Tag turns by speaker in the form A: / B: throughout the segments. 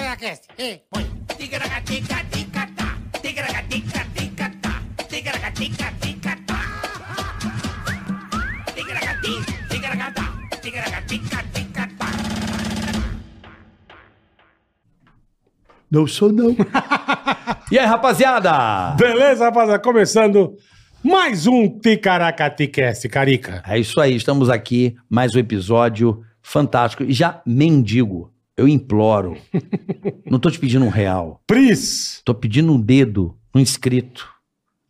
A: Ticaracast, ei, põe. Ticaracatica-ticatá, ticaracatica-ticatá, ticaracatica-ticatá. Ticaracati, ticaracatá, ticaracatica-ticatá.
B: Não sou, não.
C: E aí, rapaziada?
D: Beleza, rapaziada? Começando mais um Ticaracatecast, Carica.
C: É isso aí, estamos aqui, mais um episódio fantástico. E já mendigo, eu imploro. Não tô te pedindo um real,
D: Pris,
C: tô pedindo um dedo no inscrito.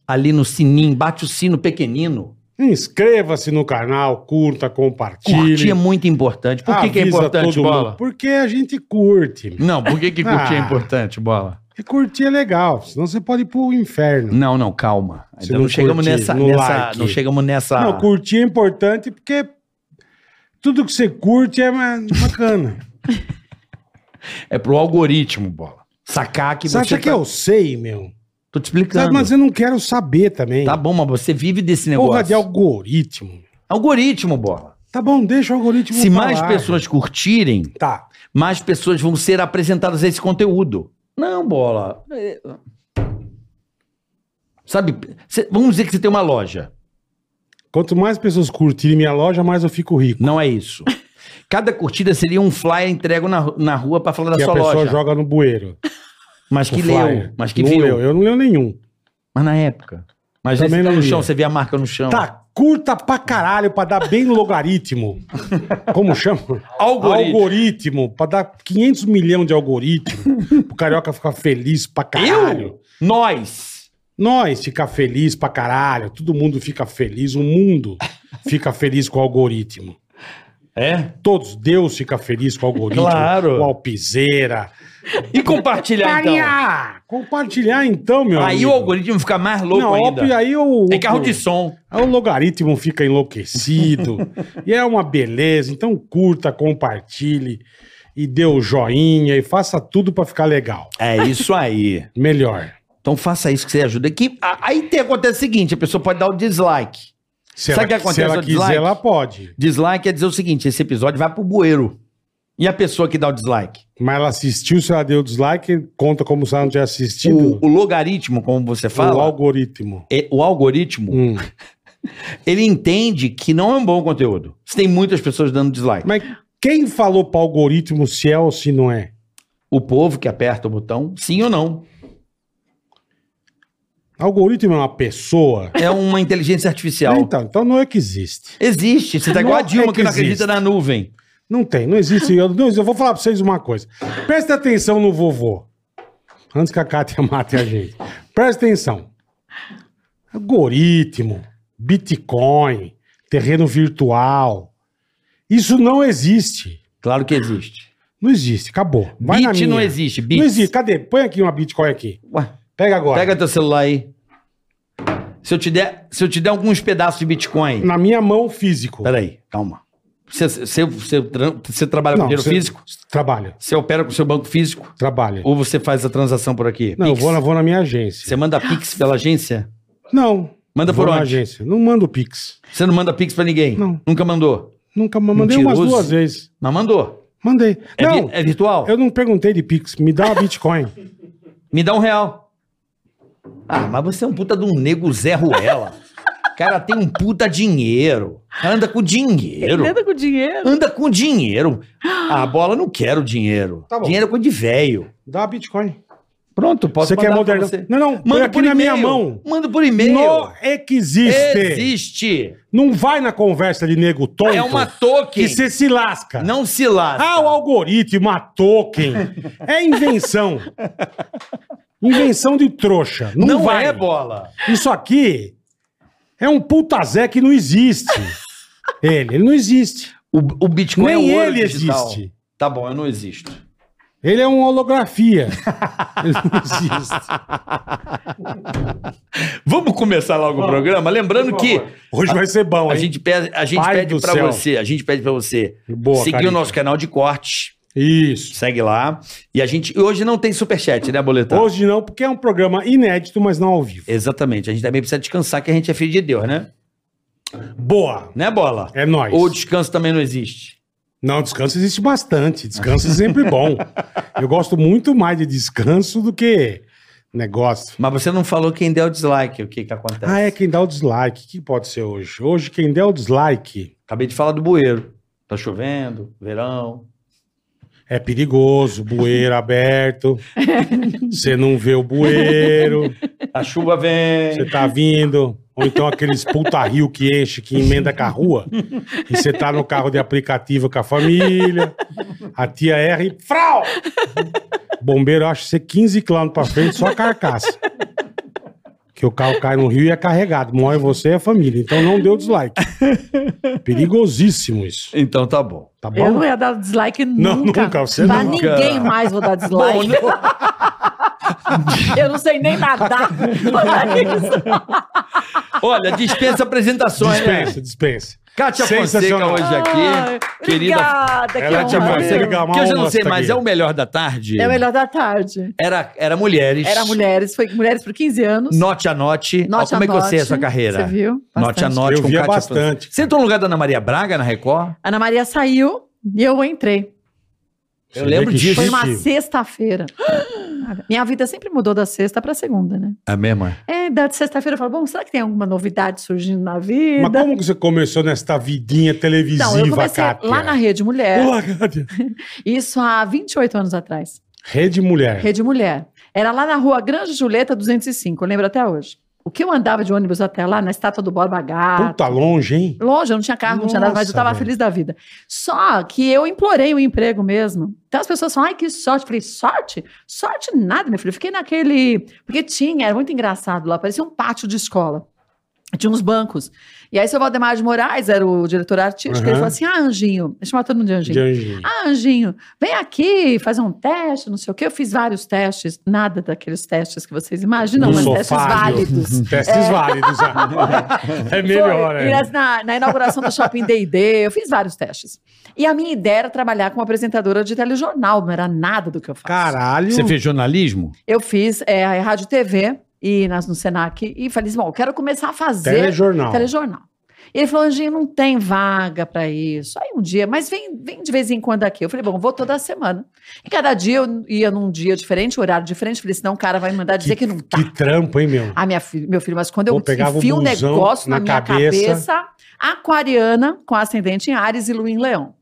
C: Ali no sininho, bate o sino pequenino.
D: inscreva-se no canal, curta, compartilhe.
C: Curtir é muito importante. Por que, que é
D: avisa
C: importante,
D: todo mundo.
C: Bola?
D: Porque a gente curte. meu.
C: Não, por que, que curtir é
D: Ah.
C: importante, Bola?
D: E curtir é legal, senão você pode ir pro inferno.
C: Não, não, calma.
D: Se
C: Ainda não,
D: não
C: chegamos
D: curtir,
C: nessa,
D: no
C: nessa-
D: like.
C: Não chegamos nessa...
D: Não, curtir é importante porque tudo que você curte é ma- bacana.
C: É pro algoritmo, Bola. Sacar que
D: você acha
C: tá-
D: que eu sei, meu?
C: Tô te
D: Sabe,
C: explicando.
D: mas eu não quero saber também.
C: Tá bom, mas você vive desse negócio.
D: Porra de algoritmo.
C: Algoritmo, bola.
D: Tá bom, deixa o algoritmo
C: Se mais
D: falar.
C: pessoas curtirem,
D: Tá.
C: mais pessoas vão ser apresentadas a esse conteúdo. Não, bola. É- Sabe, cê- vamos dizer que você tem uma loja.
D: Quanto mais pessoas curtirem minha loja, mais eu fico rico.
C: Não é isso. Cada curtida seria um flyer entregue na, na rua pra falar da
D: que a
C: sua
D: pessoa
C: loja.
D: joga no bueiro.
C: Mas que
D: O flyer.
C: leu, mas que
D: não
C: viu.
D: leu, Eu não leio nenhum.
C: Mas na época. Mas
D: Também
C: você tá
D: não
C: no
D: lia.
C: chão, você vê a marca no chão.
D: Tá, curta pra caralho pra dar bem no logaritmo. Como chama?
C: Algoritmo.
D: Algoritmo. Pra dar 500 milhões de algoritmo. pro carioca ficar feliz pra caralho.
C: Eu? Nós.
D: Nós ficar feliz pra caralho. Todo mundo fica feliz. O mundo fica feliz com o algoritmo.
C: É?
D: Todos. Deus fica feliz com o algoritmo.
C: Claro.
D: Com a alpizeira.
C: E
D: Tá
C: compartilhar, então.
D: Parear! Compartilhar então, meu
C: Aí
D: amigo.
C: o algoritmo fica mais louco
D: Não,
C: ainda.
D: óbvio, aí o,
C: É carro de som.
D: Aí o logaritmo fica enlouquecido. e é uma beleza. Então curta, compartilhe e dê o joinha e faça tudo pra ficar legal.
C: É isso aí.
D: Melhor.
C: Então faça isso que você ajuda. Que, a- aí tem, acontece o seguinte: a pessoa pode dar o dislike.
D: Se
C: Sabe o que
D: ela,
C: acontece
D: se ela
C: no
D: quiser,
C: dislike?
D: ela pode.
C: Dislike é dizer o seguinte: esse episódio vai pro bueiro. E a pessoa que dá o dislike?
D: Mas ela assistiu, se ela deu dislike, conta como se ela não tivesse assistido.
C: O, o logaritmo, como você fala,
D: Tipo. O
C: é- o,
D: algoritmo.
C: algoritmo,
D: Hum.
C: ele entende que não é um bom conteúdo. Se tem muitas pessoas dando dislike.
D: Mas quem falou pra algoritmo se é ou se não é?
C: O povo que aperta o botão, sim ou não.
D: Algoritmo é uma pessoa?
C: É uma inteligência artificial.
D: Então, então não é que existe.
C: Existe. Você tá igual a
D: Não é
C: Dilma que,
D: que
C: não
D: existe.
C: acredita na nuvem.
D: Não tem, não existe. Eu, não, eu vou falar pra vocês uma coisa. Presta atenção no vovô. Antes que a Kátia mate a gente. Presta atenção. Algoritmo, Bitcoin, terreno virtual. Isso não existe.
C: Claro que existe.
D: Não existe, acabou. Vai na
C: Bit
D: minha.
C: não existe. Bit.
D: Não existe. Cadê? Põe aqui uma Bitcoin aqui.
C: Ué.
D: Pega agora.
C: Pega teu celular aí. Se eu te der, se eu te der alguns pedaços de Bitcoin.
D: Na minha mão, físico.
C: Peraí, calma. Você, você, você, tra- você trabalha com dinheiro
D: você-
C: físico?
D: Trabalha,
C: Você opera com o seu banco físico?
D: trabalha.
C: Ou você faz a transação por aqui?
D: Não, eu
C: Pix?
D: vou, na- vou na minha agência.
C: Você manda Pix pela agência?
D: Não.
C: Manda
D: vou
C: por
D: na
C: onde?
D: agência. Não mando Pix.
C: Você não manda Pix pra ninguém?
D: Não.
C: Nunca mandou?
D: Nunca mandei umas
C: Mentiroso.
D: duas vezes.
C: Mas mandou.
D: Mandei.
C: É, vi-
D: não,
C: é virtual?
D: eu não perguntei de Pix. Me dá uma Bitcoin.
C: Me dá um real. Ah, mas você é um puta de um nego Zé Ruela. O cara tem um puta dinheiro. O cara anda com dinheiro.
E: Ele anda com dinheiro.
C: Anda com dinheiro. Ah, A bola não quero dinheiro.
D: Tá bom.
C: dinheiro é coisa de velho.
D: dá uma Bitcoin.
C: Pronto, posso
D: você quer
C: mandar pra
D: moderno?
C: você.
D: Não, não. Põe
C: Manda
D: aqui
C: por
D: na
C: e-mail.
D: minha mão.
C: Manda por e-mail.
D: No é que existe.
C: Existe.
D: Não vai na conversa de nego tonto.
C: É uma
D: Que
C: token.
D: você se lasca.
C: Não se lasca.
D: Ah, o algoritmo, a token. É invenção. invenção de trouxa. Não,
C: não
D: vai.
C: é bola.
D: Isso aqui é um puta Zé que não existe. ele, ele não existe.
C: O, o Bitcoin
D: Nem
C: é o ouro
D: ele
C: digital.
D: existe.
C: Tá bom, eu não existo.
D: Ele é uma holografia. ele não existe.
C: Vamos começar logo o programa. Lembrando que
D: Hoje vai ser bom,
C: a
D: hein?
C: gente pede, a gente
D: Pai
C: pede
D: do
C: pra
D: céu.
C: você, a gente pede para você
D: Boa,
C: seguir
D: Carica.
C: o nosso canal de corte.
D: Isso.
C: Segue lá. E a gente. Hoje não tem superchat, né, boletão?
D: Hoje não, porque é um programa inédito, mas não ao vivo.
C: Exatamente. A gente também precisa descansar, que a gente é filho de Deus, né?
D: Boa.
C: Né, bola?
D: É nóis.
C: Ou descanso também não existe.
D: Não, descanso existe bastante. Descanso é sempre bom. Eu gosto muito mais de descanso do que negócio.
C: Mas você não falou quem deu dislike, o que que acontece.
D: Ah, é quem dá o dislike. Quem pode ser hoje? Hoje, quem der o dislike
C: Acabei de falar do bueiro. Tá chovendo, verão.
D: é perigoso. Bueiro aberto. Você não vê o bueiro.
C: A chuva vem.
D: Você tá vindo. Ou então aqueles puta rio que enche, que emenda com a rua. E você tá no carro de aplicativo com a família. A tia R. Frau! Bombeiro acha você 15 km pra frente, só a carcaça. Que o carro cai no rio e é carregado. Morre você e a família. Então não deu dislike. Perigosíssimo isso.
C: Então tá bom.
D: Tá bom?
E: Eu não ia dar dislike nunca.
D: Não, nunca, você
E: pra
D: nunca.
E: ninguém mais vou dar dislike.
D: né?
E: Eu não sei nem nadar. Olha isso.
C: Olha, dispensa apresentações,
D: Dispensa,
C: né?
D: dispensa.
C: Kátia Fonseca
D: Sensacional.
C: hoje
E: Ai,
C: aqui. Querida
E: Obrigada, que
D: Ela te
E: honra.
D: abraçou.
C: Fonseca.
D: Legal, uma
C: Que eu já não
D: honra
C: sei
D: estar
C: mais,
D: aqui.
C: é o melhor da tarde?
E: É o melhor da tarde.
C: Era, era mulheres.
E: Era mulheres, foi mulheres por 15 anos.
C: Note a note. Ó,
E: Note
C: como
E: a
C: é que eu sei
E: note.
C: essa carreira?
E: Você viu?
C: Note a
E: Bastante.
C: note
D: Eu
C: com
D: via
C: Kátia
D: bastante.
C: Fonseca. Você entrou no lugar da Ana Maria Braga na Record?
E: Ana Maria saiu e eu entrei.
D: Você
C: Eu
E: é
C: lembro
D: vê que
C: disso.
E: Foi uma
D: chique.
E: sexta-feira. Minha vida sempre mudou da sexta pra segunda, né?
C: É mesmo? é?
E: É, da sexta-feira eu falo, bom, será que tem alguma novidade surgindo na vida?
D: Mas como que você começou nesta vidinha televisiva,
E: Então, eu comecei
D: Kátia?
E: lá na Rede Mulher,
D: Olá, Kátia.
E: isso há 28 anos atrás.
D: Rede Mulher.
E: Rede Mulher. Era lá na rua Grande Julieta 205, eu lembro até hoje. O que eu andava de ônibus até lá, na estátua do Borba Gato.
D: Puta longe, hein?
E: Longe, eu não tinha carro, não tinha nada, mas eu
D: Nossa,
E: tava
D: velho.
E: feliz da vida. Só que eu implorei o emprego mesmo. Então as pessoas falam, ai, que sorte. Eu falei, sorte? Sorte nada, meu filho. Eu fiquei naquele. Porque tinha, era muito engraçado lá, parecia um pátio de escola. Tinha uns bancos. E aí, seu Valdemar de Moraes era o diretor artístico.
D: Uhum.
E: Ele falou assim: Ah, Anjinho, deixa eu chamar todo mundo de Anjinho.
D: De anjinho.
E: Ah, Anjinho, vem aqui fazer um teste, não sei o quê. Eu fiz vários testes, nada daqueles testes que vocês imaginam,
D: No
E: mas
D: sofá,
E: testes
D: viu?
E: válidos. É.
D: Testes válidos. ah. É melhor,
E: Foi.
D: é.
E: E nas- na, na inauguração do Shopping D&D, eu fiz vários testes. E a minha ideia era trabalhar como apresentadora de telejornal, não era nada do que eu faço.
D: Caralho.
C: Você fez jornalismo?
E: Eu fiz é, a rádio e TV e nas, no Senac e falei assim, bom, eu quero começar a fazer
D: telejornal.
E: telejornal. E ele falou, Anjinho, não tem vaga pra isso. Aí um dia, mas vem, vem de vez em quando aqui. Eu falei, bom, vou toda semana. E cada dia eu ia num dia diferente, horário diferente. Falei, senão o cara vai me mandar dizer que, não tá.
D: Que trampo, hein, meu?
E: Ah, minha fi- meu filho, mas quando eu
D: Pô, pegava o
E: enfio um
D: busão
E: negócio na,
D: na
E: minha
D: cabeça.
E: cabeça, aquariana, com ascendente em Ares e Lua em Leão.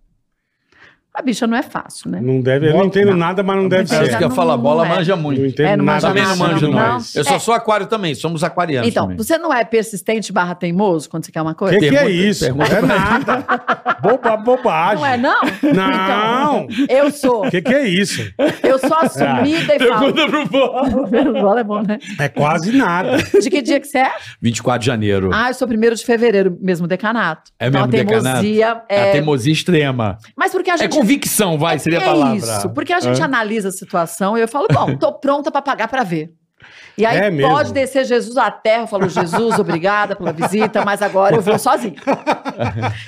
E: A bicha não é fácil, né?
D: Não deve, eu não entendo nada, mas não deve
E: Não
C: Parece
D: ser.
E: já
C: É, que eu
E: não-
C: falo, a bola
E: não é.
C: manja
D: Não
C: muito.
D: entendo
E: É, não
D: nada.
E: manja
C: Também não
E: nada,
C: manjo,
E: não.
C: não.
E: Não.
C: Eu só sou aquário também, somos aquarianos
E: Então,
C: também.
E: você não é persistente barra teimoso quando você quer uma
D: O
E: coisa?
D: que, que é
C: Pergunta-
D: isso? Não
C: pergunta
D: é nada. Boba, bobagem.
E: Não é, não? Então,
D: Não. O
E: Eu sou.
D: que, que é isso?
E: Eu sou assumida e falo.
C: pro Bola.
E: Bola é bom, né?
D: É quase nada.
E: De que dia que você é?
C: 24 de janeiro.
E: Ah, eu sou primeiro de fevereiro, mesmo decanato.
C: É
E: então,
C: mesmo
E: a teimosia
C: É a
E: é...
C: teimosia extrema.
E: Mas porque a
C: É
E: gente...
C: convicção, vai, seria a
E: é
C: palavra.
E: isso, porque a gente analisa a situação e eu falo, bom, tô pronta pra pagar pra ver. E aí
D: É mesmo.
E: pode descer Jesus à terra, eu falo, Jesus, obrigada pela visita, mas agora eu vou sozinha.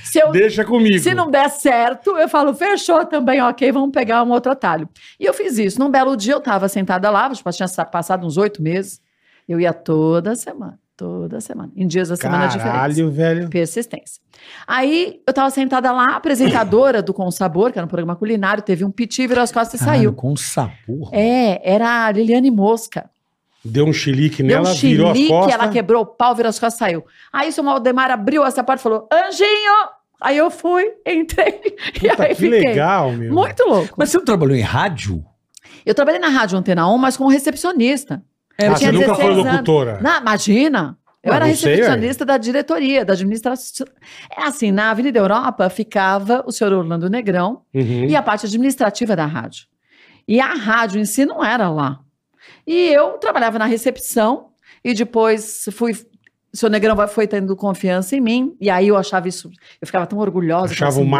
E: Se eu
D: Deixa comigo.
E: Se não der certo, eu falo, fechou também, ok, vamos pegar um outro atalho. E eu fiz isso. Num belo dia, eu estava sentada lá, tipo, tinha sa- passado uns oito meses. Eu ia toda semana, toda semana, em dias da semana diferentes.
D: Caralho, velho.
E: Persistência. Aí eu estava sentada lá, a apresentadora do Com Sabor, que era um programa culinário, teve um piti, virou as costas e
D: Ah.
C: Caralho,
E: saiu.
C: com um sabor.
E: É, era a Liliane Mosca.
D: Deu um chilique
E: Deu
D: nela,
E: um
D: virou as
E: chilique,
D: costas.
E: ela quebrou o pau, virou as costas, saiu. Aí o seu Maldemar abriu essa porta e falou: Anjinho! Aí eu fui, entrei e
D: Puta,
E: aí
D: que
E: fiquei.
D: legal, meu.
E: Muito louco.
C: Mas você não trabalhou em rádio?
E: Eu trabalhei na Rádio Antena 1, mas como recepcionista.
D: Ah,
E: eu
D: você
E: tinha
D: nunca foi
E: 16 anos.
D: locutora.
E: Na, imagina! Eu
D: É. Ah,
E: era
D: não sei,
E: recepcionista da diretoria, da administração. É assim, na Avenida Europa ficava o senhor Orlando Negrão
D: Uhum.
E: e a parte administrativa da rádio. E a rádio em si não era lá. E eu trabalhava na recepção e depois fui. O senhor Negrão vai- foi tendo confiança em mim, e aí eu achava isso. Eu ficava tão orgulhosa. eu falava
D: Achava o
E: assim,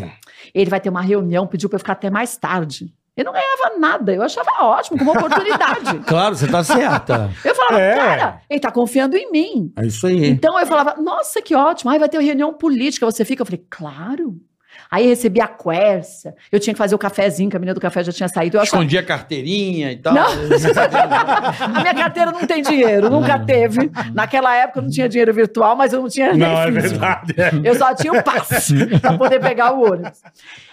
D: máximo.
E: "Nossa, ele vai ter uma reunião, pediu pra eu ficar até mais tarde. Eu não ganhava nada, eu achava ótimo, como oportunidade.
C: Claro, você tá certa.
E: Eu falava,
D: É.
E: cara, ele tá confiando em mim.
C: É isso aí.
E: Então eu falava, nossa, que ótimo, aí vai ter uma reunião política, você fica. Eu falei, claro. Aí recebia a quercia. Eu tinha que fazer o cafezinho, que a menina do café já tinha saído. Eu achava-
C: Escondia a carteirinha e tal.
E: Tá Não. a minha carteira não tem dinheiro, nunca teve. Naquela época eu não tinha dinheiro virtual, mas eu não tinha nem
D: Não, é
E: físico.
D: verdade. é.
E: Eu só tinha o passe para poder pegar o ônibus.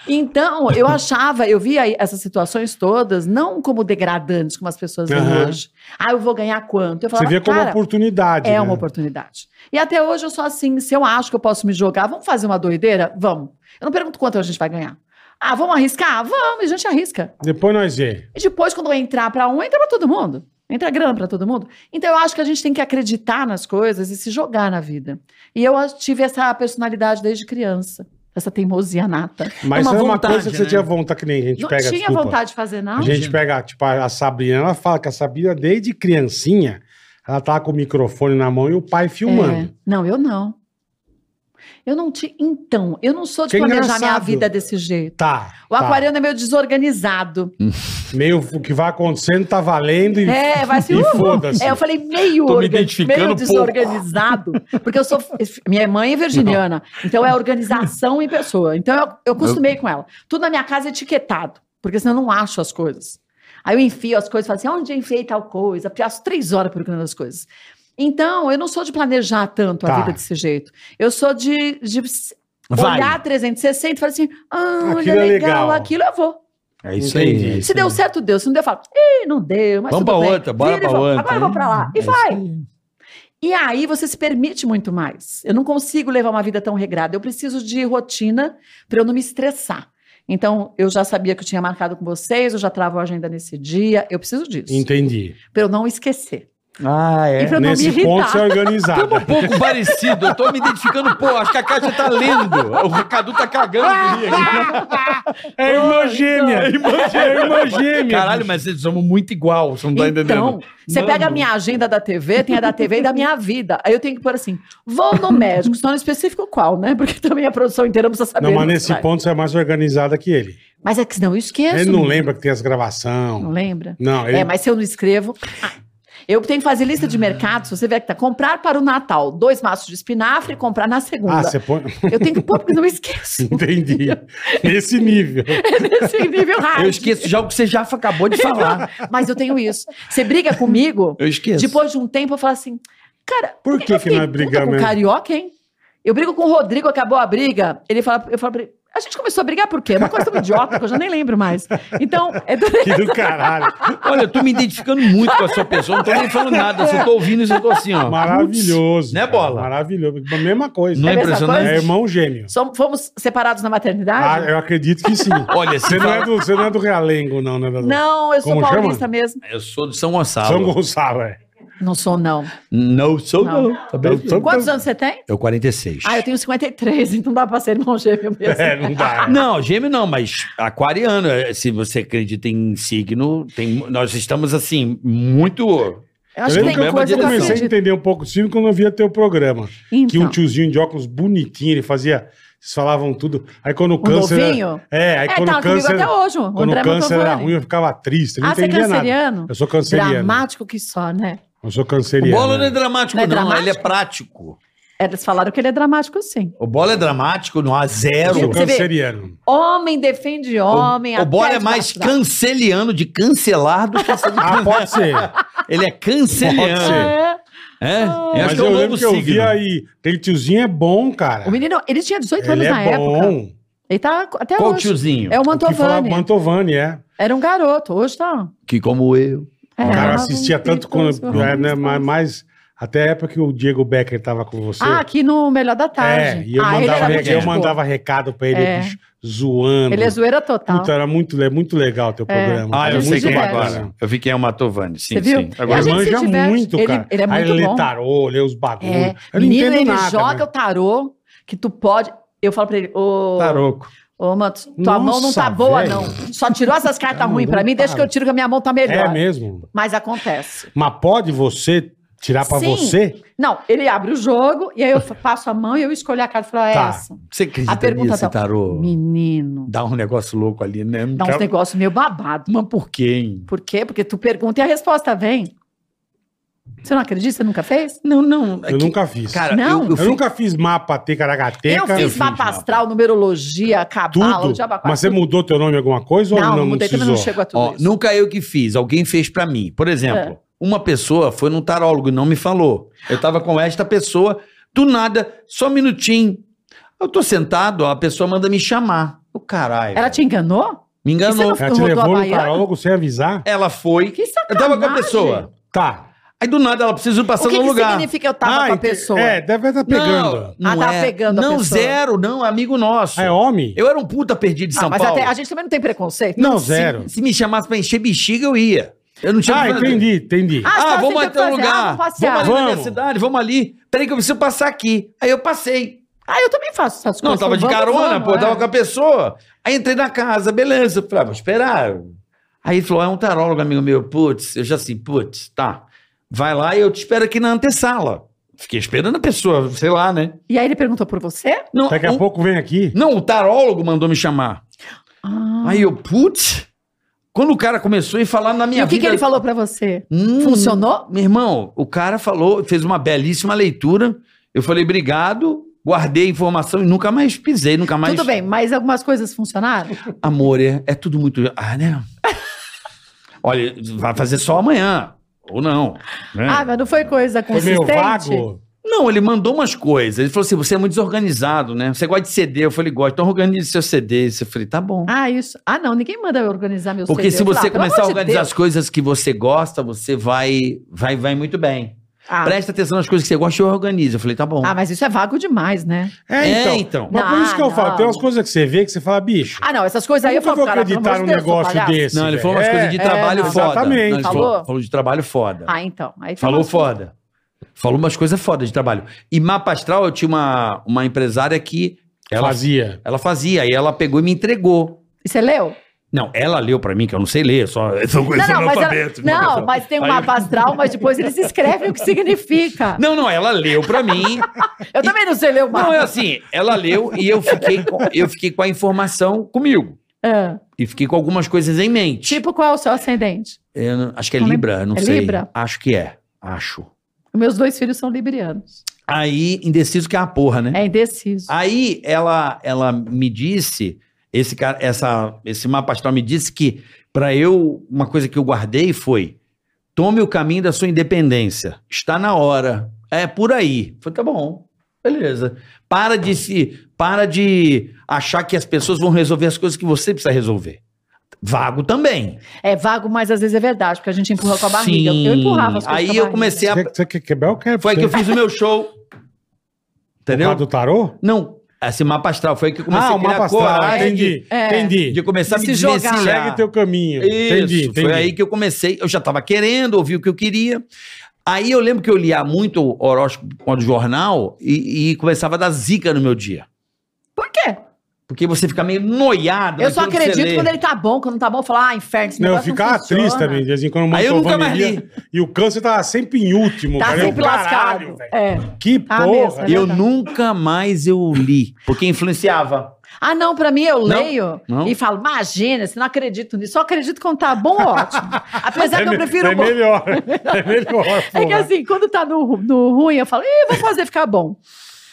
E: Então, eu achava, eu via aí essas situações todas, não como degradantes, como as pessoas veem
D: Aham.
E: hoje. Ah, eu vou ganhar quanto? Eu
D: Você
E: falava,
D: vê como
E: cara,
D: oportunidade.
E: é
D: né?
E: uma oportunidade. E até hoje eu sou assim, se eu acho que eu posso me jogar, vamos fazer uma doideira? Vamos. Eu não pergunto quanto a gente vai ganhar. Ah, vamos arriscar? Vamos, e a gente arrisca.
D: Depois nós vê.
E: E depois, quando entrar para um, entra para todo mundo. Entra grana para todo mundo. Então, eu acho que a gente tem que acreditar nas coisas e se jogar na vida. E eu tive essa personalidade desde criança. Essa teimosia nata.
D: Mas
E: Uma
D: era uma
E: vontade,
D: coisa que você
E: né?
D: tinha vontade, que nem a gente
E: Não
D: pega.
E: tinha
D: desculpa.
E: vontade de fazer
D: A
E: nada.
D: gente pega, tipo, a Sabrina, ela fala que a Sabrina, desde criancinha, ela tava com o microfone na mão e o pai filmando.
E: É. Não, eu não. Eu não tinha. Então, eu não sou de
D: Que é
E: planejar minha
D: engraçado.
E: vida desse jeito.
D: Tá.
E: O
D: tá.
E: aquariano é meio desorganizado.
D: Meio o que vai acontecendo tá valendo e.
E: É, vai se
D: E
E: uh, uh.
D: foda-se.
E: É, eu falei meio,
C: Tô me
E: orga-
C: identificando
E: meio
C: pouco.
E: desorganizado, porque eu sou minha mãe é virginiana, então é organização em pessoa. Então eu, eu acostumei com ela. Tudo na minha casa é etiquetado, porque senão eu não acho as coisas. Aí eu enfio as coisas, falo assim, onde eu enfiei tal coisa? Passo três horas procurando as coisas. Então, eu não sou de planejar tanto
D: Tá.
E: a vida desse jeito. Eu sou de, de s-
C: Vai.
E: olhar 360 e falar assim, ah, olha
D: Aquilo é
E: legal,
D: legal.
E: aquilo eu vou.
C: É
D: isso aí, é
E: Se deu certo, deu. Se não deu, eu falo, ih, não deu, mas
C: Vamos
E: tudo
C: pra
E: bem.
C: outra, bora
E: Vira e
C: pra
E: volta.
C: outra.
E: Agora eu vou pra lá. E
C: É isso
E: vai.
C: aí.
E: E aí você se permite muito mais. Eu não consigo levar uma vida tão regrada. Eu preciso de rotina para eu não me estressar. Então, eu já sabia que eu tinha marcado com vocês, eu já travo a agenda nesse dia. Eu preciso disso.
D: Entendi.
E: Pra eu não esquecer.
C: Ah, é.
E: E pra eu não me
D: Nesse ponto
E: irritar. Tá
D: você é organizada.
C: Um pouco parecido, eu tô me identificando, pô, acho que a Kátia tá lendo. O Cadu tá cagando comigo.
D: É irmã gêmea. É irmã gêmea.
C: Caralho, mas eles são muito igual, você não tá
E: Então,
C: entendendo.
E: você
C: Mano.
E: pega a minha agenda da TV, tem a da TV e da minha vida. Aí eu tenho que pôr assim: vou no médico, só no específico qual, né? Porque também a produção inteira precisa saber.
D: Não, mas
E: onde
D: nesse
E: vai.
D: ponto você é mais organizada que ele.
E: Mas é que senão eu esqueço.
D: Ele não
E: menino.
D: lembra que tem as gravações.
E: Não lembra?
D: Não, ele
E: É, mas se eu não escrevo. Ah, eu tenho que fazer
D: Ah.
E: lista de mercado. Se você vier que tá comprar para o Natal dois maços de espinafre e comprar na segunda.
D: Ah, você põe.
E: Eu tenho que pôr porque eu não esqueço.
D: Entendi. Nesse nível.
E: Nesse nível rádio.
C: Eu esqueço já o que você já acabou de falar.
E: Mas eu tenho isso. Você briga comigo,
C: Eu esqueço.
E: depois de um tempo eu falo assim, cara,
D: Por que
E: eu
D: que
E: fiquei
D: nós
E: puta
D: brigamos
E: com
D: mesmo?
E: carioca, hein? Eu brigo com o Rodrigo, acabou a briga. Ele fala, eu falo pra ele, a gente começou a brigar por quê? Uma coisa tão idiota que eu já nem lembro mais. Então, é do...
D: Que do caralho.
C: Olha, eu tô me identificando muito com a sua pessoa, não tô nem falando nada, se eu tô ouvindo isso, eu tô assim, ó.
D: Maravilhoso.
C: Né,
D: cara,
C: Bola?
D: Maravilhoso. A mesma coisa.
C: Não é
E: É a mesma
C: impressionante?
D: É irmão gêmeo.
E: Somos- fomos separados na
D: Ah,
E: maternidade?
D: eu acredito que sim.
C: Olha, se
D: Você não, é
C: fala-
D: do, você não é do Realengo, não, né? Dadu?
E: Não, eu sou
D: Como chama?
E: paulista mesmo.
C: eu sou de é- São Gonçalo.
D: São Gonçalo, é.
E: Não sou, não.
C: Não sou não. Tá bem?
D: Então,
E: Quantos anos você tem?
C: Eu 46.
E: Ah, eu tenho 53, então dá pra ser irmão gêmeo mesmo.
D: É, não
E: Ah,
D: dá.
C: Não, gêmeo não, mas aquariano. é, Se você acredita em signo, tem, nós estamos assim, muito.
E: Eu
D: Eu
E: acho que
D: lembro
E: tem
D: que eu,
E: coisa
D: eu
E: que eu
D: comecei a
E: acredito.
D: entender um pouco o Silvio quando eu via teu programa. Que um
E: Então,
D: tiozinho de óculos bonitinho, ele fazia. Vocês falavam tudo. Aí quando o
E: um
D: câncer. era-
E: novinho?
D: É, aí
E: É,
D: quando
E: tá
D: o
E: comigo
D: câncer.
E: até hoje, o
D: Quando
E: André
D: o câncer era
E: Mantovani.
D: ruim, eu ficava triste. Eu não
E: Ah, você é
D: entendia nada.
E: canceriano?
D: Eu sou canceriano.
E: Dramático que só, né?
D: Eu sou
C: O
D: canceriano. né?
C: bolo não é dramático,
E: Não
C: não.
E: é dramático?
C: Ele é prático.
E: Eles falaram que ele é dramático, sim.
C: O bolo é dramático, não há
D: Eu
C: zero.
D: sou
E: Você vê?
D: canceriano.
E: Homem defende homem.
C: o
E: até
C: bolo é
E: de
C: mais
E: bastidar.
C: canceliano de cancelar do que essa de
D: Ah, pode ser.
C: Ele é
D: Pode ser.
C: canceliano.
E: É.
C: É? Eu acho
D: Mas
C: que é
D: eu
C: um novo
D: lembro que eu vi
C: signo.
D: aí. Aquele tiozinho é bom, cara.
E: O menino, ele tinha 18
D: ele
E: anos na
D: é
E: época.
D: bom.
E: Ele tá até
C: Qual
E: hoje.
C: tiozinho?
E: É o
D: O que falava
E: Mantovani.
D: Mantovani, é.
E: Era um garoto, hoje tá.
C: Que como eu.
E: É,
D: Cara, eu
E: amava
D: assistia
E: um
D: tanto
E: tempo,
D: quando.
E: assim,
D: é, né,
E: um
D: mas,
E: tempo.
D: mas até a época que o Diego Becker tava com você.
E: Ah, aqui no Melhor da
D: é,
E: Tarde.
D: e eu,
E: ah, ele
D: mandava,
E: era
D: re-
E: muito
D: eu
E: gente boa.
D: mandava recado pra ele,
E: É.
D: bicho, zoando.
E: Ele é zoeira total.
D: Puta, era muito, le- muito legal teu programa.
C: Ah,
D: Era
C: eu sei
D: muito
C: quem é
D: bacana.
C: agora. Eu vi quem é o Matovani. Sim,
E: Você viu?
C: sim.
E: E a
D: Ele
E: gente se
D: manja
E: diverte.
D: muito,
E: Ele-
D: cara.
E: ele é
D: Aí
E: muito
D: ele
E: bom.
D: lê tarô, lê os bagulhos.
E: É.
D: Eu não
E: Menino,
D: entendo
E: ele
D: nada,
E: joga
D: né?
E: o tarô que tu pode. Eu falo pra ele, ô.
C: Taroco.
E: Ô, mano, tua
D: Nossa,
E: mão não tá boa,
D: velho.
E: não. Só tirou essas cartas
D: Cara,
E: ruins pra
D: não
E: mim, deixa
D: tá.
E: que eu tiro que a minha mão tá
D: É
E: melhor.
D: mesmo.
E: Mas acontece.
D: Mas pode você tirar pra
E: Sim.
D: você?
E: Não, ele abre o jogo e aí eu fa- passo a mão e eu escolho a carta e falo, é
D: Tá.
E: essa.
C: Você acredita
E: A pergunta
C: nisso,
E: tá-
C: tarô?
E: Menino,
C: Dá um negócio louco ali, né?
E: dá
D: Então-
E: uns negócios meio babado.
C: Mas por quê, hein?
E: Por quê? Porque tu pergunta e a resposta vem. Você não acredita? Você nunca fez?
C: Não, não. é
D: Eu
C: que-
D: nunca fiz.
C: Cara,
E: Não.
C: eu,
D: eu
C: eu fui-
D: nunca fiz mapa
E: Eu
D: Tecaragateca.
E: fiz mapa astral, numerologia, cabala, o
D: tudo.
E: diabo a quatro,
D: Mas você
E: tudo.
D: mudou teu nome em alguma coisa ou
E: Não,
D: não, não,
E: mudei, também
D: precisou?
E: não chegou a tudo
C: Ó,
E: isso.
C: nunca eu que fiz, alguém fez pra mim. Por
E: É.
C: exemplo, uma pessoa foi num tarólogo e não me falou. Eu tava com esta pessoa, do nada, só um minutinho. Eu tô sentado, ó, a pessoa manda me chamar. O caralho.
E: Ela
C: velho.
E: te enganou?
C: Me enganou.
E: E você não-
D: Ela É, te
E: Rodou a
D: levou no
E: baiana?
D: tarólogo sem avisar?
C: Ela foi.
E: Que
C: Eu
E: sacanagem.
C: tava com a pessoa.
D: Tá.
C: Aí do nada ela precisa
E: O
C: passar
E: que,
C: no
E: que
C: lugar. é.
E: significa eu tava
D: Ah,
E: com a
D: ente-
E: pessoa?
D: É, deve estar pegando.
E: Ah, tava pegando a
C: Não,
E: pessoa.
C: zero, não, é amigo nosso.
D: Ah, é homem?
C: Eu era um puta perdido de
E: Ah,
C: São
E: mas
C: Paulo.
E: até- a gente também não tem preconceito.
D: Não, zero.
C: Se me chamasse pra encher bexiga, eu ia. Eu não tinha
D: Ah,
C: o que fazer.
D: entendi, entendi.
E: Ah, você
C: Ah,
E: tava
C: vamos
E: sem
C: até um
E: tempo pra fazer. Ah,
C: lugar. Vamos,
E: vamos passear.
C: ali na minha
D: Vamos.
C: cidade, vamos ali. Peraí que eu preciso passar aqui. Aí eu passei.
E: Ah, eu também faço essas
C: Não,
E: coisas.
C: tava de
E: Vamos,
C: carona,
E: vamos,
C: pô,
E: é.
C: tava com a pessoa. Aí entrei na casa, beleza. Eu Falei, ah, vou esperar. Aí ele falou, é um tarólogo, amigo meu. Putz, eu já assim, putz, tá. Vai lá e eu te espero aqui na antessala. Fiquei esperando a pessoa, sei lá, né?
E: E aí ele perguntou por você?
C: Não,
D: Daqui
C: o-
D: a pouco vem aqui.
C: não, o tarólogo mandou me chamar.
E: Ah.
C: Aí eu, putz. Quando o cara começou a falar na minha
E: e o que,
C: vida...
E: que ele falou pra você?
C: Hum,
E: Funcionou?
C: Meu irmão, o cara falou, fez uma belíssima leitura. Eu falei, obrigado, guardei a informação e nunca mais pisei, nunca mais.
E: Tudo bem, mas algumas coisas funcionaram?
C: Amor, é, é tudo muito. Ah, né? Olha, vai fazer só amanhã. Ou não. né?
E: Ah, mas não foi coisa
D: Foi
E: consistente?
D: meio vago.
C: Não, ele mandou umas coisas. Ele falou assim: você é muito desorganizado, né? Você gosta de CD. Eu falei, gosto. Então organize seu CD. Eu falei, tá bom.
E: Ah, isso. Ah, não, ninguém manda eu organizar meus
C: Porque
E: CDs.
C: se
E: Eu
C: você
E: falei, ah, pelo
C: começar a
E: amor de
C: organizar
E: Deus.
C: as coisas que você gosta, você vai vai, vai muito bem.
E: Ah,
C: Presta atenção nas coisas que você gosta e organiza. Eu falei, tá bom.
E: ah, mas isso é vago demais, né?
D: É, então. Mas por
E: Não,
D: isso que eu falo,
E: Ah, não.
D: tem umas coisas que você vê que você fala, bicho.
E: Ah, não, essas coisas
D: Eu
E: aí eu
D: nunca
E: falo,
D: vou
E: cara,
D: acreditar num
E: pelo amor de Deus, seu
D: negócio
E: palhaço.
D: desse.
C: Não, ele falou umas
D: velho.
C: coisas de
E: é,
C: trabalho
E: não.
C: foda.
D: Exatamente.
C: Não, ele
E: Falou?
C: falou, falou de trabalho foda.
E: Ah, então. Aí tem
C: falou
E: umas
C: foda. Falou umas coisas foda de trabalho. E mapa astral, eu tinha uma, uma empresária que ela,
D: É, Fazia.
C: ela fazia, aí ela pegou e me entregou.
E: E você leu?
C: Não, ela leu pra mim, que eu não sei ler, só são coisas
E: não, mas, ela-
C: analfabetas.
E: não mas tem um
C: Aí-
E: mapa astral, mas depois eles escrevem o que significa.
C: Não, não, ela leu pra mim.
E: Eu também não sei ler o mapa.
C: não, é assim, ela leu e eu fiquei, com, eu fiquei com a informação comigo.
E: É.
C: E fiquei com algumas coisas em mente.
E: Tipo, qual é o seu ascendente?
C: Eu não- acho que é
E: Não
C: Libra, eu não
E: É
C: sei.
E: Libra?
C: Acho que é. Acho.
E: Meus dois filhos são librianos.
C: Aí, indeciso que é a porra, né?
E: É indeciso.
C: Aí ela, ela me disse, esse cara, essa, esse mapa astral me disse que pra eu, uma coisa que eu guardei foi: tome o caminho da sua independência. Está na hora. É por aí. Foi tá bom. Beleza. Para de se, para de achar que as pessoas vão resolver as coisas que você precisa resolver. Vago também.
E: É vago, mas às vezes é verdade, porque a gente empurra com a barriga.
C: Sim.
E: Eu empurrava as coisas com a
C: Aí eu
E: barriga.
C: comecei a
D: Você, você quer quebrar o que?
C: foi aí que eu fiz o meu show.
D: Entendeu?
C: Entendeu?
D: do tarô?
C: Não, esse mapa astral foi aí que eu comecei
D: Ah,
C: a
D: o
C: criar
D: mapa astral.
C: coragem de-
D: Entendi,
E: É.
D: entendi.
C: de começar a me
E: De se jogar.
C: desvencilhar.
D: Segue teu caminho.
C: Ah. Isso,
D: entendi, entendi.
C: foi aí que eu comecei. Eu já estava querendo, ouvi o que eu queria. Aí eu lembro que eu lia muito horóscopo do jornal e, e começava a dar zica no meu dia.
E: Por quê?
C: Porque você fica meio noiado.
E: Eu só
C: naquilo que você
E: acredito
C: lê.
E: quando ele tá bom, quando não tá bom, eu falo, ah, inferno, esse
D: Não, eu
E: negócio não
D: ficava
E: funciona.
D: triste também, de vez em quando.
C: Aí eu nunca mais
D: Mantovani ia, E o câncer tava sempre em último.
E: Tá
D: cara. Eu,
E: sempre
D: caralho,
E: lascado.
D: velho.
E: É.
D: Que
E: Tá
D: porra.
E: mesmo, né?
C: Eu nunca mais eu li, porque influenciava.
E: Ah, não, pra mim eu leio
C: não.
E: e falo, imagina, você não acredito nisso, só acredito quando tá bom, ótimo. Apesar que eu
D: me-
E: prefiro
D: é
E: o bom.
D: melhor. É melhor,
E: É que
D: porra.
E: assim, quando tá no, ru- no ruim, eu falo, ih, vou fazer ficar bom.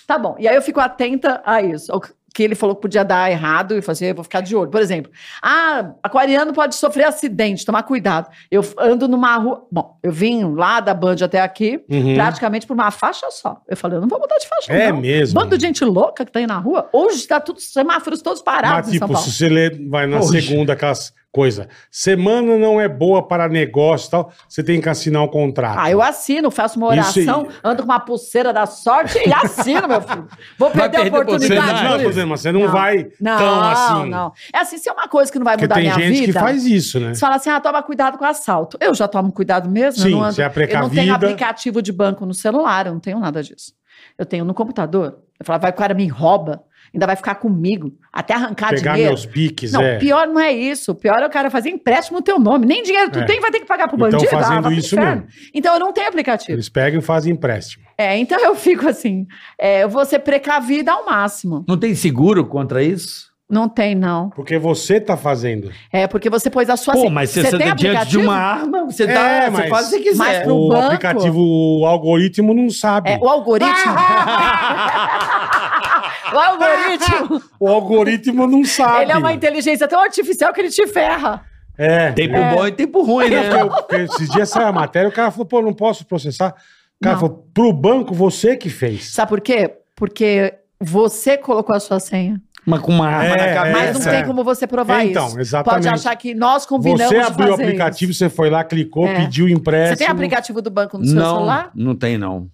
E: Tá bom. E aí eu fico atenta a isso. O que ele falou que podia dar errado e fazer, eu vou ficar de olho. Por exemplo, ah, aquariano pode sofrer acidente, tomar cuidado. Eu ando numa rua. Bom, eu vim lá da Band até aqui,
D: Uhum.
E: praticamente por uma faixa só. Eu falei, eu não vou mudar de faixa.
D: É
E: não.
D: mesmo.
E: Bando de gente louca que tá aí na rua. Hoje tá tudo, os semáforos todos parados
D: Mas,
E: em São
D: tipo,
E: Paulo.
D: se você lê, vai na
C: Poxa.
D: segunda, aquelas coisas. Semana não é boa para negócio e tal. Você tem que assinar o contrato.
E: Ah, eu assino, faço uma
D: Isso aí.
E: oração, ando com uma pulseira da sorte e assino, meu filho. Vou
C: Vai
E: perder
C: perder
D: Você
E: a
D: não,
E: oportunidade.
C: oportunidade,
D: não,
E: por
D: tô
E: isso.
D: dizendo, mas você não,
E: Não.
D: vai
E: Não,
D: tão assim.
E: não. É assim, se é uma coisa que não vai
D: Porque
E: mudar a
D: tem
E: minha
D: gente
E: vida.
D: que faz isso, né?
E: Você fala assim, ah, toma cuidado com assalto. Eu já tomo cuidado mesmo.
D: Sim,
E: eu, não ando,
D: você é
E: eu não tenho
D: precavida.
E: aplicativo de banco no celular, eu não tenho nada disso. Eu tenho no computador. Eu falo, vai, o cara me rouba, ainda vai ficar comigo, até arrancar
D: Pegar
E: dinheiro.
D: meus piques,
E: Não,
D: é.
E: pior não é isso. O Pior é o cara fazer empréstimo no teu nome. Nem dinheiro tu
D: É.
E: tem, vai ter que pagar pro
D: Então,
E: bandido. Ah, tá
D: fazendo
E: vai pro
D: isso
E: inferno. Então eu não tenho aplicativo.
D: Eles pegam e fazem empréstimo.
E: É, então eu fico assim, é, eu vou ser precavida ao máximo.
C: Não tem seguro contra isso?
E: Não tem, não.
D: Porque você tá fazendo.
E: É porque você pôs a sua.
C: Pô, mas se você, tá diante de uma arma, você,
D: É,
C: dá, você
D: mas-
C: faz o que você
E: mas
C: quiser.
E: pro-
D: o
E: É banco-
D: aplicativo, o algoritmo não sabe.
E: É, o algoritmo. o algoritmo.
D: O algoritmo não Ah, sabe.
E: ele é uma inteligência tão artificial que ele te ferra.
D: É.
C: Tem um pro bom e tem pro ruim, né?
D: Porque eu- porque esses dias saiu a matéria, o cara falou, pô, não posso processar. O cara
E: Não.
D: falou, pro banco, você que fez.
E: Sabe por quê? Porque você colocou a sua senha.
C: Mas com uma arma
D: É,
C: na cabeça.
E: Mas não
D: Essa é.
E: tem como você provar
D: Então,
E: isso.
D: exatamente.
E: Pode achar que nós combinamos
D: Você
E: de
D: abriu o
E: fazer
D: aplicativo,
E: isso.
D: você foi lá, clicou,
E: É.
D: pediu empréstimo.
E: Você tem aplicativo do banco no seu
C: Não,
E: celular?
C: não tem, não.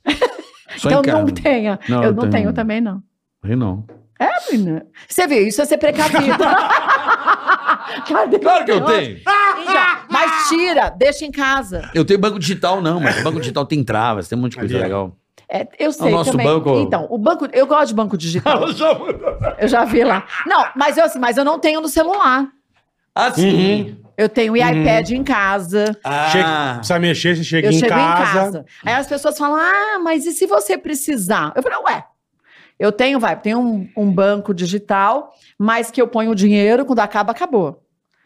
C: Só
E: Então
C: em casa.
E: não tenha.
C: Não,
E: eu
C: eu
E: não
C: tenho.
E: tenho também, não.
C: Aí não.
E: É, menina. Você viu, isso é ser precavido. Cadê
C: Claro que eu
E: Nossa.
C: tenho.
E: Então, mas tira, deixa em casa.
C: Eu tenho banco digital, não, mas banco digital tem travas, tem um monte de coisa
D: Ali, ó.
C: legal.
E: É, eu sei
C: nosso
E: também.
C: banco-
E: Então, o banco, eu gosto de banco digital. eu já vi lá. Não, mas eu assim, mas eu não tenho no celular.
D: Ah,
C: Assim.
E: Eu tenho
D: Uhum.
E: o iPad em casa.
D: Chega-
C: Ah,
D: precisa mexer, você chega
E: eu
D: em
E: chego
D: casa.
E: em casa. Aí as pessoas falam: "Ah, mas e se você precisar?" Eu falo: "Ué, eu tenho, vai, tenho um, um banco digital, mas que eu ponho o dinheiro quando acaba acabou.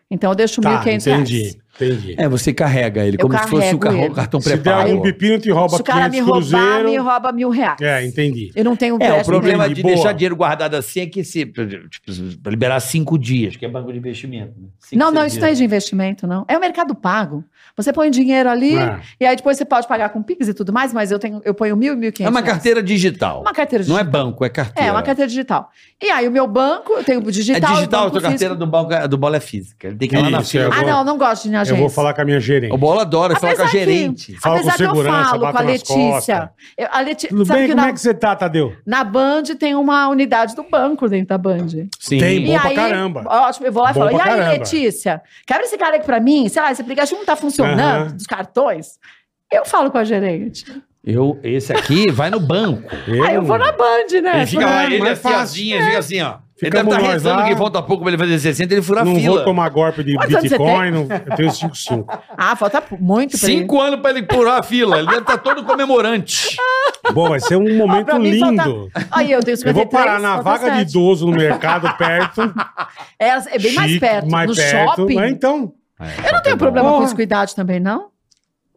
E: Então eu deixo
D: Tá,
E: 1.500 reais.
D: entendi, entendi.
C: é, você carrega ele,
E: Eu
C: como se fosse o
E: carrego
C: carro-
E: ele.
C: cartão
D: Se der um algum
C: preparo.
D: pepino, te rouba
E: Se o cara me
D: 500
E: roubar,
D: cruzeiro.
E: me rouba mil reais.
D: É, entendi.
E: Eu não tenho
C: É, o
E: crédito,
C: problema
D: entendi,
C: de
D: boa.
C: deixar dinheiro guardado assim é que se, tipo, pra liberar cinco dias, que é banco de investimento. né? Cinco,
E: Não, não,
C: seis
E: isso não é
C: dias.
E: de investimento, não. É o mercado pago. Você põe dinheiro ali
D: É.
E: e aí depois você pode pagar com Pix e tudo mais, mas eu tenho, eu ponho mil, mil
C: É
E: quinhentos.
C: uma carteira digital.
E: Uma carteira
C: Não
E: digital.
C: é banco, é carteira.
E: É, uma carteira digital. E aí o meu banco, eu tenho o
C: É
E: digital. e o
C: digital, a
E: banco
C: tua carteira
E: físico.
C: do, banco, do bola é física. Ele tem que ir lá na
D: Isso,
C: fila.
D: é
E: Ah, não, não gosto de ir na
D: Eu
E: agência.
D: vou falar com a minha gerente.
C: O bola adora, fala com a
E: Apesar que-
C: gerente.
D: Fala com
E: Apesar que eu
D: segurança,
E: falo
D: bata
E: com a
D: nas
E: Letícia.
D: costas.
E: Eu- a Leti-
D: Tudo
E: sabe
D: bem?
E: que
D: Como
E: na,
D: é que você tá, Tadeu?
E: na Band tem uma unidade do banco dentro da Band.
C: Sim.
D: Tem,
E: e
D: bom pra
E: aí,
D: caramba.
E: Ótimo, eu vou lá e
D: Bom
E: falo, e
D: pra
E: aí,
D: caramba."
E: Letícia, quebra esse cara aqui pra mim, sei lá, esse aplicativo não tá funcionando,
D: Aham.
E: dos cartões. Eu falo com a gerente.
C: Eu, esse aqui vai no banco.
E: aí eu vou na Band, né?
C: Ele fica lá,
D: É,
C: ele
D: mais
C: assim,
D: fácil.
C: assim, ele fica assim, ó. Ele deve
D: Ficamos
C: estar
D: nós
C: rezando
D: lá.
C: que falta pouco pra ele fazer 60, ele fura a
D: Não vou
C: fila.
D: tomar golpe de
E: Quantos anos você
D: Bitcoin. não- Eu tenho 5,5.
E: Ah, falta muito pra ele.
C: Cinco anos pra ele furar a fila. Ele deve estar todo comemorante.
D: Bom, vai ser um
E: Ó,
D: momento
E: Ah, pra mim tá falta-
D: lindo.
E: Aí eu tenho 53,
D: Eu vou parar na
E: falta
D: vaga de
E: tá sete.
D: idoso no mercado perto.
E: É, é bem mais
D: chique,
E: perto,
D: mais
E: no
D: perto.
E: shopping.
D: Mas então,
C: É, tá
E: Eu não tenho problema
D: Porra.
E: com isso, cuidado também, não.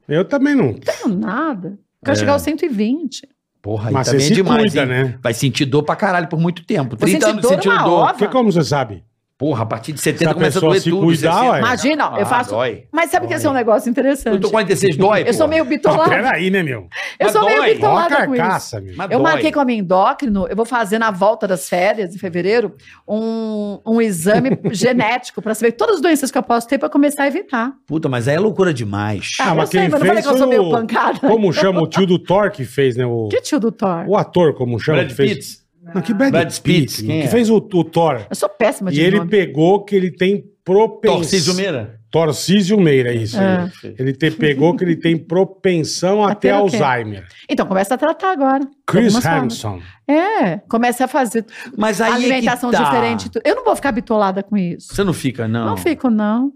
D: eu também não.
E: Tenho nada.
D: É.
E: Quero chegar aos 120.
C: Porra, aí
D: Mas você
C: também é
D: se
C: demais,
D: cuida,
C: hein?
D: né?
C: Vai sentir dor pra caralho por muito tempo.
E: Vou
C: 30
E: sentir
C: anos
E: dor
C: sentindo
E: uma
C: dor.
E: hora.
D: Porque como você sabe?
C: Porra, a partir de
D: Se
C: 70
D: a
C: começa a
D: pessoa
C: doer
D: se
C: tudo.
D: cuidar,
C: 60.
D: ué.
E: Imagina, ó,
C: Ah,
E: eu faço.
C: dói.
E: Mas sabe que esse é um negócio interessante?
C: Eu tô com 46, dói.
E: Eu sou
C: porra.
E: meio
D: Ah,
E: bitolada.
D: peraí, né, meu?
E: Eu
C: Mas
E: sou meio
C: dói.
D: Ó a
E: bitolada com isso.
D: carcaça, tá meu.
C: Mas
E: Eu
C: dói.
E: marquei com a minha endócrino, eu vou fazer na volta das férias, em fevereiro, um, um exame genético para saber todas as doenças que eu posso ter para começar a evitar.
C: Puta, mas aí é loucura demais.
D: Ah,
E: eu
D: mas
E: sei,
D: quem
E: mas não falei
D: fez
E: que eu sou
D: foi
E: meio
D: o...
E: pancada.
D: Como chama o tio do Thor que fez, né? O,
E: Que tio do Thor?
D: o ator, como chama?
C: Brad
D: que fez...
C: Pitt.
D: Não, que Brad,
C: Brad
D: Pitt.
C: Pitt,
D: meu,
C: quem
D: que
C: é?
D: fez o, o Thor.
E: Eu sou péssima de
D: E ele
E: nome.
D: pegou que ele tem propensão...
C: Torcísio Meira.
D: Torcísio Meira, é isso.
E: É.
D: Ele te pegou que ele tem propensão até
E: Até o quê?
D: Alzheimer.
E: Então começa a tratar agora. de
D: Chris
E: algumas formas.
D: Hanson.
E: É, começa a fazer
C: Mas aí
E: alimentação
C: é que tá.
E: diferente. e tudo. Eu não vou ficar bitolada com isso.
C: Você não fica, não.
E: Não, fico, não.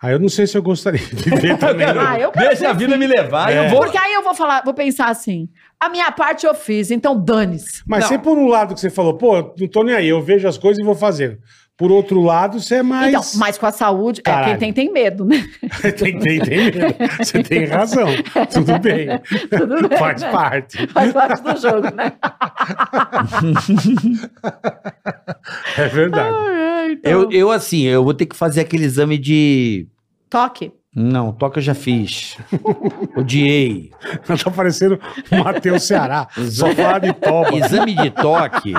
D: Ah, eu não sei se eu gostaria de ver também. não.
E: Ah, eu quero
C: Deixa a vida me levar,
D: É.
C: eu vou.
E: Porque aí eu vou falar, vou pensar assim: a minha parte eu fiz, então dane-se.
D: Mas
C: Não.
D: você, por um lado, que você falou, pô, não tô nem aí, eu vejo as coisas e vou fazendo. Por outro lado, você é mais.
E: Então, mas com a saúde, é,
D: Caralho.
E: quem tem tem medo, né?
D: tem, tem, tem mesmo. Você tem razão. Tudo bem.
E: Tudo bem,
D: Faz
E: né?
D: parte.
E: Faz parte do jogo, né?
D: É verdade. então.
C: Eu, eu, assim, eu vou ter que fazer aquele exame de.
E: Toque.
C: Não, toca eu já fiz. Odiei.
E: Ah.
D: Tá parecendo o Matheus Ceará. Só
C: Exame,
D: falar de toba.
C: exame de toque,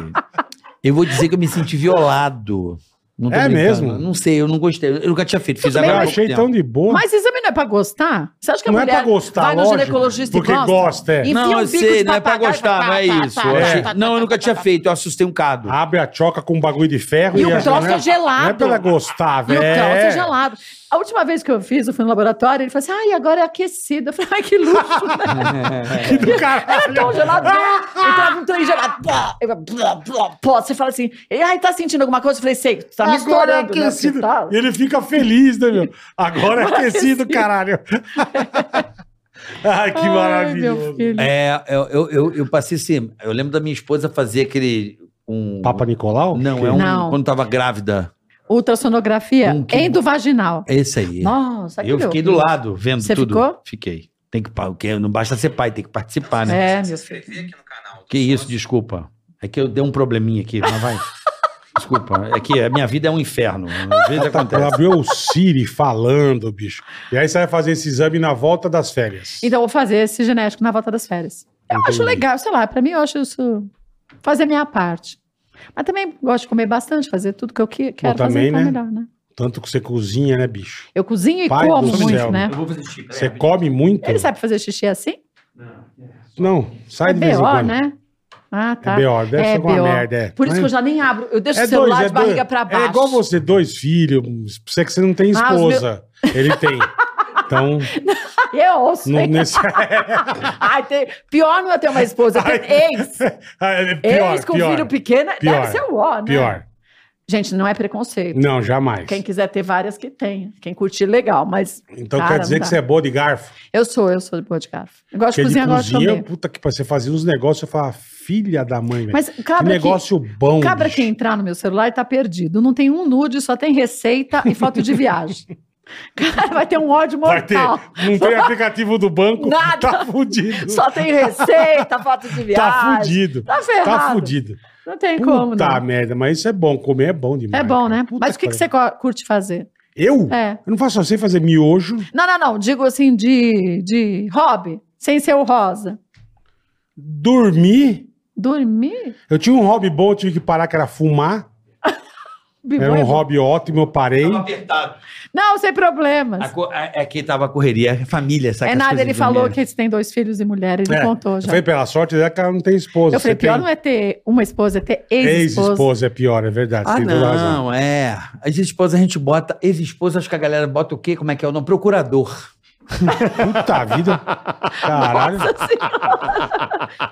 C: eu vou dizer que eu me senti violado. Não tô
D: É
C: brincando.
D: mesmo?
C: Não sei, eu não gostei. Eu nunca tinha feito. Fiz
E: Tudo bem,
D: Eu
C: agora. há
E: mas-
D: achei
C: pouco tempo.
D: tão de boa.
E: Mas exame não é pra gostar? Você acha que a
D: não é
E: mulher
D: pra gostar,
E: vai no
D: lógico,
E: ginecologista
D: Porque
E: e gosta?
D: é.
E: E- enfia um
C: Não, eu
E: bico de
C: sei, não é pra
E: papagaio e
C: gostar, não
E: fala,
C: é
E: tá, tá,
C: isso. Eu
D: tá,
C: achei-
E: tá, tá,
C: Não, eu
E: tá,
C: nunca
E: tá,
C: tinha
E: tá.
C: feito, eu assustei um cado.
D: Abre a choca com um bagulho de ferro.
E: E o
D: acha,
E: troço
D: né?
E: é gelado.
D: Não é pra ela gostar,
E: E o
D: velho.
E: troço é gelado. A última vez que eu fiz, eu fui no laboratório, ele falou assim, ai, agora é aquecido. Eu falei, ai, que luxo.
D: Que do caralho.
E: Era tão gelado. Entrava um trem gelado. Blá, eu, blá, blá, blá. Você fala assim, ele, ai, tá sentindo alguma coisa? Eu falei, sei, tá
D: Agora
E: me
D: é
E: estourando. né?
D: aquecido.
E: Porque tá-
D: E ele fica feliz, né, meu? Agora é aquecido, caralho. Ai, que
E: Ai, meu
D: maravilhoso.
E: filho.
C: É, eu, eu, eu, eu passei assim. Eu lembro da minha esposa fazer aquele um
D: Papa Nicolau?
C: Não, é um.
E: Não.
C: Quando tava grávida.
E: Ultrassonografia
C: Um que-
E: endovaginal.
C: É esse aí.
E: Nossa, que
C: eu fiquei do lado, vendo
E: Você
C: tudo.
E: ficou?
C: Fiquei. Tem que, pa- porque não basta ser pai, tem que participar, né?
E: É, meu filho.
C: Que isso, desculpa. É que eu dei um probleminha aqui, mas vai. desculpa. É que a minha vida é um inferno. Às vezes acontece.
D: Ela viu o Siri falando, bicho. E aí você vai fazer esse exame na volta das férias.
E: Então eu vou fazer esse genético na volta das férias.
C: Tá
E: Eu
D: Entendi.
E: acho legal, sei lá, pra mim eu acho isso fazer a minha parte. Mas também gosto de comer bastante, fazer tudo que eu que- quero
D: também,
E: fazer então é
D: né?
E: melhor, né?
D: Tanto que você cozinha, né, bicho?
E: Eu cozinho e
D: Pai do
E: como muito,
D: céu.
E: né?
C: vou fazer xixi.
D: Você come muito?
E: Ele sabe fazer xixi assim?
D: Não, sai
E: É
D: de vez em
E: BO,
D: quando.
E: né? Ah,
D: É
E: tá.
D: B.O., deve
E: É
D: ser uma
E: BO.
D: merda, é.
E: Por isso
D: Mas-
E: que eu já nem abro. Eu deixo
D: É
E: o celular
D: dois, é
E: de barriga
D: dois.
E: pra baixo.
D: É igual você, dois filhos. Você que você não tem
E: Ah, os meus-
D: esposa. Ele tem. Então,
E: Eu ouço.
D: não
E: hein?
D: nesse...
E: Ai, tem... Pior não é ter uma esposa, ter ex.
D: Ah, é pior,
E: Ex com
D: pior,
E: filho pequeno.
D: pior,
E: deve ser o ó, né?
D: pior.
E: Gente, não é preconceito.
D: Não, jamais.
E: Quem quiser ter várias, que tenha. Quem curtir, legal. Mas
D: Então
E: Cara,
D: quer dizer
E: não
D: que
E: dá.
D: você é boa de garfo?
E: eu sou, eu sou de boa de garfo. Eu gosto
D: Porque
E: de
D: de
E: cozinhar, gosto de
D: cozinha,
E: comer.
D: puta que pariu, você fazia uns negócios, eu falava, filha da mãe, velho.
E: Mas
D: Que
E: cabra que,
D: negócio bom.
E: cabra
D: bicho.
E: que entrar no meu celular tá perdido. Não tem um nude, só tem receita e foto de viagem. Cara, vai ter um ódio
D: Vai ter,
E: mortal.
D: não tem aplicativo do banco,
E: Nada.
D: tá fudido.
E: Só tem receita, foto de viagem.
D: tá fudido.
E: Tá ferrado.
D: Tá fudido.
E: Não tem como,
D: Puta
E: não.
D: merda, mas isso é bom, comer é bom demais.
E: É bom, né?
D: cara. Puta
E: Mas o que, que
D: pariu.
E: você co- curte fazer?
D: Eu?
E: É.
D: Eu não faço assim fazer miojo.
E: Não, não, não. Digo assim de, de hobby, sem ser o rosa.
D: Dormir.
E: Dormir?
D: Eu tinha um hobby bom, eu tive que parar, que era fumar. Era
E: Bibô é
D: um
E: bom.
D: hobby ótimo, eu parei.
C: Tava apertado.
E: Não, sem problemas.
C: A
D: Ah, tá,
C: co- a- É que tava a correria, a família, saca?
E: é
C: as
E: nada,
C: coisas
E: ele
C: do
E: falou
C: meio.
E: que eles têm dois filhos e mulher, ele
D: É,
E: contou
D: Eu
E: já.
D: falei, pela sorte dela que ela não tem esposa.
E: Eu falei,
D: Você
E: pior
D: tem
E: não é ter uma esposa, é ter ex-esposa.
D: Ex-esposa é pior, é verdade.
C: Ah,
D: tem toda a razão.
C: não, é. As esposas a gente bota. Ex-esposa, acho que a galera bota o quê? Como é que é o nome? Procurador.
D: Puta vida. Caralho.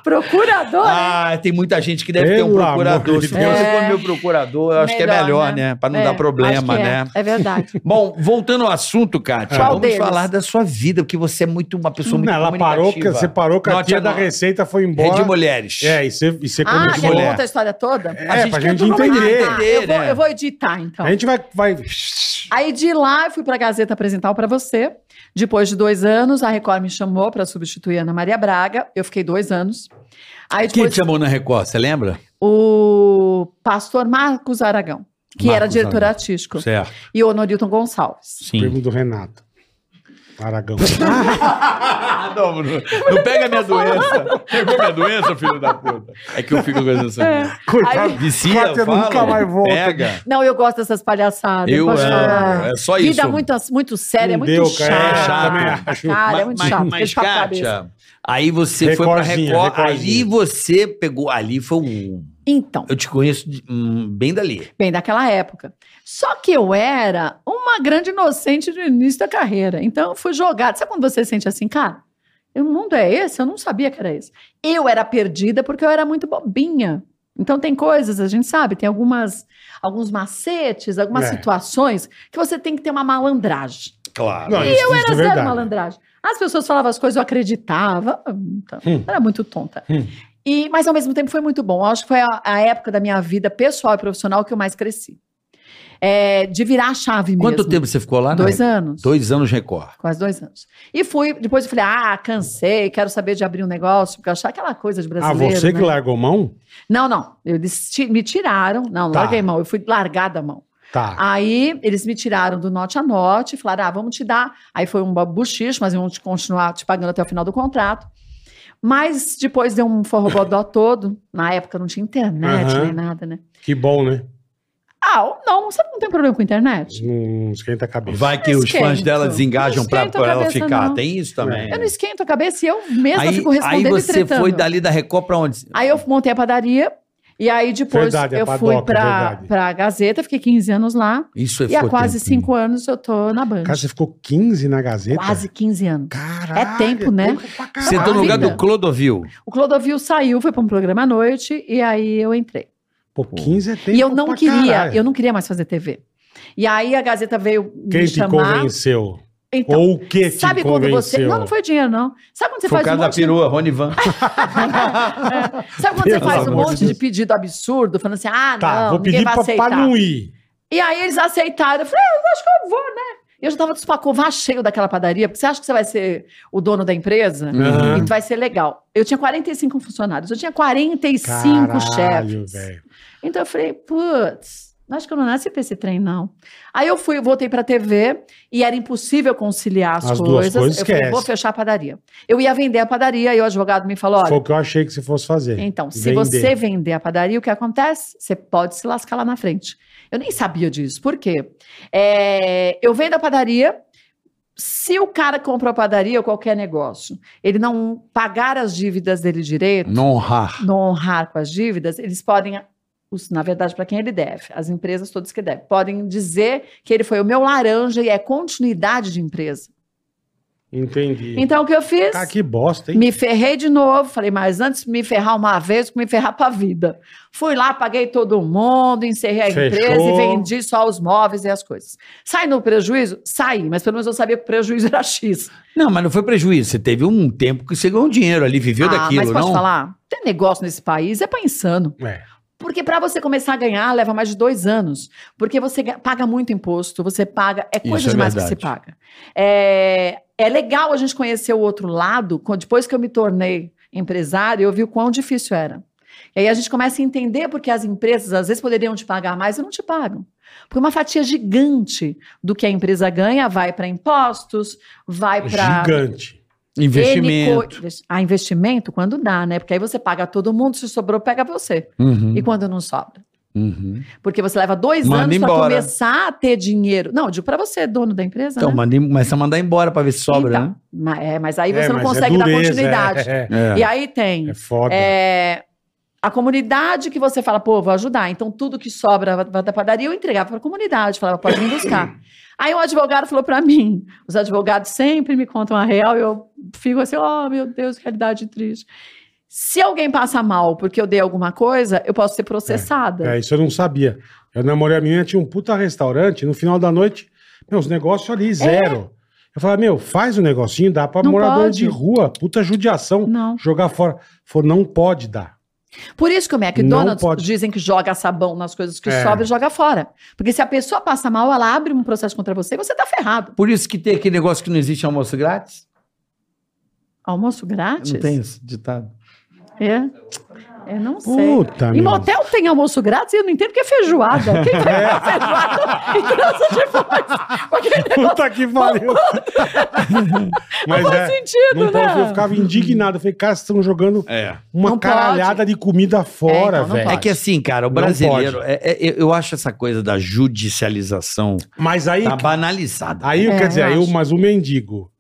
E: Procurador, hein?
C: Ah, tem muita gente que deve ter um
D: Pelo amor
C: procurador.
D: de
C: Se
E: Deus.
C: você for
E: É.
C: meu procurador, eu acho que é
E: Melhor,
C: melhor,
E: né?
C: né? Pra não
E: É,
C: dar problema,
E: acho que é.
C: né?
E: É verdade.
C: Bom, voltando ao assunto, Kátia,
E: Qual
C: vamos
E: deles?
C: falar da sua vida, porque você é muito uma pessoa muito
D: Não, ela parou, que-
C: comunicativa.
D: você parou que a
C: Não,
D: tia
C: tia
D: da
C: não.
D: receita foi
C: É de
D: embora.
C: mulheres.
D: É, e você, e você
E: Ah,
D: comeu de
E: que ele
D: mulher.
E: conta a história toda?
D: É,
C: A gente
D: pra
C: quer
D: gente
C: todo mundo
D: entender.
E: Ah, tá. eu, vou,
C: né?
E: eu vou editar, então.
D: A gente vai... vai...
E: Aí de lá eu fui pra Gazeta apresentar o Pra Você. Depois de dois anos, a Record me chamou pra substituir a Ana Maria Braga. Eu fiquei dois anos. Aí
C: Quem
E: depois
C: te chamou na Record, você lembra?
E: o pastor Marcos Aragão, que
C: Marcos
E: era diretor
C: Aragão.
E: artístico,
C: Certo.
E: e o Honorilton Gonçalves.
C: é, Sim.
D: Pergunta do Renato. Aragão. Ah,
C: não, Bruno, não pega minha doença. Pegou minha doença, filho da puta. É que eu fico com essa.
E: É.
D: Coitado.
E: Aí-
C: Vicia,
D: Kátia
C: fala,
D: nunca mais volta.
C: Pega.
E: Não, eu gosto dessas palhaçadas.
C: Eu
E: posso
C: amo,
E: falar.
C: é só
E: Vida
C: isso.
E: muito, muito séria, é
D: Não
E: muito
D: deu, cara, é,
E: chata.
D: também
E: Cara,
D: acho.
E: é muito chato.
C: Mas,
E: beijo pra cabeça.
C: Kátia, aí você foi pra
D: Recordzinha,
C: Record,
D: recordzinha.
C: ali você pegou, ali foi um...
E: Então,
C: Eu te conheço de- hum, bem dali.
E: bem daquela época. Só que eu era uma grande inocente no início da carreira. Então eu fui jogada. Sabe quando você sente assim, cara? O mundo é esse? Eu não sabia que era esse. Eu era perdida porque eu era muito bobinha. Então tem coisas, a gente sabe, tem algumas alguns macetes, algumas
D: É.
E: situações que você tem que ter uma malandragem.
C: Claro.
D: Ah, Não, isso, eu
E: Era zero malandragem. As pessoas falavam as coisas, eu acreditava. Então,
D: Hum.
E: Era muito tonta.
D: Hum.
E: E, mas ao mesmo tempo foi muito bom. Eu acho que foi a, a época da minha vida pessoal e profissional que eu mais cresci. É, de virar a chave
C: Quanto
E: mesmo.
C: tempo você ficou
D: tá
C: lá? na
E: Dois
C: Record?
E: anos.
C: Dois anos Record.
E: Quase dois anos. E fui, depois eu falei, ah, cansei, quero saber de abrir um negócio, porque eu achava aquela coisa de
D: Ah,
E: brasileiro.
D: você que
E: né?
D: largou mão?
E: Não, não. Eles ti- me tiraram. Não,
D: Tá.
E: larguei mão. Eu fui largada a mão. Ah.
D: Tá.
E: Aí eles me tiraram do norte a norte, falaram: ah, vamos te dar. Aí foi um bochicho, mas vamos te continuar te pagando até o final do contrato. Mas depois deu um forrobodó todo. Na época não tinha internet
D: Aham.
E: nem nada, né?
D: Que bom, né?
E: Ah, ou não, você não tem problema com internet?
D: Não esquenta a cabeça.
C: Vai que os
E: Esquenta.
C: fãs dela desengajam
E: Não
C: pra,
E: esquenta a
C: pra ela
E: cabeça,
C: ficar.
E: não.
C: Tem isso também.
E: Eu não esquento a cabeça e eu mesma
C: É. aí,
E: fico
C: aí
E: respondendo
C: você
E: e tretando.
C: foi dali da Record pra onde?
E: Aí eu montei a padaria. E aí depois
D: Verdade, a
E: eu fui
D: padoca,
E: pra,
D: verdade.
E: pra Gazeta, fiquei 15 anos lá.
C: Isso
E: E há quase 5 anos eu tô na Band.
D: Cara, você ficou 15 na Gazeta?
E: Quase 15 anos.
D: Caralho.
E: É tempo, né?
D: tempo pra caralho.
C: Você tá no lugar
E: Vida.
C: do Clodovil.
E: O Clodovil saiu, foi para um programa à noite e aí eu entrei.
D: Pô, 15 é tempo
E: e eu não
D: pra
E: queria,
D: caralho.
E: eu não queria mais fazer TV. E aí a Gazeta veio
D: Quem
E: me
D: te
E: chamar.
D: convenceu?
E: Então,
D: Ou o que te
E: sabe quando você.
D: convenceu?
E: Não, não foi dinheiro, não. Sabe quando você
C: Foi o
E: faz um
C: cara da
E: monte
C: perua, Rony Van.
E: É. Sabe quando você
D: Pelo
E: faz um
D: amor de
E: monte de
D: Deus.
E: pedido absurdo, falando assim, ah,
D: Tá,
E: não,
D: vou pedir
E: ninguém vai
D: pra, um- pra
E: aceitar.
D: não ir.
E: E aí eles aceitaram. Eu falei, ah, eu acho que eu vou, né? E eu já tava com os pacovás cheios daquela padaria, porque você acha que você vai ser o dono da empresa?
D: Uhum.
E: E vai ser legal. Eu tinha 45 funcionários, eu tinha 45
D: Caralho,
E: chefes.
D: velho.
E: Então eu falei, putz, acho que eu não nasci pra esse trem, não. Aí eu fui, voltei pra TV e era impossível conciliar as,
D: As duas
E: coisas.
D: coisas,
E: eu falei,
D: esquece.
E: vou fechar a padaria. Eu ia vender a padaria e o advogado me falou, olha,
D: Foi o que eu achei que você fosse fazer.
E: então, se
D: Vender.
E: você vender a padaria, o que acontece? Você pode se lascar lá na frente. Eu nem sabia disso. Por quê? É, eu vendo a padaria. Se o cara comprou a padaria ou qualquer negócio, ele não pagar as dívidas dele direito,
C: Não honrar.
E: não honrar com as dívidas, eles podem, os- na verdade, para quem ele deve, as empresas todas que devem, podem dizer que ele foi o meu laranja e é continuidade de empresa.
D: Entendi.
E: Então, o que eu fiz?
D: Cara, que bosta, Tá hein?
E: Me ferrei de novo, falei, mas antes de me ferrar uma vez, me ferrar pra vida. Fui lá, paguei todo mundo, encerrei a
D: Fechou.
E: empresa e vendi só os móveis e as coisas. Saí no prejuízo? Saí, mas pelo menos eu sabia que o prejuízo era X.
C: Não, mas não foi prejuízo. Você teve um tempo que você ganhou um dinheiro ali, viveu daquilo,
E: Ah, mas posso
C: não?
E: falar? Tem negócio nesse país, é pra insano.
D: É.
E: Porque para você começar a ganhar leva mais de dois anos, porque você ga- paga muito imposto, você paga é coisa
C: Isso é
E: demais que
C: verdade.
E: você paga. É, é legal a gente conhecer o outro lado. quando- Depois que eu me tornei empresário, eu vi o quão difícil era. E aí a gente começa a entender porque as empresas às vezes poderiam te pagar mais e não te pagam. Porque uma fatia gigante do que a empresa ganha vai para impostos, vai para
D: Gigante.
C: Investimento.
E: a Ah, investimento quando dá, né? Porque aí você paga todo mundo, se sobrou, pega você.
C: Uhum,
E: E quando não sobra?
C: uhum.
E: Porque você leva dois
C: Manda
E: anos pra
C: embora.
E: começar a ter dinheiro. Não, eu digo pra você, dono da empresa.
C: Então,
E: né?
C: manda, em- começa a mandar embora pra ver se sobra,
E: Então, ma- é, mas aí você
D: É,
E: não
D: mas é
E: consegue dar
D: dureza,
E: continuidade.
D: É,
C: né?
E: E aí tem
D: é, é foda.
E: é, a comunidade que você fala, pô, vou ajudar. Então, tudo que sobra va- da padaria, eu entregava pra comunidade. Falava, pode me buscar. Aí um advogado falou pra mim. Os advogados sempre me contam a real. Eu fico assim, oh, meu Deus, que realidade triste. Se alguém passa mal porque eu dei alguma coisa, eu posso ser processada.
D: É, isso eu não sabia. Eu namorei a menina, tinha um puta restaurante, no final da noite, meu, os negócios ali, zero. Eu falava, meu, faz um negocinho, dá pra
E: É? Não
D: morador
E: pode.
D: de rua, puta judiação,
E: Não.
D: jogar fora. Falou, não pode dar.
E: Por isso que o
D: Não
E: McDonald's
D: pode.
E: dizem que joga sabão nas coisas que
D: É.
E: sobra e joga fora. Porque se a pessoa passa mal, ela abre um processo contra você e você tá ferrado.
C: Por isso que tem aquele negócio que não existe almoço grátis?
E: Almoço grátis?
C: Não tem esse ditado.
E: É. Eu não sei.
D: Puta,
E: Em
D: meu.
E: motel tem almoço grátis e eu não entendo que é feijoada. Quem vai é. feijoada e trança depois? Porque
D: Puta que pariu. Mas
E: não
D: é,
E: faz sentido,
D: não
E: né?
D: pode, eu ficava indignado. Eu falei, cara, vocês estão jogando
C: É.
D: uma
E: Não pode.
D: caralhada de comida fora,
E: É, então não
D: velho.
C: É que assim, cara, o
D: Não
C: brasileiro, é- é- eu- eu acho essa coisa da judicialização
D: Mas aí,
C: tá banalizada. né?
D: aí
E: É,
D: quer dizer,
E: eu
D: aí,
E: acho.
D: mas o mendigo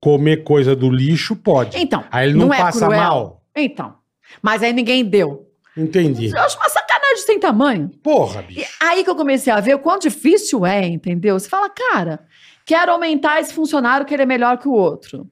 D: comer coisa do lixo pode.
E: Então,
D: Aí ele não,
E: é
D: passa
E: cruel.
D: mal.
E: Então. Mas aí ninguém deu.
D: Entendi.
E: Eu acho uma sacanagem sem tamanho.
D: Porra, bicho.
E: E aí que eu comecei a ver o quão difícil é, entendeu? Você fala, cara, quero aumentar esse funcionário que ele é melhor que o outro.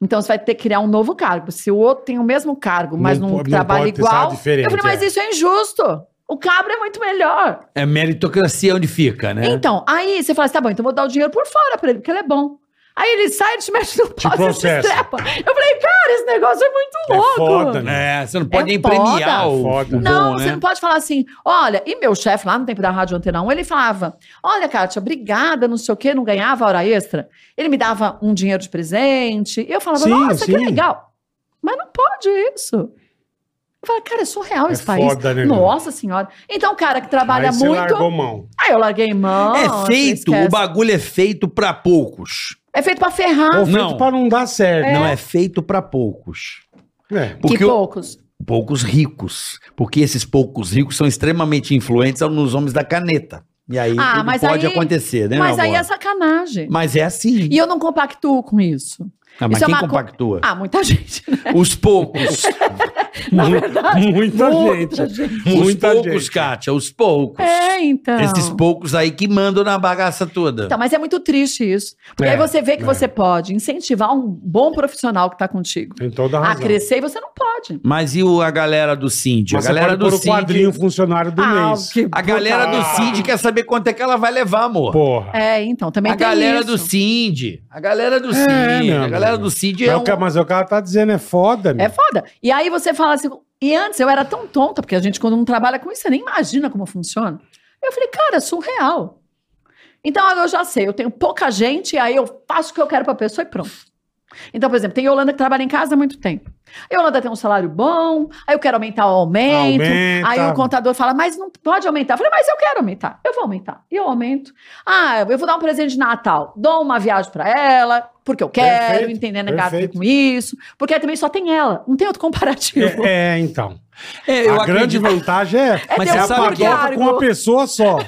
E: Então você vai ter que criar um novo cargo. Se o outro tem o mesmo cargo, mas
D: Não
E: não,
D: po- não
E: trabalha
D: pode ter salário
E: igual.
D: diferente,
E: eu falei, mas
D: é.
E: isso é injusto. O cabra é muito melhor.
C: É meritocracia onde fica,
D: É.
C: né?
E: Então, aí você fala assim: tá bom, então eu vou dar o dinheiro por fora pra ele, porque ele é bom. Aí ele sai, ele te mexe no pau, você se
D: processa.
E: estrepa. Eu falei, cara, esse negócio é muito
D: É
E: louco.
D: foda, né?
C: É, você não pode
E: É
C: nem premiar
E: foda.
C: o,
D: Foda.
C: o
E: Não,
C: bom,
E: você
C: né?
E: não pode falar assim, olha, e meu chefe lá no tempo da Rádio Antena 1, ele falava, olha, Kátia, obrigada, não sei o quê, não ganhava hora extra. Ele me dava um dinheiro de presente, eu falava,
D: Sim,
E: nossa,
D: sim.
E: que legal. Mas não pode isso. Eu falava, cara, é surreal
D: É
E: esse país.
D: foda, né, meu?
E: nossa senhora. Então, o cara que trabalha
D: aí você
E: muito...
D: largou mão.
E: Aí eu larguei mão.
C: É feito,
E: esquece.
C: o bagulho é feito pra poucos.
E: É feito pra ferrar.
D: Ou feito
C: Não.
D: pra não dar certo.
C: Não é feito pra poucos.
D: É.
C: Porque
E: que
C: o-
E: poucos.
C: poucos ricos, porque esses poucos ricos são extremamente influentes nos homens da caneta. E aí
E: Ah,
C: tudo
E: mas
C: pode
E: aí-
C: acontecer, né,
E: Mas
C: meu
E: aí
C: amor?
E: é sacanagem.
C: Mas é assim.
E: E eu não compactuo com isso.
C: Ah, mas
E: isso é
C: quem
E: uma co-
C: compactua?
E: Ah, muita gente, né?
C: Os poucos.
E: Na verdade,
D: É. muita gente. Muita
C: os poucos,
D: gente.
C: Kátia, os poucos.
E: É, então.
C: Esses poucos aí que mandam na bagaça toda.
E: Então, mas é muito triste isso. Porque
D: É,
E: aí você vê que
D: é.
E: você pode incentivar um bom profissional que está contigo
D: Tem toda a
E: a
D: razão.
E: crescer e você não pode.
C: Mas e o, a galera do Cindy?
D: Mas
C: a
D: você
C: galera
D: pode pôr
C: do
D: o quadrinho
C: Cindy.
D: funcionário do
E: Ah,
D: mês.
E: que
C: A galera do
D: Ah.
C: Cindy quer saber quanto é que ela vai levar, amor.
D: Porra.
E: É, então, também
C: a
E: tem
C: galera
E: isso.
C: do Cindy. A galera do
D: É,
C: Cindy.
D: meu
C: a galera
D: amigo.
C: do Cindy
D: Mas,
C: é
D: o que,
C: um...
D: mas o que ela tá dizendo é foda, meu.
E: É foda. E aí você fala assim, e antes eu era tão tonta, porque a gente quando não trabalha com isso, você nem imagina como funciona. Eu falei, cara, é surreal. Então agora eu já sei, eu tenho pouca gente, aí eu faço o que eu quero pra pessoa e pronto. Então, por exemplo, tem Yolanda que trabalha em casa há muito tempo. A Yolanda tem um salário bom, aí eu quero aumentar o aumento.
D: Aumenta.
E: Aí o contador fala, mas não pode aumentar. Eu falei, mas eu quero aumentar. Eu vou aumentar. E eu aumento. Ah, eu vou dar um presente de Natal. Dou uma viagem pra ela, porque eu quero,
D: Perfeito,
E: entendendo a Gabi
D: perfeito.
E: com isso. Porque também só tem ela. Não tem outro comparativo.
D: É, é, então.
C: É, eu
D: a grande
C: acredito-
D: vantagem é,
E: É
C: Mas
E: ter
C: você
D: é a
C: sabe que-
D: patota com uma pessoa só.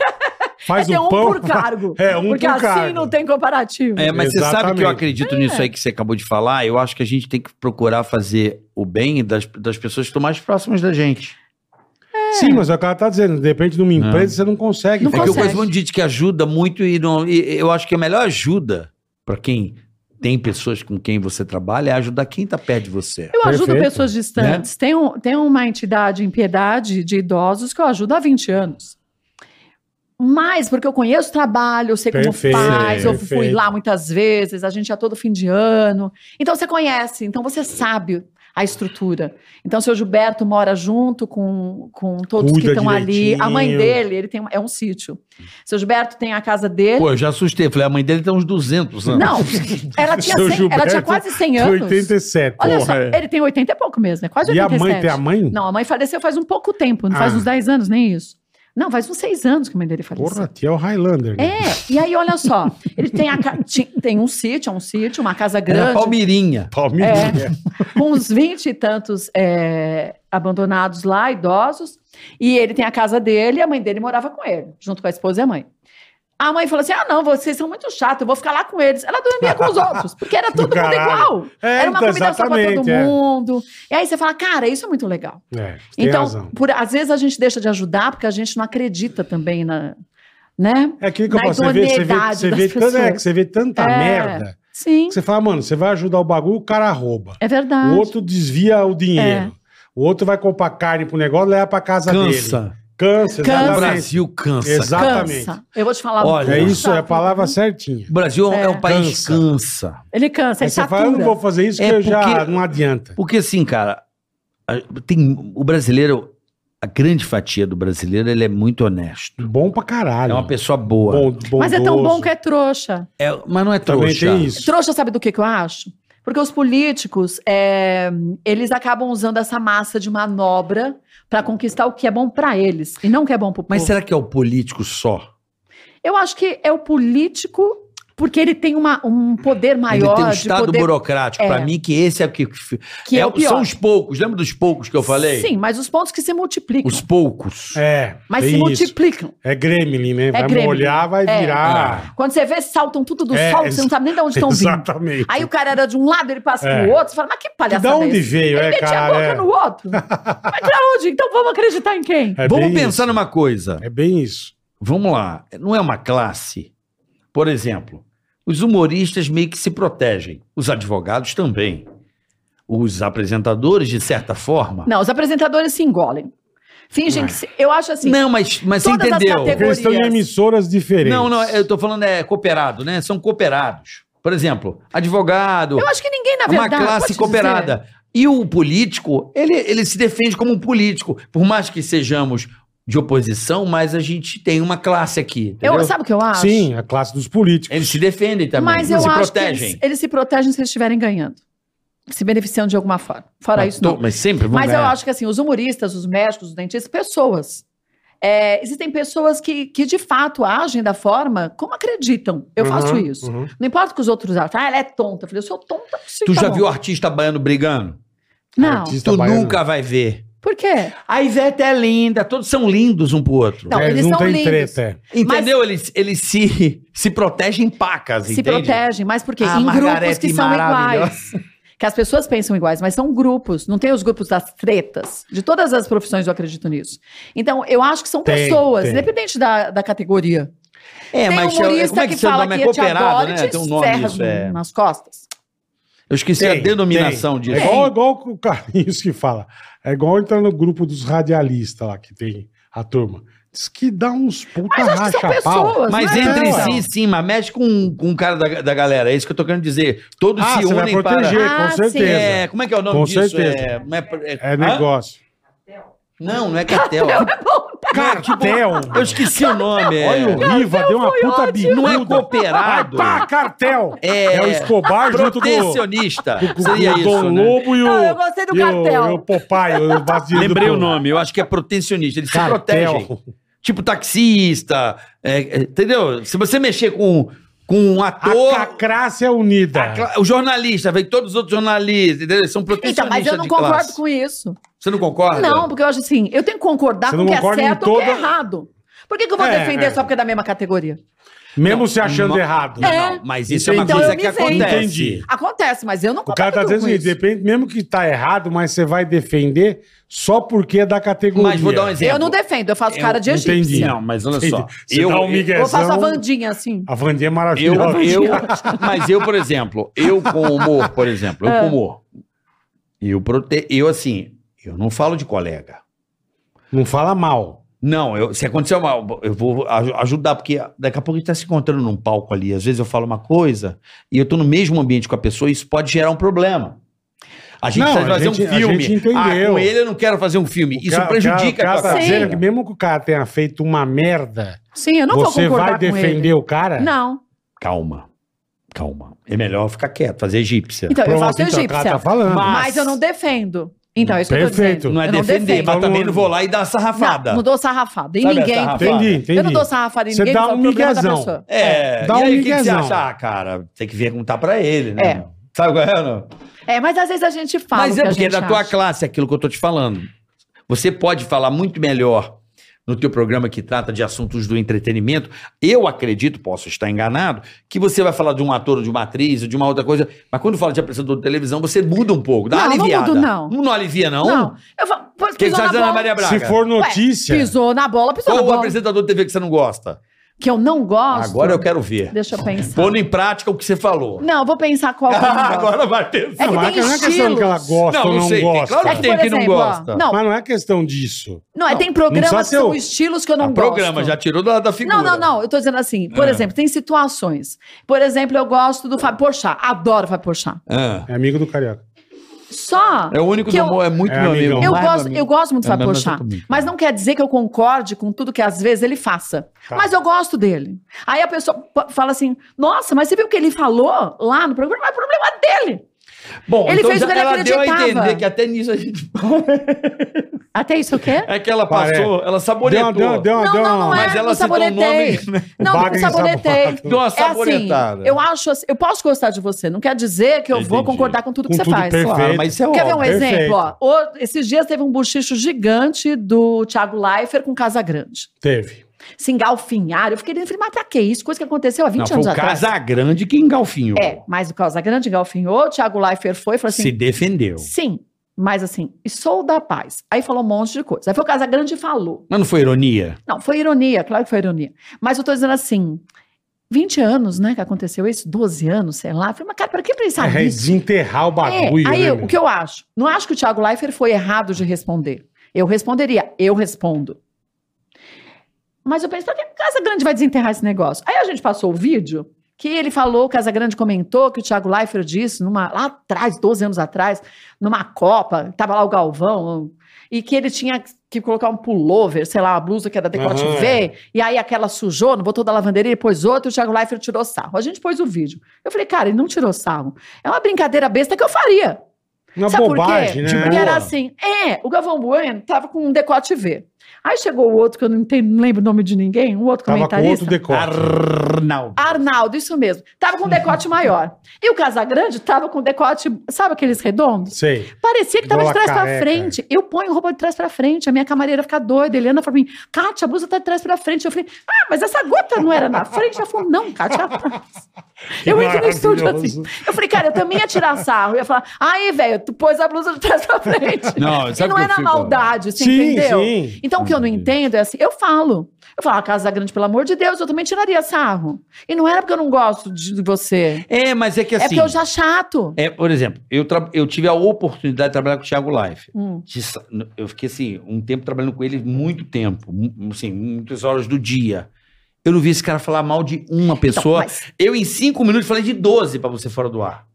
D: Faz
E: é ter
D: o
E: um
D: pão.
E: por cargo.
D: É, um
E: porque
D: por
E: assim
D: cargo.
E: não tem comparativo.
C: É, mas você sabe que
D: Exatamente.
C: eu
E: É.
C: acredito nisso aí que você acabou de falar. Eu acho que a gente tem que procurar fazer o bem das, das pessoas que estão mais próximas da gente.
D: Sim, mas é o que ela tá dizendo. Depende de uma empresa, você não consegue.
E: Não
C: é
D: fazer.
C: que eu
E: consegue.
C: conheço um monte que ajuda muito e, não, e- eu acho que a melhor ajuda pra quem tem pessoas com quem você trabalha é ajudar quem tá perto de você.
E: Eu ajudo
D: Perfeito. Né?
E: pessoas distantes. Tem, um- tem uma entidade em piedade de idosos que eu ajudo há 20 anos. Mas, porque eu conheço o trabalho, eu sei
D: Perfeito,
E: como faz, eu fui
D: perfeito.
E: lá muitas vezes, a gente ia todo fim de ano. Então você conhece, então você sabe a estrutura. Então, seu Gilberto mora junto com, com todos que
D: Cuida
E: estão ali. A mãe
D: direitinho.
E: dele, ele tem, um- é um sítio. Seu Gilberto tem a casa dele.
C: Pô, eu já assustei. Falei, a mãe dele tem uns 200 anos.
E: Não, ela tinha,
D: Seu
E: 100 ela tinha
D: Gilberto
E: quase 100 anos.
D: 87.
E: Olha
D: porra. é.
E: só, ele tem 80 e pouco mesmo, é quase
D: E a
E: 87.
D: mãe tem a mãe?
E: Não, a mãe faleceu faz um pouco tempo, não faz
D: Ah.
E: uns 10 anos, nem isso. Não, faz uns 6 anos que a mãe dele faleceu.
D: Porra, tia é o Highlander. né?
E: É, e aí olha só, ele tem, a ca- ti- tem um sítio, é um sítio, uma casa
C: Era
E: grande, né?
C: Palmeirinha.
E: É.
D: Palmeirinha.
E: com uns 20 e tantos é, abandonados lá, idosos, e ele tem a casa dele, e a mãe dele morava com ele, junto com a esposa e a mãe. A mãe falou assim, ah não, vocês são muito chatos, eu vou ficar lá com eles. Ela dormia com os outros, porque era todo mundo
D: caralho.
E: igual.
D: É,
E: era uma
D: então,
E: comida só pra todo
D: exatamente, é.
E: mundo. E aí você fala, cara, isso é muito legal.
D: É, você tem
E: Então,
D: razão.
E: por, às vezes a gente deixa de ajudar porque a gente não acredita também na. Né?
D: É aquilo que eu
E: na
D: falo, você vê, você vê,
E: idoneidade
D: você
E: das
D: vê, tanta,
E: pessoas.
D: é, que você vê tanta
E: É.
D: merda
E: Sim,
D: que você fala, mano, você vai ajudar o bagulho, o cara rouba.
E: é verdade.
D: O outro desvia o dinheiro.
E: É.
D: O outro vai comprar carne pro negócio, leva pra casa dele.
C: Cansa.
D: Cansa.
E: Cansa.
C: O
D: exatamente.
C: Brasil cansa. cara.
D: Exato. exatamente.
E: Cansa. Eu vou te falar.
C: Olha,
D: É
E: puxa
D: isso, é a
E: vida.
D: palavra certinha.
C: O Brasil é, um país
D: Cansa.
C: cansa.
E: Ele cansa,
D: Aí
E: ele
D: você
E: satura.
D: fala, eu não vou fazer isso,
C: É
D: porque eu já
C: porque-
D: não adianta.
C: Porque assim, cara, a- tem, o brasileiro, a grande fatia do brasileiro, ele é muito honesto.
D: Bom pra
C: É
D: caralho.
C: uma pessoa boa.
D: Bom,
E: Mas é tão bom
D: bondoso.
E: que é trouxa.
C: É, mas não é
D: Também
C: trouxa.
D: tem isso.
E: Trouxa, sabe do que, que eu acho? Porque os políticos, é, eles acabam usando essa massa de manobra pra conquistar o que é bom pra eles e não o que é bom pro
C: Mas
E: povo.
C: será que é o político só?
E: Eu acho que é o político, porque ele tem uma- um poder maior
C: Ele tem um
E: de
C: estado
E: poder
C: burocrático.
E: É.
C: Pra mim, que esse é o que. que
E: que é, o pior.
C: São os poucos. Lembra dos poucos que eu falei?
E: Sim, mas os pontos que se multiplicam.
C: Os poucos.
D: É,
E: Mas
D: tem
E: se
D: isso.
E: multiplicam.
D: É gremlin, né? Vai
E: gremlin.
D: molhar, vai
E: É.
C: Ah.
D: virar.
E: Quando você vê, saltam tudo do
D: É,
E: sol,
D: ex-
E: você não sabe nem de onde estão vindo.
D: Exatamente.
E: Aí o cara era de um lado, ele passa
D: É.
E: pro outro, você fala, mas que
C: um
D: Que
E: palhaçada
D: da onde
E: é essa?
D: veio,
E: Ele
D: é,
E: metia
D: cara?
E: a boca
D: é.
E: no outro. mas pra onde? Então vamos acreditar em quem?
D: É
C: Vamos
D: bem
C: pensar
D: isso.
C: numa coisa.
D: É bem isso.
C: Vamos lá. Não é uma classe. Por exemplo, os humoristas meio que se protegem. Os advogados também. Os apresentadores, de certa forma.
E: Não, os apresentadores se engolem. Fingem
D: é.
E: que... Se... Eu acho assim...
C: Não, mas, mas você
E: Todas as
C: entendeu.
E: categorias.
D: Porque eles estão em emissoras diferentes.
C: Não, não, eu tô falando é cooperado, né? São cooperados. Por exemplo, advogado,
E: Eu acho que ninguém, na
C: é uma
E: verdade... pode
C: classe
E: dizer-
C: cooperada. E o político, ele, ele se defende como um político. Por mais que sejamos de oposição, mas a gente tem uma classe aqui.
E: Eu-
C: Entendeu?
E: sabe o que eu acho?
D: Sim, a classe dos políticos.
C: Eles se defendem também,
E: Mas eu
C: se
E: acho que
C: protegem.
E: eles, eles se protegem se eles estiverem ganhando. Se beneficiando de alguma forma. Fora
C: mas,
E: isso, não.
C: to- mas sempre vão
E: Mas eu
C: Ah, ganhar.
E: acho que assim, os humoristas, os médicos, os dentistas, pessoas. É, existem pessoas que, que de fato agem da forma como acreditam. Eu faço
D: Uhum,
E: isso.
D: uhum.
E: Não importa o que os outros acham. Ah, ela é tonta. Eu falei, eu sou tonta. sim,
C: Tu
E: tá
C: já
E: bom.
C: viu artista baiano brigando?
E: Não.
D: Artista
C: tu
D: baiano.
C: nunca vai ver.
E: Por quê?
C: A Ivete é linda, todos são lindos um pro outro.
E: Não,
D: É,
E: eles
D: não
E: são
D: tem
E: lindos.
D: treta. é.
C: Entendeu? Eles, eles se, se protegem em pacas,
E: Se
C: entende?
E: protegem, mas por quê?
C: Ah,
E: em grupos
C: Margarete
E: que são
C: maravilhosa.
E: iguais. que as pessoas pensam iguais, mas são grupos, não tem os grupos das tretas. De todas as profissões eu acredito nisso. Então, eu acho que são
D: Tem,
E: pessoas,
D: tem.
E: independente da, da categoria.
C: É,
E: tem um
C: mas
E: humorista
C: como é que, seu
E: fala
C: nome é
E: que te
C: cooperado,
E: adora e
C: né?
E: te
C: Tem um nome
E: ferra
C: disso. É.
E: nas costas.
C: Eu esqueci
D: Tem,
C: a denominação
D: tem.
C: disso.
D: É igual, igual o Carlinhos que fala. É igual entrar no grupo dos radialistas lá que tem a turma. Diz que dá uns puta
E: Mas acho que são
D: racha-pau.
E: pessoas.
C: Mas
E: né?
C: entre
D: não.
C: si, sim, mas mexe com, com o cara da, da galera. É isso que eu tô querendo dizer. Todos
D: Ah,
C: se
D: você vai
C: unem para.
D: proteger,
E: Ah,
D: com
E: sim.
D: certeza.
C: É, como é que é o nome
D: Com
C: disso?
D: certeza.
C: É, não é,
D: É
C: Hã?
D: negócio.
C: Não, não é cartel. é tipo,
D: Cartel.
C: Eu esqueci o nome. é-
D: Olha o Riva, deu uma puta bicuda.
C: Não é cooperado.
D: Vai pá, cartel.
C: É-
D: o Escobar junto com, o-
C: Protecionista.
D: com
C: Seria
D: o
C: isso,
D: Dom
C: né?
D: Lobo e o...
E: Não, eu gostei do
D: e o-
E: cartel.
D: E o, Popeye, o vazio do
C: Lembrei o
D: povo.
C: nome. Eu acho que é protecionista. Eles se protegem.
D: Cartel.
C: Tipo taxista. é, é, entendeu? Se você mexer com, com um ator...
D: A Cacrácia Unida.
C: Cla- O jornalista, vem todos os outros jornalistas, entendeu? Eles São protecionistas
E: Então, mas eu não
C: de
E: concordo
C: classe.
E: com isso.
C: Você não concorda?
E: Não, porque eu acho assim, eu tenho que concordar
D: Você
E: com
D: não
E: o que é
D: concorda em
E: certo ou o que é
D: toda-
E: errado. Por que, que eu vou
D: É,
E: defender
D: é.
E: só porque é da mesma categoria?
D: Mesmo se achando
C: Não,
D: errado.
C: Não,
E: É.
C: não, mas isso é
D: Entendi.
C: uma coisa que
E: Então eu me isento.
C: acontece.
D: Entendi.
E: Acontece, mas eu não
D: O cara
E: concordo
D: tá dizendo
E: com
D: assim,
E: isso.
D: depende, mesmo que tá errado, mas você vai defender só porque é da categoria.
C: Mas vou dar um exemplo. É um
E: Eu não defendo, eu faço
C: Eu
E: cara de egípcia.
D: entendi.
C: Não, mas olha
D: Entendi.
C: só.
D: Você dá um migué.
E: Eu faço a
D: Não.
E: Vandinha assim.
D: A Vandinha é
C: Eu,
D: maravilhosa.
C: eu, mas eu, por exemplo, eu com humor, por exemplo,
E: Ah.
C: eu com humor, eu, prote... eu assim, eu não falo de colega.
D: Não fala mal.
C: Não, eu- se acontecer uma, eu vou aj- ajudar, porque daqui a pouco a gente tá se encontrando num palco ali, às vezes eu falo uma coisa e eu tô no mesmo ambiente com a pessoa e isso pode gerar um problema. A gente
D: Não,
C: precisa
D: a
C: fazer
D: gente-
C: um
D: a
C: filme.
D: gente entendeu.
C: Ah, com ele eu não quero fazer um filme.
D: O
C: Isso
D: cara-
C: prejudica
D: o
C: a
D: cara, o
C: tua
D: cara tá
E: Sim.
D: dizendo
C: carreira.
D: que mesmo que o cara tenha feito uma merda,
E: Sim, eu não
D: você
E: vou concordar
D: vai
E: com
D: defender o cara?
E: ele. Não.
C: Calma, calma. É melhor ficar quieto, fazer egípcia.
E: Então, eu
D: Pronto,
E: faço
D: então, o cara
E: egípcia.
D: tá falando.
E: mas... eu não defendo. Então, é isso que eu tô
D: Perfeito.
E: dizendo.
C: não é
E: eu
C: defender, mas
E: defendo.
C: também não vou lá e dar sarrafada.
E: Não, não dou sarrafada em
C: Sabe a
E: ninguém.
C: sarrafada?
D: Entendi, entendi.
E: Eu não dou sarrafada em
D: Você
E: ninguém,
D: dá
E: isso é
D: um
E: o problema da
D: miguezão.
E: pessoa.
C: É,
D: Dá
C: e
D: um
C: aí o que que, você
D: miguezão.
C: acha? Ah, cara, tem que perguntar pra ele, né?
E: É.
C: Sabe qual é, não?
E: É, mas às vezes a gente fala.
C: Mas
E: o
C: é
E: que a
C: porque é
E: gente
C: da tua
E: acha.
C: classe aquilo que eu tô te falando. Você pode falar muito melhor no teu programa que trata de assuntos do entretenimento. Eu acredito, posso estar enganado, que você vai falar de um ator, ou de uma atriz, ou de uma outra coisa. Mas quando fala de apresentador de televisão, você muda um pouco, dá
E: Não,
C: uma
E: não
C: aliviada.
E: mudo, não.
C: Não alivia, não?
E: Não. Eu falo, pô,
C: O que, que
E: pisou
C: você tá
E: na
C: dizendo, Ana
E: bola.
C: Maria Braga?
D: Se for notícia,
E: Pisou na bola, pisou
C: Qual
E: na
C: o
E: bola.
C: apresentador de TV que você não gosta?
E: Que eu não gosto.
C: Agora eu quero ver.
E: Deixa eu pensar.
C: Pondo em prática o que você falou.
E: Não, eu vou pensar qual que eu não gosto.
C: Agora vai ter.
E: É que
D: não, é
E: tem
D: que- não é questão
E: estilos.
D: que ela gosta
C: Não,
D: ou
C: não
D: não
C: sei, tem-
D: gosta.
C: claro
E: É que,
C: tem
E: por
C: quem não
E: exemplo, ó,
C: gosta.
E: Não,
D: Mas não é questão disso.
E: não, é,
D: precisa
E: tem programas
D: ser
E: que são
D: o-
E: estilos que eu não
C: Ah,
E: gosto.
C: programa, já tirou da, da figura.
E: Não, não, não. Eu tô dizendo assim, por
C: Ah.
E: exemplo, tem situações. Por exemplo, eu gosto do Fábio Porchat. Adoro o Fábio Porchat.
C: Ah,
D: É amigo do Carioca.
E: Só
C: é o único
E: que
C: do
E: eu-
C: humor, é muito
D: É,
C: meu
D: amigão.
C: amigo.
E: Eu
C: mais meu
E: gosto,
C: amigo.
E: eu gosto muito do
C: É,
E: Fábio
C: mas não tô
E: Porchat,
C: comigo.
E: mas não quer dizer que eu concorde com tudo que às vezes ele faça.
D: Tá.
E: Mas eu gosto dele. Aí a pessoa p- fala assim: Nossa, mas você viu o que ele falou lá no programa? Mas o problema é dele.
C: Bom,
E: Ele
C: então
E: fez
C: já
E: o que ele
C: ela deu a
E: acreditava.
C: entender que até nisso a gente.
E: Até isso o quê?
C: é que ela
D: Parece.
C: passou, ela
D: Deu,
C: saboretou.
D: uma- deu, uma- deu, uma-
E: Não,
D: deu
E: não,
D: uma-
E: não é.
C: Mas ela
E: não
C: citou o nome. né?
E: sabonetei. Não, não
D: Bagre
E: sabonetei.
D: sabonetado.
C: Deu uma
E: É assim,
C: saboretada.
E: eu acho assim, eu posso gostar de você, não quer dizer que eu vou
C: Entendi.
E: concordar com tudo que
D: Com
E: você
D: tudo
E: faz.
D: perfeito.
C: Claro, mas isso é
E: Quer ver um
C: óbvio.
D: perfeito.
E: exemplo? Ó, O- esses dias teve um bochicho gigante do Thiago Leifert com Casa Grande.
D: Teve.
E: se engalfinharam. Eu fiquei dentro, falei, mas pra que isso? Coisa que aconteceu há 20
C: Não, foi
E: anos
C: o
E: atrás.
C: Casagrande que engalfinhou.
E: É, mas o Casagrande engalfinhou, o Thiago Leifert foi e falou assim,
C: Se defendeu.
E: sim, mas assim, e sou da paz. Aí falou um monte de coisa. Aí foi o Casagrande e falou.
C: Mas não foi ironia?
E: Não, foi ironia, claro que foi ironia. Mas eu tô dizendo assim, 20 anos, né, que aconteceu isso, 12 anos, sei lá. Eu falei, mas cara, pra que pensar
D: É
E: Tá nisso?
D: desenterrar o
E: É,
D: bagulho.
E: aí
D: né,
E: o
D: meu?
E: que eu acho? Não acho que o Thiago Leifert foi errado de responder. Eu responderia, eu respondo. Mas eu penso, pra que o Casa Grande vai desenterrar esse negócio? Aí a gente passou o vídeo que ele falou, o Casa Grande comentou que o Thiago Leifert disse numa, lá atrás, 12 anos atrás, numa Copa, tava lá o Galvão, e que ele tinha que colocar um pullover, sei lá, uma blusa que era decote
D: Aham.
E: V, e aí aquela sujou, não botou da lavanderia, pôs outro, e o Thiago Leifert tirou sarro. A gente pôs o vídeo. Eu falei, cara, ele não tirou sarro. É uma brincadeira besta que eu faria.
D: É Uma
E: Sabe
D: bobagem,
E: por quê?
D: né?
E: Porque era
D: Boa.
E: assim, é, o Galvão Bueno tava com um decote V. Aí chegou o outro, que eu não, entendo, não lembro o nome de ninguém, o outro
D: Tava com
E: comentarista.
D: outro decote.
C: Arnaldo.
E: Arnaldo, isso mesmo. Tava com um decote maior. E o Casagrande tava com um decote, sabe aqueles redondos?
D: Sei.
E: Parecia que tava
D: Bola
E: de trás pra
D: careca.
E: frente. Eu ponho roupa de trás pra frente, a minha camareira fica doida. Eliana falou pra mim, Kátia, a blusa tá de trás pra frente. Eu falei, ah, mas essa gota não era na frente? Ela falou, não, Kátia, é atrás. Eu entro no estúdio assim.
D: maravilhoso.
E: Eu falei, cara, eu também ia tirar sarro. Eu ia falar, aí, velho, tu pôs a blusa de trás pra frente.
C: Não,
E: E
C: sabe
E: não
C: que eu
E: é na
C: fico-
E: maldade, você
D: Sim,
E: entendeu?
D: sim.
E: Então, o que eu não entendo é assim, eu falo. Eu falo, a Casa Grande, pelo amor de Deus, eu também tiraria sarro. E não era porque eu não gosto de você.
C: É, mas é que
E: é
C: assim.
E: porque eu já chato.
C: é, por exemplo, eu, tra- eu tive a oportunidade de trabalhar com o Thiago Life.
E: Hum.
C: de sa- no- eu fiquei assim, um tempo trabalhando com ele, muito tempo, mu- assim, muitas horas do dia. Eu não vi esse cara falar mal de uma
E: Então,
C: pessoa.
E: mas-
C: Eu, em cinco minutos, falei de 12 pra você fora do ar.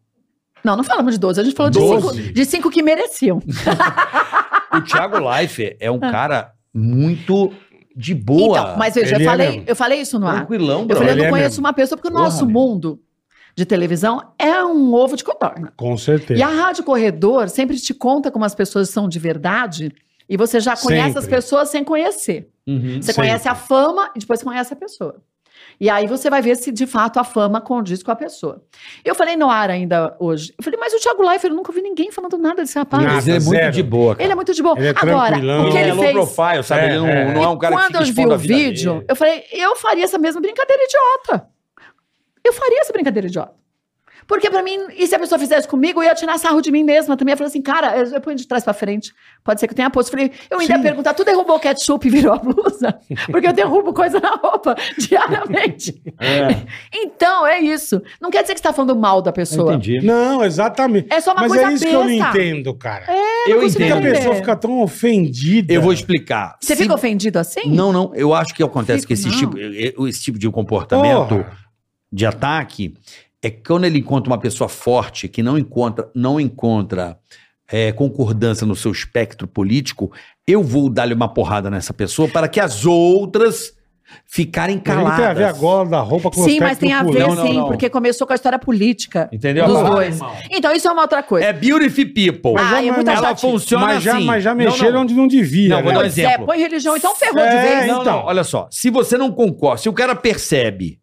E: não, não falamos de 12, a gente falou de
D: Doze?
E: cinco, de cinco que mereciam.
C: O Thiago Life é um cara muito de boa.
E: Ah. Então, mas veja, eu
D: Ele é
E: falei,
D: mesmo.
E: eu falei isso no ar.
C: Tranquilão,
E: Eu
C: bro.
E: falei, eu
D: Ele
E: não
D: é
E: conheço
D: mesmo.
E: uma pessoa, porque o
C: Porra,
E: nosso
C: meu.
E: mundo de televisão é um ovo de codorna.
D: Com certeza.
E: E a Rádio Corredor sempre te conta como as pessoas são de verdade e você já conhece
D: Sempre.
E: as pessoas sem conhecer.
C: Uhum.
E: Você
D: Sempre.
E: conhece a fama e depois conhece a pessoa. E aí você vai ver se de fato a fama condiz com a pessoa. Eu falei no ar ainda hoje. Eu falei, mas o Thiago Leifert, eu nunca vi ninguém falando nada desse rapaz.
D: Nada.
C: Mas ele é muito
D: zero.
C: de boa. Cara.
E: Ele é muito de boa.
D: Ele é
E: Agora,
D: tranquilão.
E: o que
C: é
E: ele
C: low
E: fez...
C: profile, sabe?
D: É,
C: ele não
D: é.
C: não é um cara
E: Quando
C: que
E: eu
C: fica
E: vi
C: expondo
E: o
C: a vida
E: vídeo,
C: dele.
E: eu falei, eu faria essa mesma brincadeira idiota. Eu faria essa brincadeira idiota. Porque pra mim, e se a pessoa fizesse comigo, eu ia tirar sarro de mim mesma também. Eu falei assim, cara, eu, eu ponho de trás pra frente. Pode ser que eu tenha posto. Eu Falei, eu ainda ia perguntar, tu derrubou o ketchup e virou a blusa? Porque eu derrubo coisa na roupa diariamente.
C: É,
E: Então, é isso. Não quer dizer que você tá falando mal da pessoa.
D: Não, exatamente.
E: É só uma
D: Mas
E: coisa
D: é isso que eu não
E: besta. É
D: entendo, cara.
C: Eu
E: consigo
D: Porque a
E: entender.
C: entendo.
D: pessoa fica tão ofendida.
C: Eu vou explicar.
E: Você
C: Se-
E: fica ofendido assim?
C: Não, não. Eu acho que acontece
E: Fico,
C: que esse
E: não.
C: tipo, eh, eh, esse tipo de comportamento
D: Porra.
C: de ataque é que quando ele encontra uma pessoa forte que não encontra, não encontra eh, concordância no seu espectro político, eu vou dar-lhe uma porrada nessa pessoa para que as outras ficarem
D: Mas não
C: caladas.
D: tem a ver agora da roupa com o
E: Sim, mas
D: aspecto
E: tem a
D: do
E: ver,
D: cu.
C: não,
E: sim,
C: não.
E: porque começou com a história política.
C: Entendeu?
E: Dos
C: Agora,
E: dois. Então, isso é uma outra coisa.
C: É beautiful people.
E: Ah, é muita
C: ela
E: chatice.
C: funciona
D: mas já,
C: assim.
D: Mas já
C: Não,
D: mexeram
C: não.
D: onde não devia.
C: Não, vou dar um
D: né?
E: Pois é,
C: exemplo.
E: põe religião, então ferrou de
D: É,
E: vez.
D: então.
C: Não, não, olha só. Se você não concorda, se o cara percebe,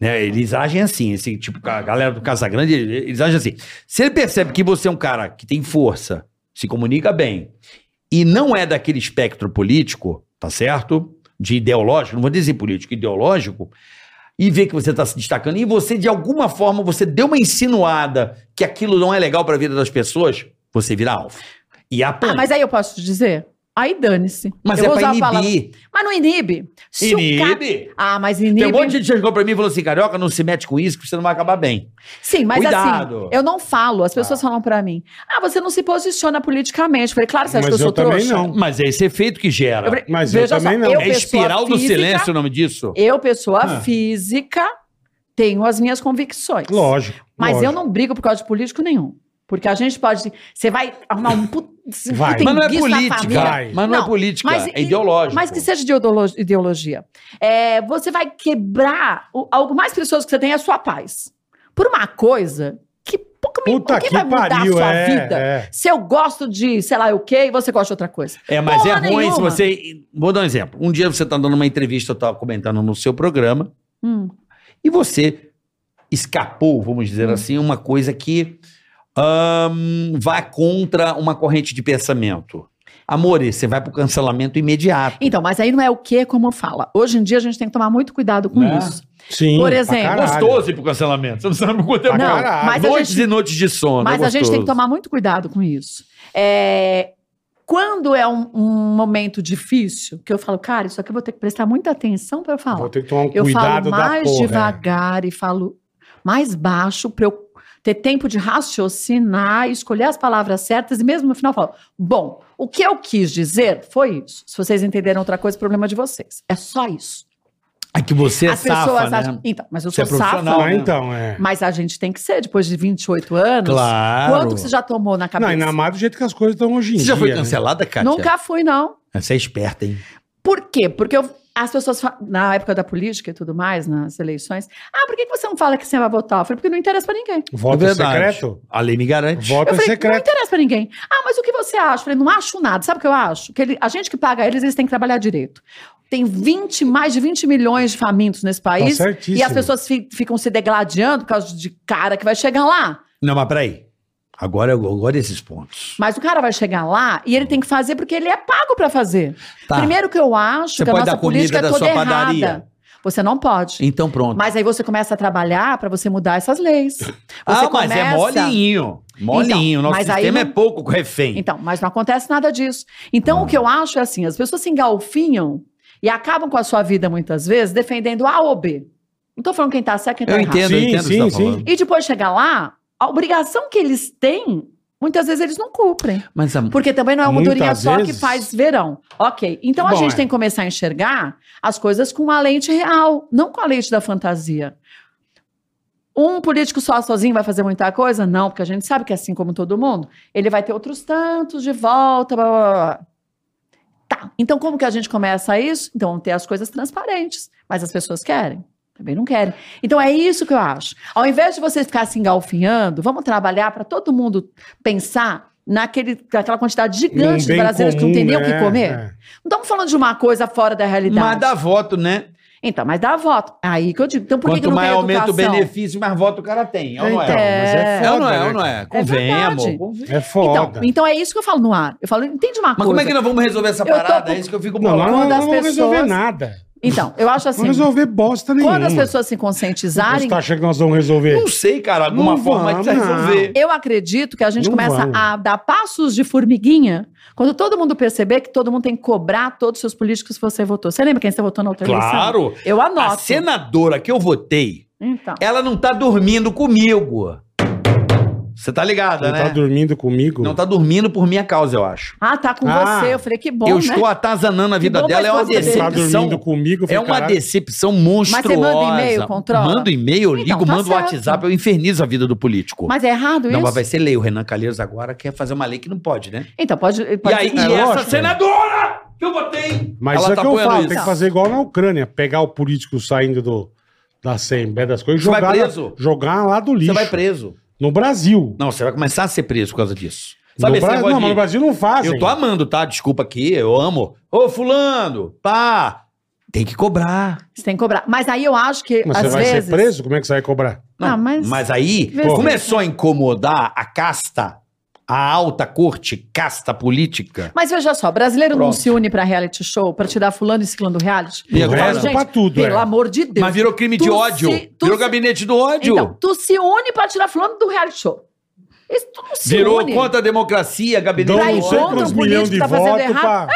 C: né, eles agem assim, esse tipo, a galera do Casa Grande, eles agem assim. Se ele percebe que você é um cara que tem força, se comunica bem, e não é daquele espectro político, tá certo? De ideológico, não vou dizer político, ideológico, e vê que você está se destacando, e você, de alguma forma, você deu uma insinuada que aquilo não é legal para a vida das pessoas, você vira alvo. E apanha.
E: Ah, mas aí eu posso te dizer? Aí dane-se.
C: Mas
E: eu
C: é
E: vou
C: pra
E: usar a palavra-
C: inibir.
E: Mas não inibe. Se o
C: Inibe.
E: cara- Ah, mas
C: Tem
E: inibe.
C: um monte de gente que chegou pra mim e falou assim: Carioca, não se mete com isso, que você não vai acabar bem.
E: Sim, mas
C: Cuidado.
E: assim, eu não falo. As pessoas falam pra mim. Ah, você não se posiciona politicamente. Eu falei, claro, você acha
D: Mas
E: que eu sou
D: eu também
E: trouxa?
D: não.
C: Mas é esse efeito que gera.
E: Eu falei,
D: Mas eu
E: veja
D: também
E: só,
D: não.
E: eu,
C: é
E: pessoa
C: espiral do
E: física-
C: silêncio o nome disso?
E: Eu, pessoa
D: Ah.
E: física, tenho as minhas convicções.
D: Lógico.
E: Mas
D: lógico.
E: eu não brigo por causa de político nenhum. Porque a gente pode. Você vai arrumar um puto.
D: Vai.
E: tem
C: Mas não é
E: guiço na
C: política.
E: família.
D: Vai.
C: Mas não, é
E: Não,
C: política,
E: mas
C: é
E: e-
C: ideológico.
E: Mas que seja de ideolo- ideologia. É, você vai quebrar o- algo mais precioso que você tem é a sua paz. Por uma coisa que pouco me
D: Puta
E: o que,
D: que,
E: vai mudar
D: pariu,
E: a sua
D: é,
E: vida.
D: é.
E: Se eu gosto de, sei lá, o quê, e você gosta de outra coisa.
C: É, mas
E: Porra
C: é ruim se
E: nenhuma.
C: você. Vou dar um exemplo. Um dia você tá dando uma entrevista, eu tava comentando no seu programa,
E: Hum.
C: e você escapou, vamos dizer
E: Hum.
C: assim, uma coisa que ahn, vai contra uma corrente de pensamento. Amores, você vai pro cancelamento imediato.
E: Então, mas aí não é o que como fala. Hoje em dia a gente tem que tomar muito cuidado com
D: Né?
E: isso.
D: Sim,
E: Por
D: pra
E: exemplo-
D: caralho.
C: Gostoso ir pro cancelamento. Você não sabe o quanto é
D: Pra
C: bom.
E: Não,
D: caralho.
E: mas a
C: noites
E: gente
C: e noites de sono.
E: Mas
C: é
E: a gente tem que
C: gostoso.
E: tomar muito cuidado com isso. É, quando é um, um momento difícil, que eu falo, cara, isso aqui eu vou ter que prestar muita atenção para falar.
D: Vou ter que tomar um
E: eu
D: cuidado
E: falo mais
D: da porra. é.
C: é.
E: devagar e falo mais baixo para eu ter tempo de raciocinar, escolher as palavras certas e mesmo no final eu falo, bom, o que eu quis dizer foi isso. Se vocês entenderam outra coisa, problema de vocês. É só isso.
C: É que você é safa, né?
E: Então, mas eu
C: Você é
E: sou
C: profissional,
E: safa.
D: Não,
C: né?
D: então, é.
E: Mas a gente tem que ser, depois de 28 anos.
C: Claro.
E: Quanto que você já tomou na
D: Não,
E: cabeça?
D: e na mar do jeito que as coisas estão hoje em
C: Você
D: dia.
C: já foi
D: né?
C: cancelada, Kátia?
E: Nunca fui, não.
C: Você é esperta, hein?
E: Por quê? Porque eu, As pessoas, fa- na época da política e tudo mais, nas eleições, ah, por que que você não fala que você vai votar? Eu falei, porque não interessa pra ninguém.
D: Voto
C: É
D: é
C: verdade.
D: secreto?
C: A lei me garante.
D: Voto
E: Eu
D: é
E: falei, não
D: secreto.
E: interessa pra ninguém. Ah, mas o que você acha? Eu falei, não acho nada. Sabe o que eu acho? Que ele- a gente que paga eles, eles têm que trabalhar direito. Tem 20, mais de 20 milhões de famintos nesse
D: Tá
E: país.
D: certíssimo.
E: e as pessoas fi- ficam se degladiando por causa de cara que vai chegar lá.
C: Não, mas peraí. Agora eu gosto desses pontos.
E: Mas o cara vai chegar lá e ele tem que fazer porque ele é pago pra fazer.
C: Tá.
E: Primeiro que eu acho
C: Você
E: que a
C: pode
E: nossa
C: dar comida
E: política é
C: da
E: toda
C: sua
E: errada.
C: padaria.
E: Você não pode.
C: Então pronto.
E: Mas aí você começa a trabalhar pra você mudar essas leis. Você
C: ah, mas é
E: começa- Então,
C: molinho. Molinho. Nosso
E: mas aí
C: sistema
E: não-
C: é pouco com refém.
E: Então, mas não acontece nada disso.
C: Ah.
E: Então, o que eu acho é assim: as pessoas se engalfinham e acabam com a sua vida muitas vezes defendendo A ou B. Não tô falando quem tá certo, quem tá
C: eu
E: errado.
C: entendo, eu
D: Sim,
C: entendo o que você
D: sim,
C: tá
D: sim.
C: falando.
E: E depois chegar lá, a obrigação que eles têm, muitas vezes eles não cumprem.
C: Mas ah, a...
E: Porque também não é uma
D: Muitas
E: durinha só que
D: vezes.
E: faz verão. Ok. Então a
D: Bom,
E: gente
D: é.
E: tem que começar a enxergar as coisas com a lente real, não com a lente da fantasia. Um político só sozinho vai fazer muita coisa? Não, porque a gente sabe que assim como todo mundo, ele vai ter outros tantos de volta. Blá, blá, blá. Tá. Então como que a gente começa isso? Então ter as coisas transparentes. Mas as pessoas querem. Também não querem. Então é isso que eu acho. Ao invés de você ficar se engalfinhando, vamos trabalhar para todo mundo pensar naquele, naquela quantidade gigante de
D: bem
E: brasileiros é que não tem nem o que
D: comum,
E: comer.
D: é, é.
E: Não estamos falando de uma coisa fora da realidade.
C: Mas dá voto, né?
E: Então, mas dá voto. Aí que eu digo. Então por que que
C: Quanto
E: não
C: mais
E: tem
C: aumenta o
E: educação?
C: benefício, mais voto o cara tem. É ou não
D: Então,
C: é?
D: mas é
C: É ou
D: foda,
C: não é?
D: né,
C: É ou não é? Convém,
E: verdade.
C: amor. Convém.
D: É
E: Então,
D: foda.
E: então é isso que eu falo no ar. Eu falo, entende uma
C: Mas
E: coisa.
C: como é que nós vamos resolver essa
E: Eu tô
C: parada?
E: com-
C: É isso que eu fico
D: não, nós
C: bolado.
D: não,
E: quando as
D: vamos resolver
E: pessoas-
D: nada.
E: Então, eu acho assim.
D: Não resolver bosta nenhuma.
E: Quando as pessoas se
D: Você
E: conscientizarem,
D: tá achando que nós vamos resolver?
C: Não sei, cara. Alguma
D: Não
C: forma de
D: vamos,
C: resolver.
E: eu acredito que a gente
D: Não
E: começa
D: vão.
E: a dar passos de formiguinha quando todo mundo perceber que todo mundo tem que cobrar todos os seus políticos que você votou. Você lembra quem você votou na outra eleição?
C: Claro.
E: Eu
C: A
E: anoto.
C: senadora que eu votei,
E: Então.
C: ela não tá dormindo comigo. Você tá ligada,
D: Não
C: né?
D: tá dormindo comigo?
C: Não tá dormindo por minha causa, eu acho.
E: Ah, tá com
D: Ah,
E: você. Eu falei, que bom,
C: eu
E: né?
C: estou atazanando a vida
E: Que bom,
C: dela. É uma
E: mas você
D: Não tá
C: decepção.
D: dormindo comigo? eu
C: É
D: falei,
C: uma
D: "Caralho,
C: decepção
E: você
C: monstruosa.
E: manda e-mail, controla?
C: Mando e-mail, eu ligo,
E: Então, tá
C: mando
E: certo.
C: WhatsApp, eu infernizo a vida do político.
E: Mas é errado
C: não,
E: isso?
C: mas vai ser lei. O Renan Calheiros agora quer fazer uma lei que não pode, né?
E: Então, pode...
C: E
E: pode
C: aí, e
D: É
C: essa
D: lógico.
C: senadora que eu botei.
D: Mas
C: ela
D: isso é
C: tá
D: que eu
C: apoiando
D: falo,
C: isso.
D: tem que fazer igual na Ucrânia. Pegar o político saindo do, da Assembleia das coisas e
C: Você vai
D: jogar,
C: preso.
D: na- jogar lá do
C: Você
D: lixo.
C: vai preso.
D: No Brasil.
C: Não, você vai começar a ser preso por causa disso. Sabe
D: no
C: esse
D: Bra-
C: negócio
D: Não, assim.
C: de-
D: mas no Brasil não fazem.
C: Eu tô amando, tá? Desculpa aqui, eu amo. Ô, fulano, pá. Tem que cobrar.
E: Você tem que cobrar. Mas aí eu acho que,
D: Mas você
E: às
D: vai
E: vezes...
D: ser preso? Como é que você vai cobrar?
C: Não,
E: Ah,
C: mas...
E: mas-
C: aí
E: Vê se-
C: começou a incomodar a casta, a alta corte, casta política.
E: Mas veja só, brasileiro não
C: Pronto.
E: se une pra reality show pra tirar fulano e ciclano do reality?
C: E agora?
D: O
E: Eu falo,
D: resto
E: gente,
D: pra tudo,
E: pelo
D: é.
E: amor de Deus.
C: Mas virou crime de
E: Tu
C: ódio.
E: se- tu
C: virou
E: se-
C: gabinete do ódio.
E: Então, tu se une pra tirar fulano do reality show. Isso tu não se
C: virou
E: une. Então,
C: contra a democracia, gabinete
D: Dão
E: pra
C: do
D: Então, não sei
E: encontro
C: ódio.
D: quantos
E: político
D: milhões de
E: tá fazendo
D: votos pra...
E: errado.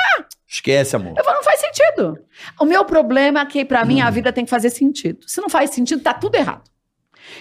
C: Esquece, amor.
E: Eu falo, não faz sentido. O meu problema é que, pra mim, a vida tem que fazer sentido. Se não faz sentido, tá tudo errado.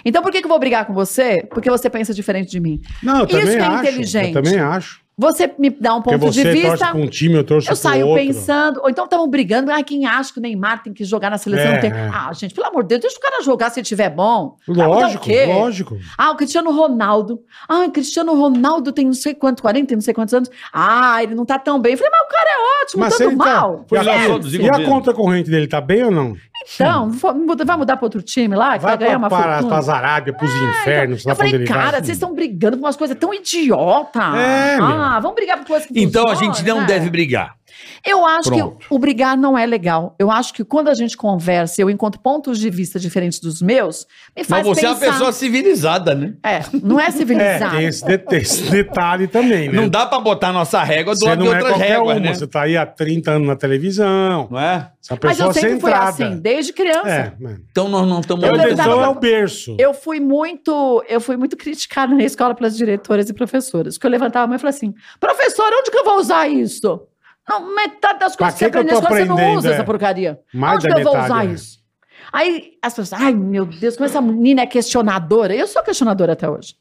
E: Então, por que, que eu vou brigar com você? Porque você pensa diferente de mim.
D: Não, eu
E: Isso
D: também
E: que é
D: acho.
E: inteligente.
D: Eu também acho.
E: Você me dá um
D: Porque
E: ponto de
D: você torce
E: vista.
D: pra um time, eu torço pro
E: Eu
D: outro.
E: saio pensando, ou então estavam brigando, ah, quem acha que o Neymar tem que jogar na seleção?
D: É,
E: Não tem-
D: é.
E: Ah, gente, pelo amor de Deus, deixa o cara jogar se tiver bom. Ah, mudar o
D: Lógico,
E: quê?
D: lógico.
E: Ah, o Cristiano Ronaldo. Ah, o Cristiano Ronaldo tem não sei quanto, 40 e não sei quantos anos. Ah, ele não tá tão bem. Eu falei, mas o cara é ótimo,
D: Mas
E: tanto
D: ele tá...
E: mal.
D: E
C: Foi lá
D: a-
C: todos,
D: E a
C: governo.
D: conta corrente dele tá bem ou não?
E: Então, fo- muda- vai mudar pra outro time lá, Ah, que vai,
D: Vai pra,
E: ganhar uma
D: para,
E: fortuna. Ah, então.
D: pras Arábia, pros infernos,
E: Eu
D: lá pra onde ele
E: falei,
D: vai.
E: cara, vocês estão brigando por umas coisas tão idiota.
D: É,
E: ah, vamos brigar por coisas que
C: Então a
E: funcionam,
C: gente não
E: né?
C: deve brigar.
E: Eu acho
C: Pronto.
E: que o brigar não é legal. Eu acho que quando a gente conversa, e eu encontro pontos de vista diferentes dos meus, me
C: Mas
E: faz
C: você é
E: pensar.
C: uma pessoa civilizada, né?
E: É, não é
D: É,
E: civilizado.
D: tem esse, de- esse detalhe também, né?
C: Não dá pra botar nossa régua do
D: Você
C: lado de
D: não é
C: outras
D: qualquer
C: réguas,
D: uma.
C: né?
D: Você tá aí há 30 anos na televisão.
C: Não é?
D: Essa
E: Mas
D: pessoa
E: eu sempre fui
D: centrada.
E: assim, desde criança.
D: É, mano.
C: Então nós não estamos...
E: Eu
D: A
E: lembro-
D: televisão é o berço.
E: Eu fui muito, eu fui muito criticada na escola pelas diretoras e professoras, que eu levantava a mão e falava assim: "Professora, onde que eu vou usar isso?" Não, metade das
D: Pra
E: coisas que você
D: que que eu
E: aprende na
D: tô
E: escola você não
D: aprendendo,
E: usa
D: é?
E: essa porcaria.
D: Mais
E: onde
D: da
E: que eu vou
D: metade,
E: usar
D: é.
E: isso? Aí as pessoas, ai meu Deus, como essa menina é questionadora. Eu sou questionadora até hoje.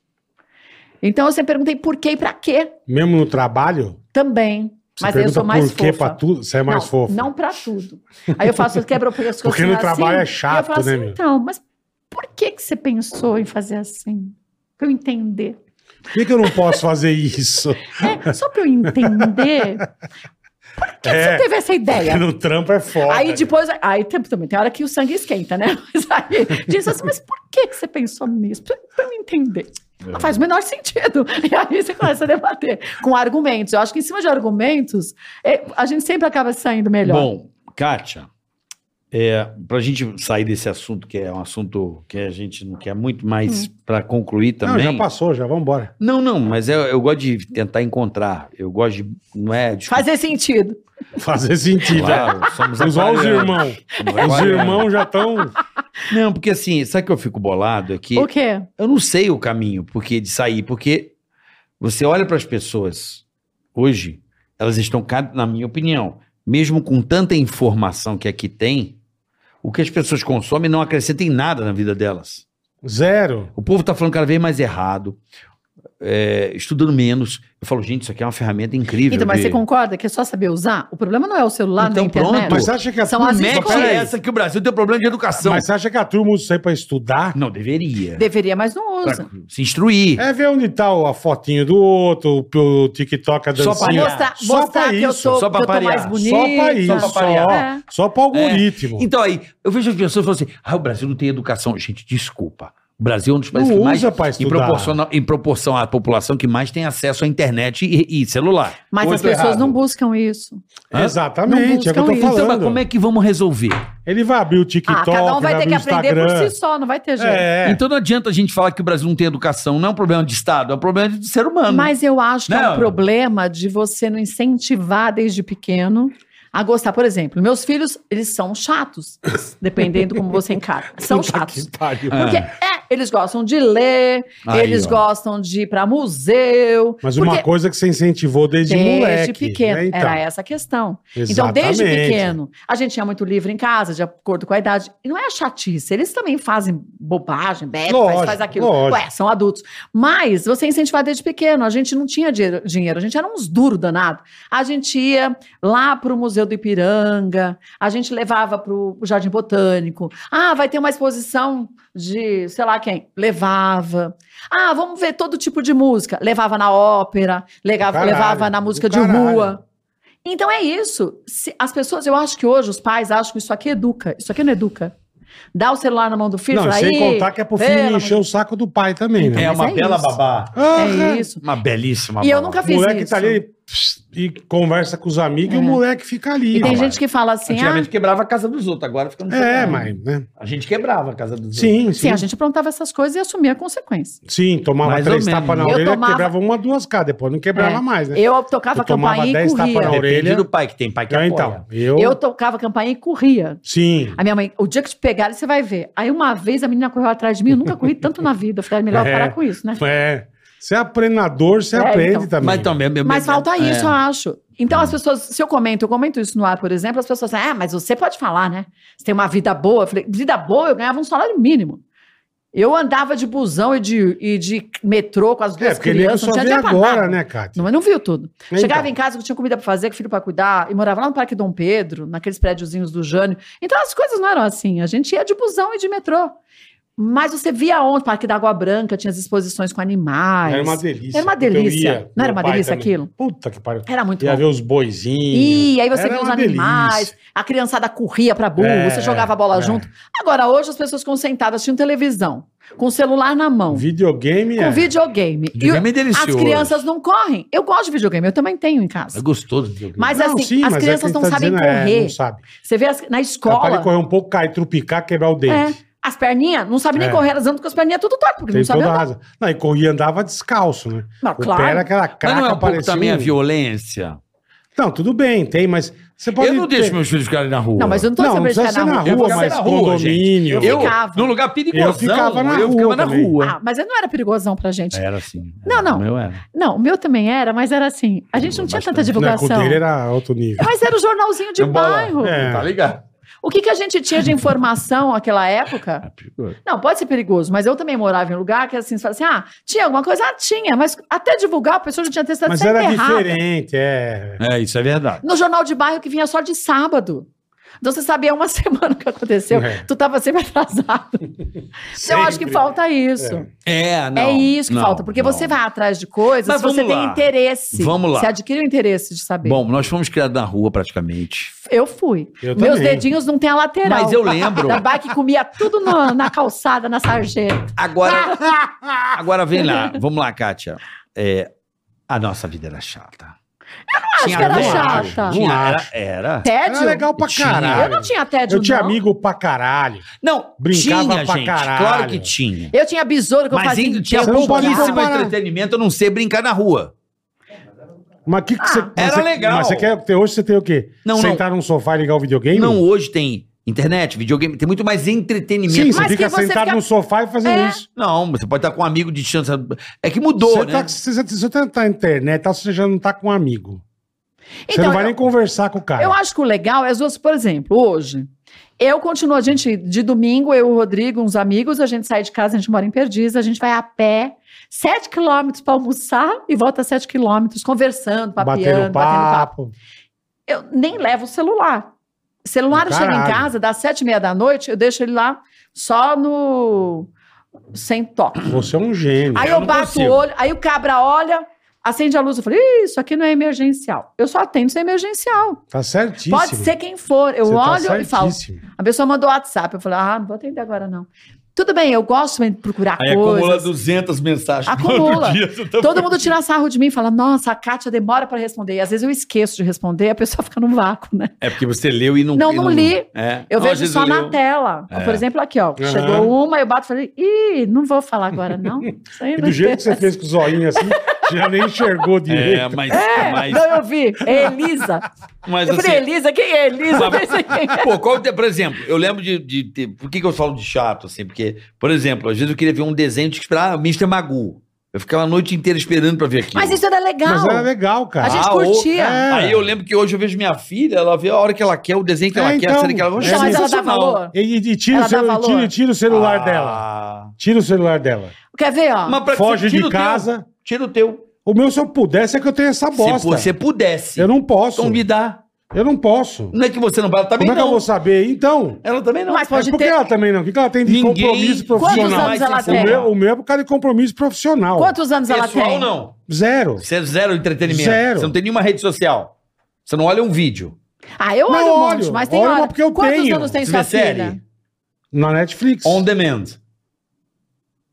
E: Então eu sempre perguntei por quê e pra quê
D: Mesmo no trabalho,
E: também.
D: você
E: Mas aí eu
D: pergunta
E: sou mais
D: por quê
E: fofa.
D: pra tudo. Você é mais
E: não,
D: fofo.
E: Não pra tudo. Aí eu faço, eu quebro o pescoço
D: Porque no
E: assim,
D: trabalho é
E: e
D: chato,
E: eu falo
D: né,
E: assim,
D: meu?
E: Então, mas por que que você pensou em fazer assim? Pra eu entender.
D: Por que, que eu não posso fazer isso?
E: É, só pra eu entender. Por que você teve essa ideia?
D: No trampo é foda.
E: Aí depois, aí tem- também tem hora que o sangue esquenta, né? Mas aí diz assim, mas por que que você pensou nisso? Pra, pra eu entender. Não faz o menor sentido. E aí você começa a debater com argumentos. Eu acho que em cima de argumentos, é, a gente sempre acaba saindo um melhor.
C: Bom, Kátia, é, para a gente sair desse assunto, que é um assunto que a gente não quer muito, mas
E: Hum.
C: para concluir
D: Não,
C: também.
D: já passou, já, vambora.
C: Não, não, mas eu, eu gosto de tentar encontrar. Eu gosto de. Não é. de-
E: Fazer sentido.
D: Fazer sentido.
C: Claro, somos
D: é. Os, ó, os
C: aquarianos.
D: irmãos.
C: Somos
D: Os
C: aquarianos.
D: irmãos já estão.
C: Não, porque assim, sabe que eu fico bolado? É que
E: O quê?
C: eu não sei o caminho porque de sair, porque você olha para as pessoas hoje, elas estão, ca- na minha opinião, mesmo com tanta informação que aqui tem, o que as pessoas consomem não acrescenta em nada na vida delas.
D: Zero.
C: O povo está falando cada vez mais errado, é, estudando menos. Eu falo, gente, isso aqui é uma ferramenta incrível.
E: Então, mas
C: de-
E: você concorda que é só saber usar? O problema não é o celular,
C: Então,
E: nem a internet.
C: pronto.
D: Mas você acha que a
E: São
D: turma.
E: as
D: Mas
C: Mete
E: escolhas.
D: peraí.
C: essa que o Brasil tem problema de educação.
D: Mas você acha que a turma usa isso aí pra estudar?
C: Não, deveria.
E: Deveria, mas não
C: Pra
E: usa.
C: se instruir.
D: É ver onde tá o- a fotinho do outro, o o TikTok, a
C: Só pra
D: dancinha.
C: mostrar-
D: Só
E: mostrar
D: pra
E: que eu
D: isso.
E: sou,
C: só pra
E: que eu tô
C: parear.
E: mais
C: Só
E: bonito.
D: Só pra isso,
C: pra
D: só.
C: parear.
E: É.
D: Só pra algoritmo.
C: Então aí, eu vejo as pessoas falando assim: ah, o Brasil não tem educação. Gente, desculpa. O Brasil é um dos
D: Não
C: países que mais.
D: usa pra
C: Em
D: estudar.
C: proporção, em proporção à população que mais tem acesso à internet e, e celular.
E: Mas
D: Ou
E: as
D: eu tô
E: pessoas
D: errado?
E: não buscam isso.
C: Hã?
D: Exatamente, é o que eu
E: Não
D: tô
E: buscam isso.
C: Então, mas
D: falando.
C: como é que vamos resolver?
D: Ele vai abrir o
E: ah,
D: TikTok,
E: cada um vai ter
D: abrir
E: que
D: o
E: aprender
D: Instagram.
E: por si só, não vai ter jeito.
D: É.
C: Então não adianta a gente falar que o Brasil não tem educação. Não é um problema de Estado, é um problema de ser humano.
E: Mas eu acho que é
C: Não.
E: um problema de você não incentivar desde pequeno a gostar. Por exemplo, meus filhos, eles são chatos, dependendo como você encara. São
D: Puta
E: chatos.
D: que pariu.
C: É.
E: Porque é, eles gostam de ler,
C: Aí,
E: eles
C: ó.
E: gostam de ir para museu.
D: Mas
E: porque
D: uma coisa que você incentivou desde,
E: desde
D: moleque.
E: pequeno
D: né, então?
E: era essa a questão. Então,
D: Exatamente.
E: desde pequeno, a gente tinha muito livro em casa, de acordo com a idade. E não é chatice, eles também fazem bobagem, bebe,
D: Lógico,
E: faz, faz aquilo.
D: lógico.
E: Ué, são adultos. Mas você incentivar desde pequeno. A gente não tinha dinheiro, dinheiro, a gente era uns duro danado. A gente ia lá pro Museu do Ipiranga, a gente levava pro Jardim Botânico. Ah, vai ter uma exposição de sei lá quem. Levava. Ah, vamos ver todo tipo de música. Levava na ópera, legava-
D: Caralho,
E: levava na música
D: do
E: de
D: caralho.
E: rua. Então é isso. Se- as pessoas, eu acho que hoje os pais acham que isso aqui educa. Isso aqui não educa. Dá o celular na mão do filho,
D: Não, e
E: fala,
D: sem
E: "Ih,
D: contar que é pro
E: pelo
D: filho
E: amor
D: encher o saco do pai também, né?
C: é
E: mas
C: uma
E: é
C: bela
E: isso.
C: babá.
D: Ah,
E: É isso.
C: Uma belíssima
E: E eu
C: babá.
E: nunca
D: O
E: fiz
D: moleque
E: isso.
D: tá ali ele, pss, e conversa com os amigos e o
E: É.
D: moleque fica ali.
E: E tem
D: ó.
E: gente que fala assim, ah,
C: Antigamente quebrava a casa dos outros, agora fica no
D: É,
C: separado.
D: mas, né?
C: A gente quebrava a casa dos outros.
D: Sim,
E: sim,
D: sim.
E: a gente aprontava essas coisas e assumia a consequência.
D: Sim, tomava
C: Mais ou
D: três
C: menos.
D: tapas na
E: Eu
D: orelha,
E: tomava-
D: quebrava uma, duas cá, depois não quebrava
E: É.
D: mais, né?
E: Eu tocava
D: Eu tomava
E: campainha e
D: 10 tapa na
E: corria.
D: orelha.
C: É, Depende do pai, que tem pai que
D: Então,
C: apoia.
D: então, eu...
E: Eu tocava campainha e corria.
D: Sim.
E: A minha mãe, o dia que te pegarem, você vai ver. Aí uma vez a menina correu atrás de mim, eu nunca corri tanto na vida. Eu falei, "Ah, melhor
D: É.
E: parar com isso, né?
D: É. Você é aprendador, você
E: É,
D: aprende
E: então.
D: também.
C: Mas, também, meu-
E: Mas
C: meu-
E: falta
C: é.
E: isso, eu acho. Então as pessoas, se eu comento, eu comento isso no ar, por exemplo, as pessoas falam, é, mas você pode falar, né? Você tem uma vida boa. Eu falei, vida boa, eu ganhava um salário mínimo. Eu andava de busão e de, e de metrô com as duas
D: É, porque nego
E: crianças.
D: só
E: não
D: vê
E: tinha tempo pra
D: agora,
E: nada.
D: né, Cátia?
E: Não, é mas não viu tudo.
D: Então.
E: Chegava em casa que tinha comida pra fazer, com filho pra cuidar, e morava lá no Parque Dom Pedro, naqueles prédiozinhos do Jânio. Então as coisas não eram assim. A gente ia de busão e de metrô. Mas você via onde? Parque da Água Branca, tinha as exposições com animais.
D: Era uma delícia.
E: Era uma
D: porque eu
E: delícia.
D: ia,
E: Não era
D: meu
E: uma
D: pai
E: delícia
D: também.
E: aquilo? Então.
D: Puta que pariu.
E: Era muito
D: Ia
E: bom.
D: ver os boizinhos.
E: E aí você
D: Era
E: via os
D: uma
E: animais,
D: delícia.
E: a criançada corria pra burro,
D: É,
E: você jogava a bola
D: é.
E: junto. Agora, hoje as pessoas ficam sentadas assistindo televisão, com o celular na mão,
D: Videogame
E: com
D: é.
E: videogame. E
C: Videogame é
E: as
C: delicioso.
E: crianças não correm. Eu gosto de videogame, eu também tenho em
C: É
E: casa.
C: gostoso. de ouvir.
E: Mas
D: Não,
E: assim,
D: sim,
E: as
D: mas é que
E: crianças
D: ele
E: não
D: tá
E: sabem
D: dizendo, é,
E: correr.
D: não sabe.
E: você vê as- na
D: Capaz de
E: escola,
D: correr um pouco, cair, trupicar, quebrar o dente.
E: as perninhas, não sabem nem
D: É.
E: correr, elas andam com as perninhas tudo torto, porque
D: Tem
E: É, não sabem
D: toda a
E: andar.
D: razão. Não, e corria andava descalço, né?
E: Não,
D: O pé era
E: claro.
D: aquela
C: Mas
D: craca,
C: não é um pouco
D: parecia
C: também
D: um-
C: a violência?
D: Não, tudo bem, tem, mas você pode...
C: Eu não
D: ter-
C: deixo meus filhos ficarem na rua.
E: Não, mas eu não tô
D: Não, não
E: sabendo
D: precisa ser na
C: Eu
D: rua,
C: ficava
D: mas
C: na rua,
D: condomínio.
E: gente. Eu ficava.
C: Num lugar perigosão.
D: Eu ficava na
C: eu
D: rua
C: ficava na
D: também.
C: rua.
E: Ah, mas não era perigosão pra gente.
D: É.
C: Era assim.
E: Não, não.
C: O meu era.
E: Não, o meu também era, mas era assim. A gente não tinha tanta
C: Bastante.
D: Não, com o
E: divulgação.
D: dele era alto nível.
E: Mas era o jornalzinho de
C: Eu bola.
E: bairro.
D: É.
C: Tá ligado?
E: O que, que a gente tinha de informação naquela época?
C: É
E: Não, pode ser perigoso, mas eu também morava em um lugar que assim, você fala assim, ah, tinha alguma coisa? Ah, tinha, mas até divulgar a pessoa já tinha testado
D: Mas
E: sempre
D: era
E: errado.
D: diferente, é.
C: É, isso é verdade.
E: No jornal de bairro que vinha só de sábado. Então você sabia uma semana o que aconteceu.
D: É.
E: Tu tava sempre atrasado. Então eu acho que
D: Sempre.
E: falta isso.
D: É.
C: É, não.
E: é isso que
C: não,
E: falta, porque
C: não.
E: você vai atrás de coisas,
C: Mas
E: você
C: vamos
E: tem
C: lá.
E: interesse.
C: Vamos lá.
E: Você adquire o interesse de saber.
C: Bom, nós fomos criados na rua praticamente.
E: eu fui.
D: Eu
E: Meus
D: também.
E: dedinhos não tem a lateral.
C: Mas eu lembro.
E: Da bike comia tudo na- na calçada, na sarjeta.
C: Agora, agora vem lá. Vamos lá, Kátia. É, a nossa vida era chata.
E: Ah, acho
C: Tinha
E: que era
C: tédio.
E: chata.
C: Tinha-
D: Não
C: era,
D: acho.
C: era.
E: Tédio?
D: Era Ah, legal pra
C: Tinha.
D: caralho.
E: Eu não tinha tédio,
D: Eu tinha
E: não.
D: amigo pra caralho.
C: Não,
D: Brincava
C: tinha,
D: pra
C: gente.
D: caralho.
C: Claro que tinha.
E: Eu tinha besouro que eu
C: Mas
E: fazia
C: ainda
E: em
C: tinha
D: você
E: tempo
D: não pode
E: jogado.
C: pouquíssimo
D: comparar.
C: entretenimento, a não ser brincar na rua.
D: Mas o
E: Ah,
D: que, que você. mas
C: era
D: você-
C: legal.
D: Mas você quer ter hoje? Você tem o quê?
C: Não, não.
D: Sentar num sofá e ligar o videogame?
C: Não, hoje tem internet, videogame, tem muito mais entretenimento.
D: Sim, você
E: Mas
D: fica
E: que você
D: sentado
E: fica- É.
D: no sofá e fazendo isso.
C: Não, você pode estar com um amigo de chance. É que mudou,
D: Você
C: né?
D: tá, se você, se você tá na internet, tá, você já não tá com um amigo. você
E: Então,
D: não vai
E: eu-
D: nem conversar com o cara.
E: Eu acho que o legal é as duas, por exemplo, hoje. Eu continuo, a gente, de domingo, eu, o Rodrigo, uns amigos, a gente sai de casa, a gente mora em Perdiz, a gente vai a pé, 7 quilômetros para almoçar e volta 7 quilômetros, conversando,
D: batendo
E: papeando, tá batendo papo.
D: papo.
E: Eu nem levo o celular. Celular eu chego em
D: Caralho.
E: casa, das sete e meia da noite, eu deixo ele lá só no. sem toque.
D: Você é um gênio.
E: Aí
C: eu
E: eu,
C: não
E: bato
C: consigo.
E: o olho, aí o cabra olha, acende a luz, eu falei, "Ih, isso aqui não é emergencial. Eu só atendo se é emergencial.
D: Tá certíssimo.
E: Pode ser quem for. Eu
D: Você tá
E: olho e falo.
D: certíssimo.
E: A pessoa mandou WhatsApp, eu falei, ah, não vou atender agora não. Tudo bem, eu gosto de procurar
C: Aí acumula
E: coisas.
C: 200 mensagens
E: Acumula.
C: todo dia. Você tá-
E: Todo mundo tira sarro de mim e fala, nossa, a Kátia demora para responder. E às vezes eu esqueço de responder, a pessoa fica num vácuo, né?
C: É porque você leu e não
E: Não,
C: e
E: não li.
C: É.
E: Eu
C: Não, às
E: vejo
C: vezes
E: só
C: eu
E: na
C: leio.
E: tela.
C: É.
E: Por exemplo, aqui, ó.
D: Aham.
E: Chegou uma, eu bato e falei, ih, não vou falar agora, não. Isso aí
D: E
E: não
D: do jeito que você
E: interessa.
D: fez com o zoinho assim, já nem enxergou
C: É,
D: direito.
C: mas.
E: É,
C: mas,
E: não, eu vi. É Elisa.
C: mas
E: eu falei,
C: assim.
E: Elisa, quem é Elisa? Eu
C: Mas-
E: pensei, quem é?
C: Pô, qual, o teu- por exemplo, eu lembro de. de ter- por que, que eu falo de chato, assim? Porque, por exemplo, às vezes eu queria ver um desenho, tinha que esperar ah, Mr. Magoo. Eu ficava a noite inteira esperando pra ver aquilo.
E: Mas isso era
C: É,
E: legal.
D: Mas era legal,
E: A
D: cara.
E: gente
C: Ah, ou-
E: curtia.
D: É.
C: Aí eu lembro que hoje eu vejo minha filha, ela vê a hora que ela quer, o desenho que
D: É,
C: ela quer,
D: então.
C: a série que ela é
D: Então,
E: Então, mas ela dá
C: sensacional.
E: valor.
D: E, e- e tira,
E: Ela
D: o celu-
E: dá valor.
D: tira, tira o celular dela.
C: Ah.
D: Tira o celular dela.
E: Quer ver, ó?
C: Mas pra que
D: Foge
C: você- tira
D: de
C: o teu,
D: casa.
C: Tira o teu.
D: O meu, se eu pudesse, é que eu tenho essa bosta.
C: Se você pudesse.
D: Eu não posso.
C: Então me dá.
D: Eu não posso.
C: Não é que você não vai, ela também
D: Como é que eu
C: não.
D: vou saber? Então.
C: Ela também não.
E: Mas
D: Mas
E: pode
D: por
E: ter.
D: que ela tá também não? O que que ela tem de
C: Ninguém-
D: compromisso
E: Quantos
D: profissional?
E: anos ela
C: Mas
D: O
E: tem?
D: meu, o meu é por causa de compromisso profissional.
E: Quantos anos ela
C: Pessoal,
E: tem?
C: não.
D: Zero.
C: Você é zero entretenimento.
D: Zero.
C: Você não tem nenhuma rede social. Você não olha um vídeo.
E: Ah, eu
D: Não,
E: olho um monte,
D: olho.
E: mas tem
D: Olho,
E: hora.
D: mas porque eu
E: Quantos
D: tenho.
E: anos tem
C: Você
E: sua
C: vê série?
E: filha?
D: Na Netflix.
C: On demand.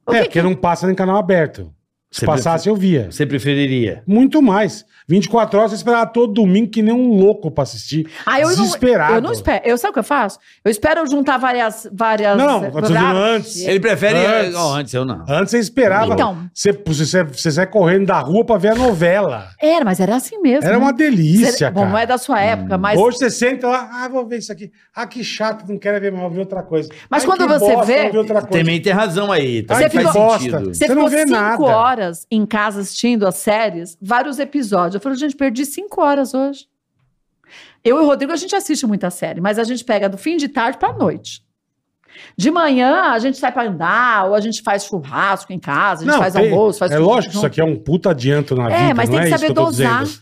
E: O
D: é,
E: que
D: porque não passa em canal aberto. Se
C: Você
D: passasse, eu via.
C: Você preferiria?
D: Muito mais. 24 horas, você esperava todo domingo que nem um louco pra assistir.
E: Ah, eu
D: Desesperado.
E: Não, eu não espero. Eu, sabe o que eu faço? Eu espero juntar várias. várias
D: Não, eu tô dizendo antes.
C: Ele prefere.
D: Antes.
C: Não, antes eu não.
D: Antes você esperava.
E: Então.
D: Você, você, você sai correndo da rua pra ver a novela.
E: Era, mas era assim mesmo.
D: Era
E: né?
D: uma delícia,
E: Será- Bom,
D: cara. Hum.
E: não é da sua época, mas,
D: Hoje você senta lá, ah, vou ver isso aqui. Ah, que chato, não quero ver mais, vou ver outra coisa.
E: Mas
D: Ai,
E: quando
D: que
E: você
D: bosta,
E: vê-
D: vou ver outra coisa.
C: Também tem razão aí. Tá?
E: Você
C: Faz
E: ficou-
C: sentido.
D: Bosta.
E: você
D: você não
E: ficou
D: vê
E: cinco
D: nada.
E: horas em casa assistindo as séries, vários episódios. Eu falei, gente, perdi cinco horas hoje. Eu e o Rodrigo, a gente assiste muita série, mas a gente pega do fim de tarde pra noite. De manhã, a gente sai pra andar, ou a gente faz churrasco em casa, a gente faz
D: tem-
E: almoço, faz
D: É
E: tudo
D: lógico que isso
E: junto.
D: aqui é um puta adianto na vida.
E: É, mas
D: não
E: tem que
D: isso
E: saber
D: eu tô
E: dosar.
D: dizendo.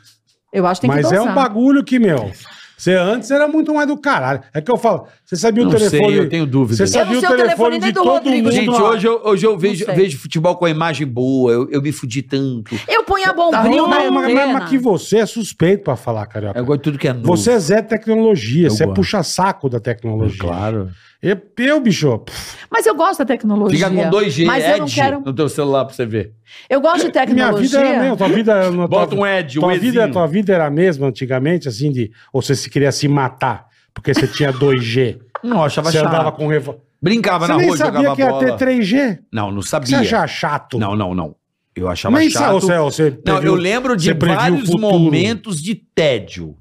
E: Eu acho que tem
D: mas
E: que
D: é
E: dosar.
D: um bagulho que, meu. Você antes era muito mais do caralho. É que eu falo, você sabia o
C: Não
D: telefone.
C: sei, eu tenho dúvida.
D: Você
E: Eu
D: sabia
E: não
D: o
E: sei o
D: telefone,
E: telefone
D: de
E: nem do
D: todo
E: Rodrigo.
D: mundo.
C: Gente,
D: lá.
C: hoje eu, hoje eu vejo,
E: sei.
C: vejo futebol com a imagem boa. Eu, eu me fudi tanto.
E: Eu ponho a
D: Tá
E: bombril
D: bom,
E: na
D: mas, mas,
E: antena.
D: mas que você é suspeito pra falar, carioca.
C: Eu gosto de tudo que é novo.
D: Você é Zé Tecnologia,
C: Eu
D: você é
C: gosto.
D: puxa-saco da tecnologia.
C: Claro.
D: Eu, eu, bicho, pff,
E: Mas eu gosto da tecnologia.
C: Fica
D: é.
C: com é 2G,
E: Mas eu não
C: Edge,
E: quero.
C: no teu celular pra você ver.
E: Eu gosto de
D: minha
E: tecnologia.
D: vida era mesmo. Tua vida, tua,
C: Bota um Edge, um
D: tua, vida, é
C: Ezinho.
D: tua vida era a mesma antigamente, assim, de. Ou você se queria se matar, porque você tinha 2G.
C: Não, eu achava
D: você
C: chato.
D: andava com revólver.
C: Brincava
D: Você
C: na
D: nem
C: rua,
D: sabia
C: jogava
D: que ia
C: bola.
D: ter 3G?
C: Não, não
D: O que Você
C: sabia.
D: achava chato?
C: Não, não, não. Eu achava
D: Nem sa-
C: chato.
D: ou você- ou você
C: Não,
D: previu-
C: eu lembro de
D: você previu o
C: vários
D: futuro.
C: momentos de tédio.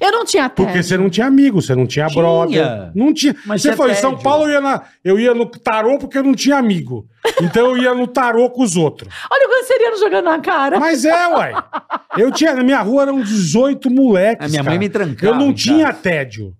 E: Eu não tinha tédio.
D: Porque você não tinha amigo, você não tinha,
C: Tinha.
D: brother. Não tinha.
C: Mas
D: você
C: é
D: foi em
C: tédio.
D: São Paulo, eu ia, na, eu ia no tarô porque eu não tinha amigo. Então eu ia no tarô com os outros.
E: Olha o canceriano jogando na cara.
D: Mas é, ué. Eu tinha, na minha rua eram 18 moleques.
C: A minha mãe
D: cara.
C: me trancava
D: Eu não
C: em
D: tinha
C: casa.
D: tédio.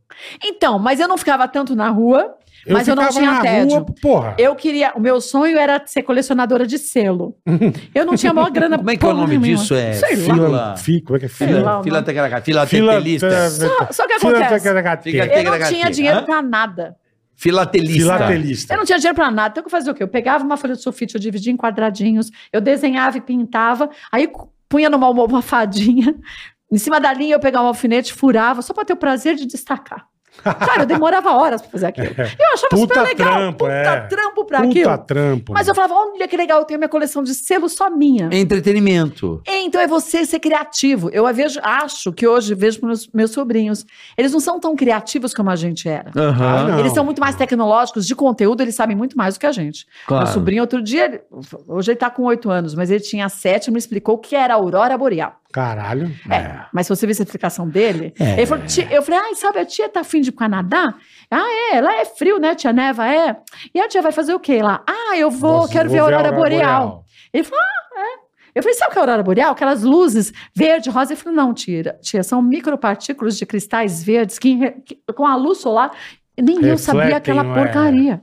E: Então, mas eu não ficava tanto na rua. Mas eu não
D: ficava
E: tinha tédio.
D: porra.
E: Eu queria. O meu sonho era ser colecionadora de selo. Eu não tinha a maior grana.
C: Como é que é o
E: porra
C: nome
E: nenhuma.
C: disso? É
E: Sei lá.
C: fila.
D: Fi, como é que é
E: Sei lá.
D: fila?
E: o
C: Fila
E: nome.
C: Tecaraca. Fila é
D: Fila-
C: Filatelista.
E: Só, só que
D: Fila-
E: acontece.
C: Fica-
E: Eu não tinha
C: Hã?
E: dinheiro pra nada.
C: Filatelista.
D: Filatelista.
E: Eu não tinha dinheiro pra nada. Então, o que eu fazia o quê? Eu pegava uma folha de sulfite, eu dividia em quadradinhos, eu desenhava e pintava, aí cu- punha numa almofadinha. Em cima da linha, eu pegava um alfinete, furava, só pra ter o prazer de destacar. Cara, eu demorava horas pra fazer aquilo. Eu achava
D: Puta
E: super legal.
D: trampo,
E: puta
D: é.
E: trampo pra
D: Puta
E: aquilo.
D: trampo.
E: Mas eu falava, olha que legal, eu tenho minha coleção de selos só minha.
C: Entretenimento.
E: Então é você ser criativo. Eu a vejo, acho que hoje vejo para meus, meus sobrinhos. Eles não são tão criativos como a gente era.
C: Aham.
D: Ah, não.
E: Eles são muito mais tecnológicos, de conteúdo, eles sabem muito mais do que a gente.
C: Claro.
E: Meu sobrinho, outro dia, ele- hoje ele está com oito anos, mas ele tinha sete e me explicou o que era a aurora boreal.
D: Caralho.
E: É. Mas se você visse a explicação dele,
C: É.
E: ele falou, "Tia", eu falei, ai, sabe, a tia tá afim de ir pro Canadá? Ah, é, lá é frio, né, tia Neva? É. E a tia vai fazer o quê lá? Ah, eu vou,
D: Nossa,
E: quero
D: vou
E: ver a aurora boreal. Ele falou, ah, é. Eu falei, sabe o que é a aurora boreal? Aquelas luzes verde, rosa. Ele falou, não, tira, tia, são micropartículas de cristais verdes que, enre- que- com a luz solar, nem eu
D: Refletem,
E: sabia aquela
C: é.
D: ué.
E: boreal.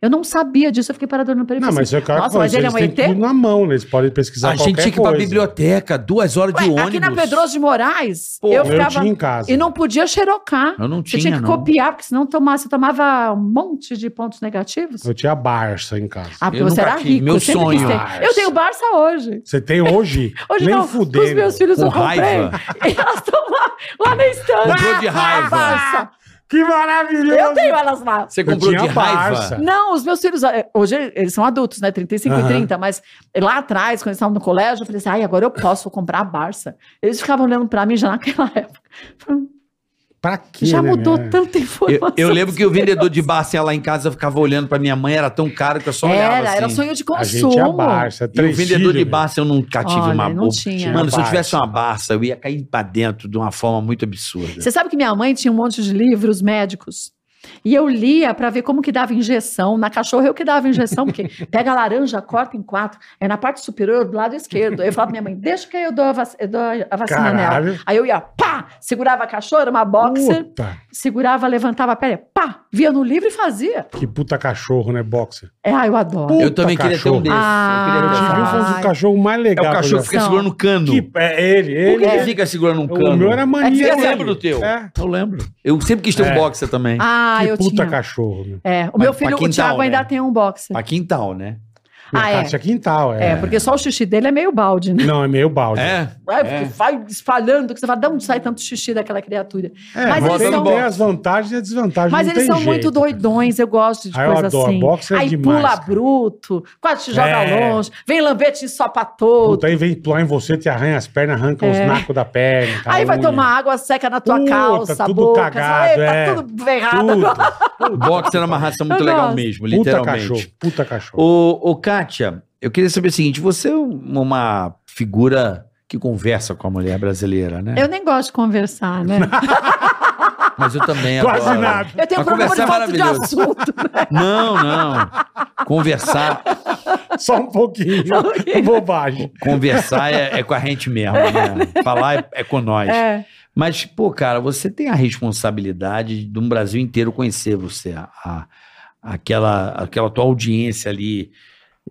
E: Eu não sabia disso, eu fiquei parada no período.
D: Não, mas é o cara que
E: Nossa,
D: falou,
E: mas ele é
D: eles
E: um
D: têm
E: ET?
D: tudo na mão, né? eles podem pesquisar
C: A gente tinha que ir pra
D: qualquer coisa.
C: biblioteca, duas horas de
E: Ué,
C: ônibus.
E: aqui na Pedroso de Moraes,
C: Pô,
E: eu
D: Eu
E: ficava...
D: tinha em casa.
E: E não podia xerocar.
C: Eu não
E: Você
C: tinha,
E: tinha que
C: não.
E: copiar, porque senão tomava, você tomava um monte de pontos negativos.
D: Eu tinha Barça em casa.
E: Ah, porque
C: Eu
E: você
C: nunca
E: era
C: tive,
E: rico.
C: meu
E: sempre quis
C: sonho.
E: ter.
D: Barça.
E: Eu tenho Barça hoje.
D: Você tem hoje?
E: Hoje
D: Nem
E: não,
D: fudendo.
E: os meus filhos
C: Com
E: eu comprei.
C: raiva.
E: E elas estão lá, lá na estante.
C: Comprou de
E: Ah,
C: raiva.
E: Barça.
D: Que maravilhoso!
E: Eu tenho elas lá.
C: Você
D: Eu
C: comprou
D: tinha
C: de
D: Barça.
C: raiva.
E: Não, os meus filhos, eh, hoje eles são adultos, né? 35
D: Aham.
E: e 30, mas lá atrás, quando eles estavam no colégio, eu falei assim: ai, agora eu posso comprar a Barça. Eles ficavam olhando pra mim já naquela época. Falando,
D: Pra quê?
E: já
D: né,
E: mudou
D: minha?
E: tanta
C: Eu,
E: informação.
C: eu lembro que o vendedor de Barça ia lá em casa eu ficava olhando pra minha mãe, era tão caro que eu só olhava
E: Era,
C: assim.
E: era sonho de
D: A
E: consumo.
D: gente é Barça.
C: E o
D: três
C: vendedor de
D: filhos,
C: Barça eu nunca tive
E: Olha,
C: uma
E: não
C: boa-
E: tinha.
C: Mano, se eu tivesse
D: Barça.
C: uma Barça, eu ia cair pra dentro de uma forma muito
D: É.
C: absurda.
E: Você sabe que minha mãe tinha um monte de livros médicos. E eu lia pra ver como que dava injeção. Na cachorra eu que dava injeção, porque pega a laranja, corta em quatro, é na parte superior do lado esquerdo. Eu falava pra minha mãe, deixa que eu dou a, vac- eu dou a vacina
D: Caralho.
E: nela. Aí eu ia, pá, segurava a cachorra,
D: Né?
E: uma boxer,
D: Puta,
E: segurava, levantava a pele, pá, via no livro e fazia.
D: que puta cachorro, né, boxer?
E: É, ah, eu adoro.
D: Puta
C: eu também queria ter
D: cachorro.
C: um desses. eu
D: Eu
C: queria ter
E: Ah,
C: um
D: tive
C: desses.
E: Ai.
D: um, um cachorro mais legal.
C: É o
D: que eu
C: cachorro
D: já-
C: que fica
E: São.
C: segurando o cano.
D: Que, é ele,
C: Por que ele
D: ele. é-
C: fica segurando um cano?
D: O meu era mania.
E: Eu
C: lembro do teu.
D: É.
C: Eu lembro. Eu sempre quis ter um
D: É.
C: boxer também.
E: Ah,
D: que
E: eu
D: puta
E: tinha.
D: cachorro, meu.
E: É, o
C: Mas
E: meu
C: pra
E: filho, o
C: quintal,
E: Thiago,
C: né?
E: ainda tem um boxer.
C: Pra quintal, né?
D: Minha
E: Ah, é.
D: casa é quintal, é.
E: É, porque só o xixi dele é meio balde, né?
D: Não, é meio balde.
E: É, porque vai espalhando, que você fala, de onde sai tanto xixi daquela criatura?
D: É,
E: mas
D: mas
E: eles
D: tem,
E: são,
D: tem as vantagens e as desvantagens.
E: mas
D: não
E: eles
D: tem
E: são
D: jeito,
E: muito
D: cara.
E: doidões, eu gosto de
D: Ah, eu
E: coisa
D: adoro,
E: assim.
D: boxe é
E: Aí
D: demais,
E: pula
D: cara.
E: bruto, quase te joga
D: É.
E: longe, vem lambete e sopa todo.
D: Puta, aí vem pular em você, te arranha as pernas, arranca os nacos da perna. tá,
E: É. Aí vai
D: unha.
E: tomar água seca na tua
D: Puta,
E: calça,
D: tudo
E: boca,
D: cagado,
E: você- Epa,
D: é.
E: tudo ferrado.
D: Tudo.
C: O boxer era uma raça muito
E: Eu
C: legal
E: gosto.
C: mesmo,
D: Puta
C: literalmente.
D: cachorro, puta cachorro.
C: Ô, ô, Kátia, eu queria saber o seguinte: você é uma figura que conversa com a mulher brasileira, né?
E: Eu nem gosto de conversar, né?
C: Mas eu também
D: Quase
C: adoro.
D: nada.
E: Eu tenho
C: Mas
E: problema de
C: conversar é
E: falta de
C: maravilhoso.
E: assunto.
C: Não, não. Conversar,
D: Só um pouquinho. Bobagem.
C: conversar é, é com a gente mesmo, né? Falar é, é com nós.
E: É.
C: Mas, pô, cara, você tem a responsabilidade de um Brasil inteiro conhecer você, a, a- aquela, aquela tua audiência ali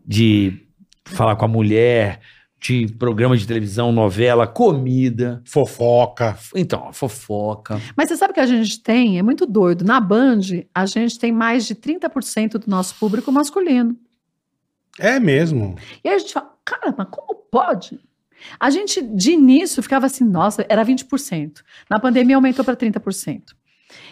C: de falar com a mulher, de programa de televisão, novela, comida,
D: Fofoca.
C: então, a fofoca.
E: Mas você sabe que a gente tem, é muito doido. Na Band, a gente tem mais de 30% do nosso público masculino.
D: É mesmo.
E: E aí a gente fala, cara, mas como pode? A gente, de início, ficava assim, nossa, era 20%. Na pandemia aumentou para 30%.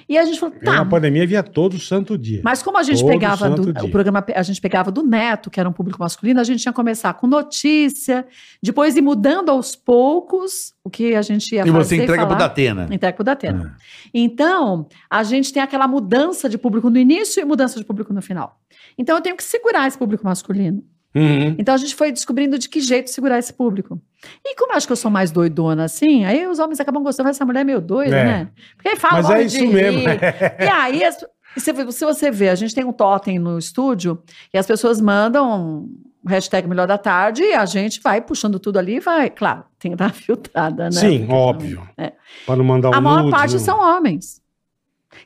E: E a gente falou,
D: Eu na
E: tá,
D: pandemia via todo santo dia.
E: mas como a gente
D: Todo
E: pegava do,
D: santo dia.
E: o programa, a gente pegava do Neto, que era um público masculino, a gente tinha que começar com notícia, depois ir mudando aos poucos o que a gente ia
C: E
E: fazer.
C: você entrega pro
E: falar.
C: Datena. Ah.
E: Entrega pro Datena. Então, a gente tem aquela mudança de público no início e mudança de público no final. Então, eu tenho que segurar esse público masculino.
D: Uhum.
E: Então a gente foi descobrindo de que jeito segurar esse público. E como eu acho que eu sou mais doidona assim, aí os homens acabam gostando, essa mulher é meio doida,
D: É.
E: né? Porque aí fala
D: Mas
E: morre
D: é
E: de
D: isso
E: rir.
D: mesmo.
E: E aí, as- se, se você vê, a gente tem um totem no estúdio e as pessoas mandam um hashtag melhor da tarde e a gente vai puxando tudo ali e vai. Claro, tem que dar uma filtrada, né?
D: Sim, óbvio.
E: É.
D: Pra não mandar um
E: A maior
D: nude,
E: parte
D: não.
E: são homens.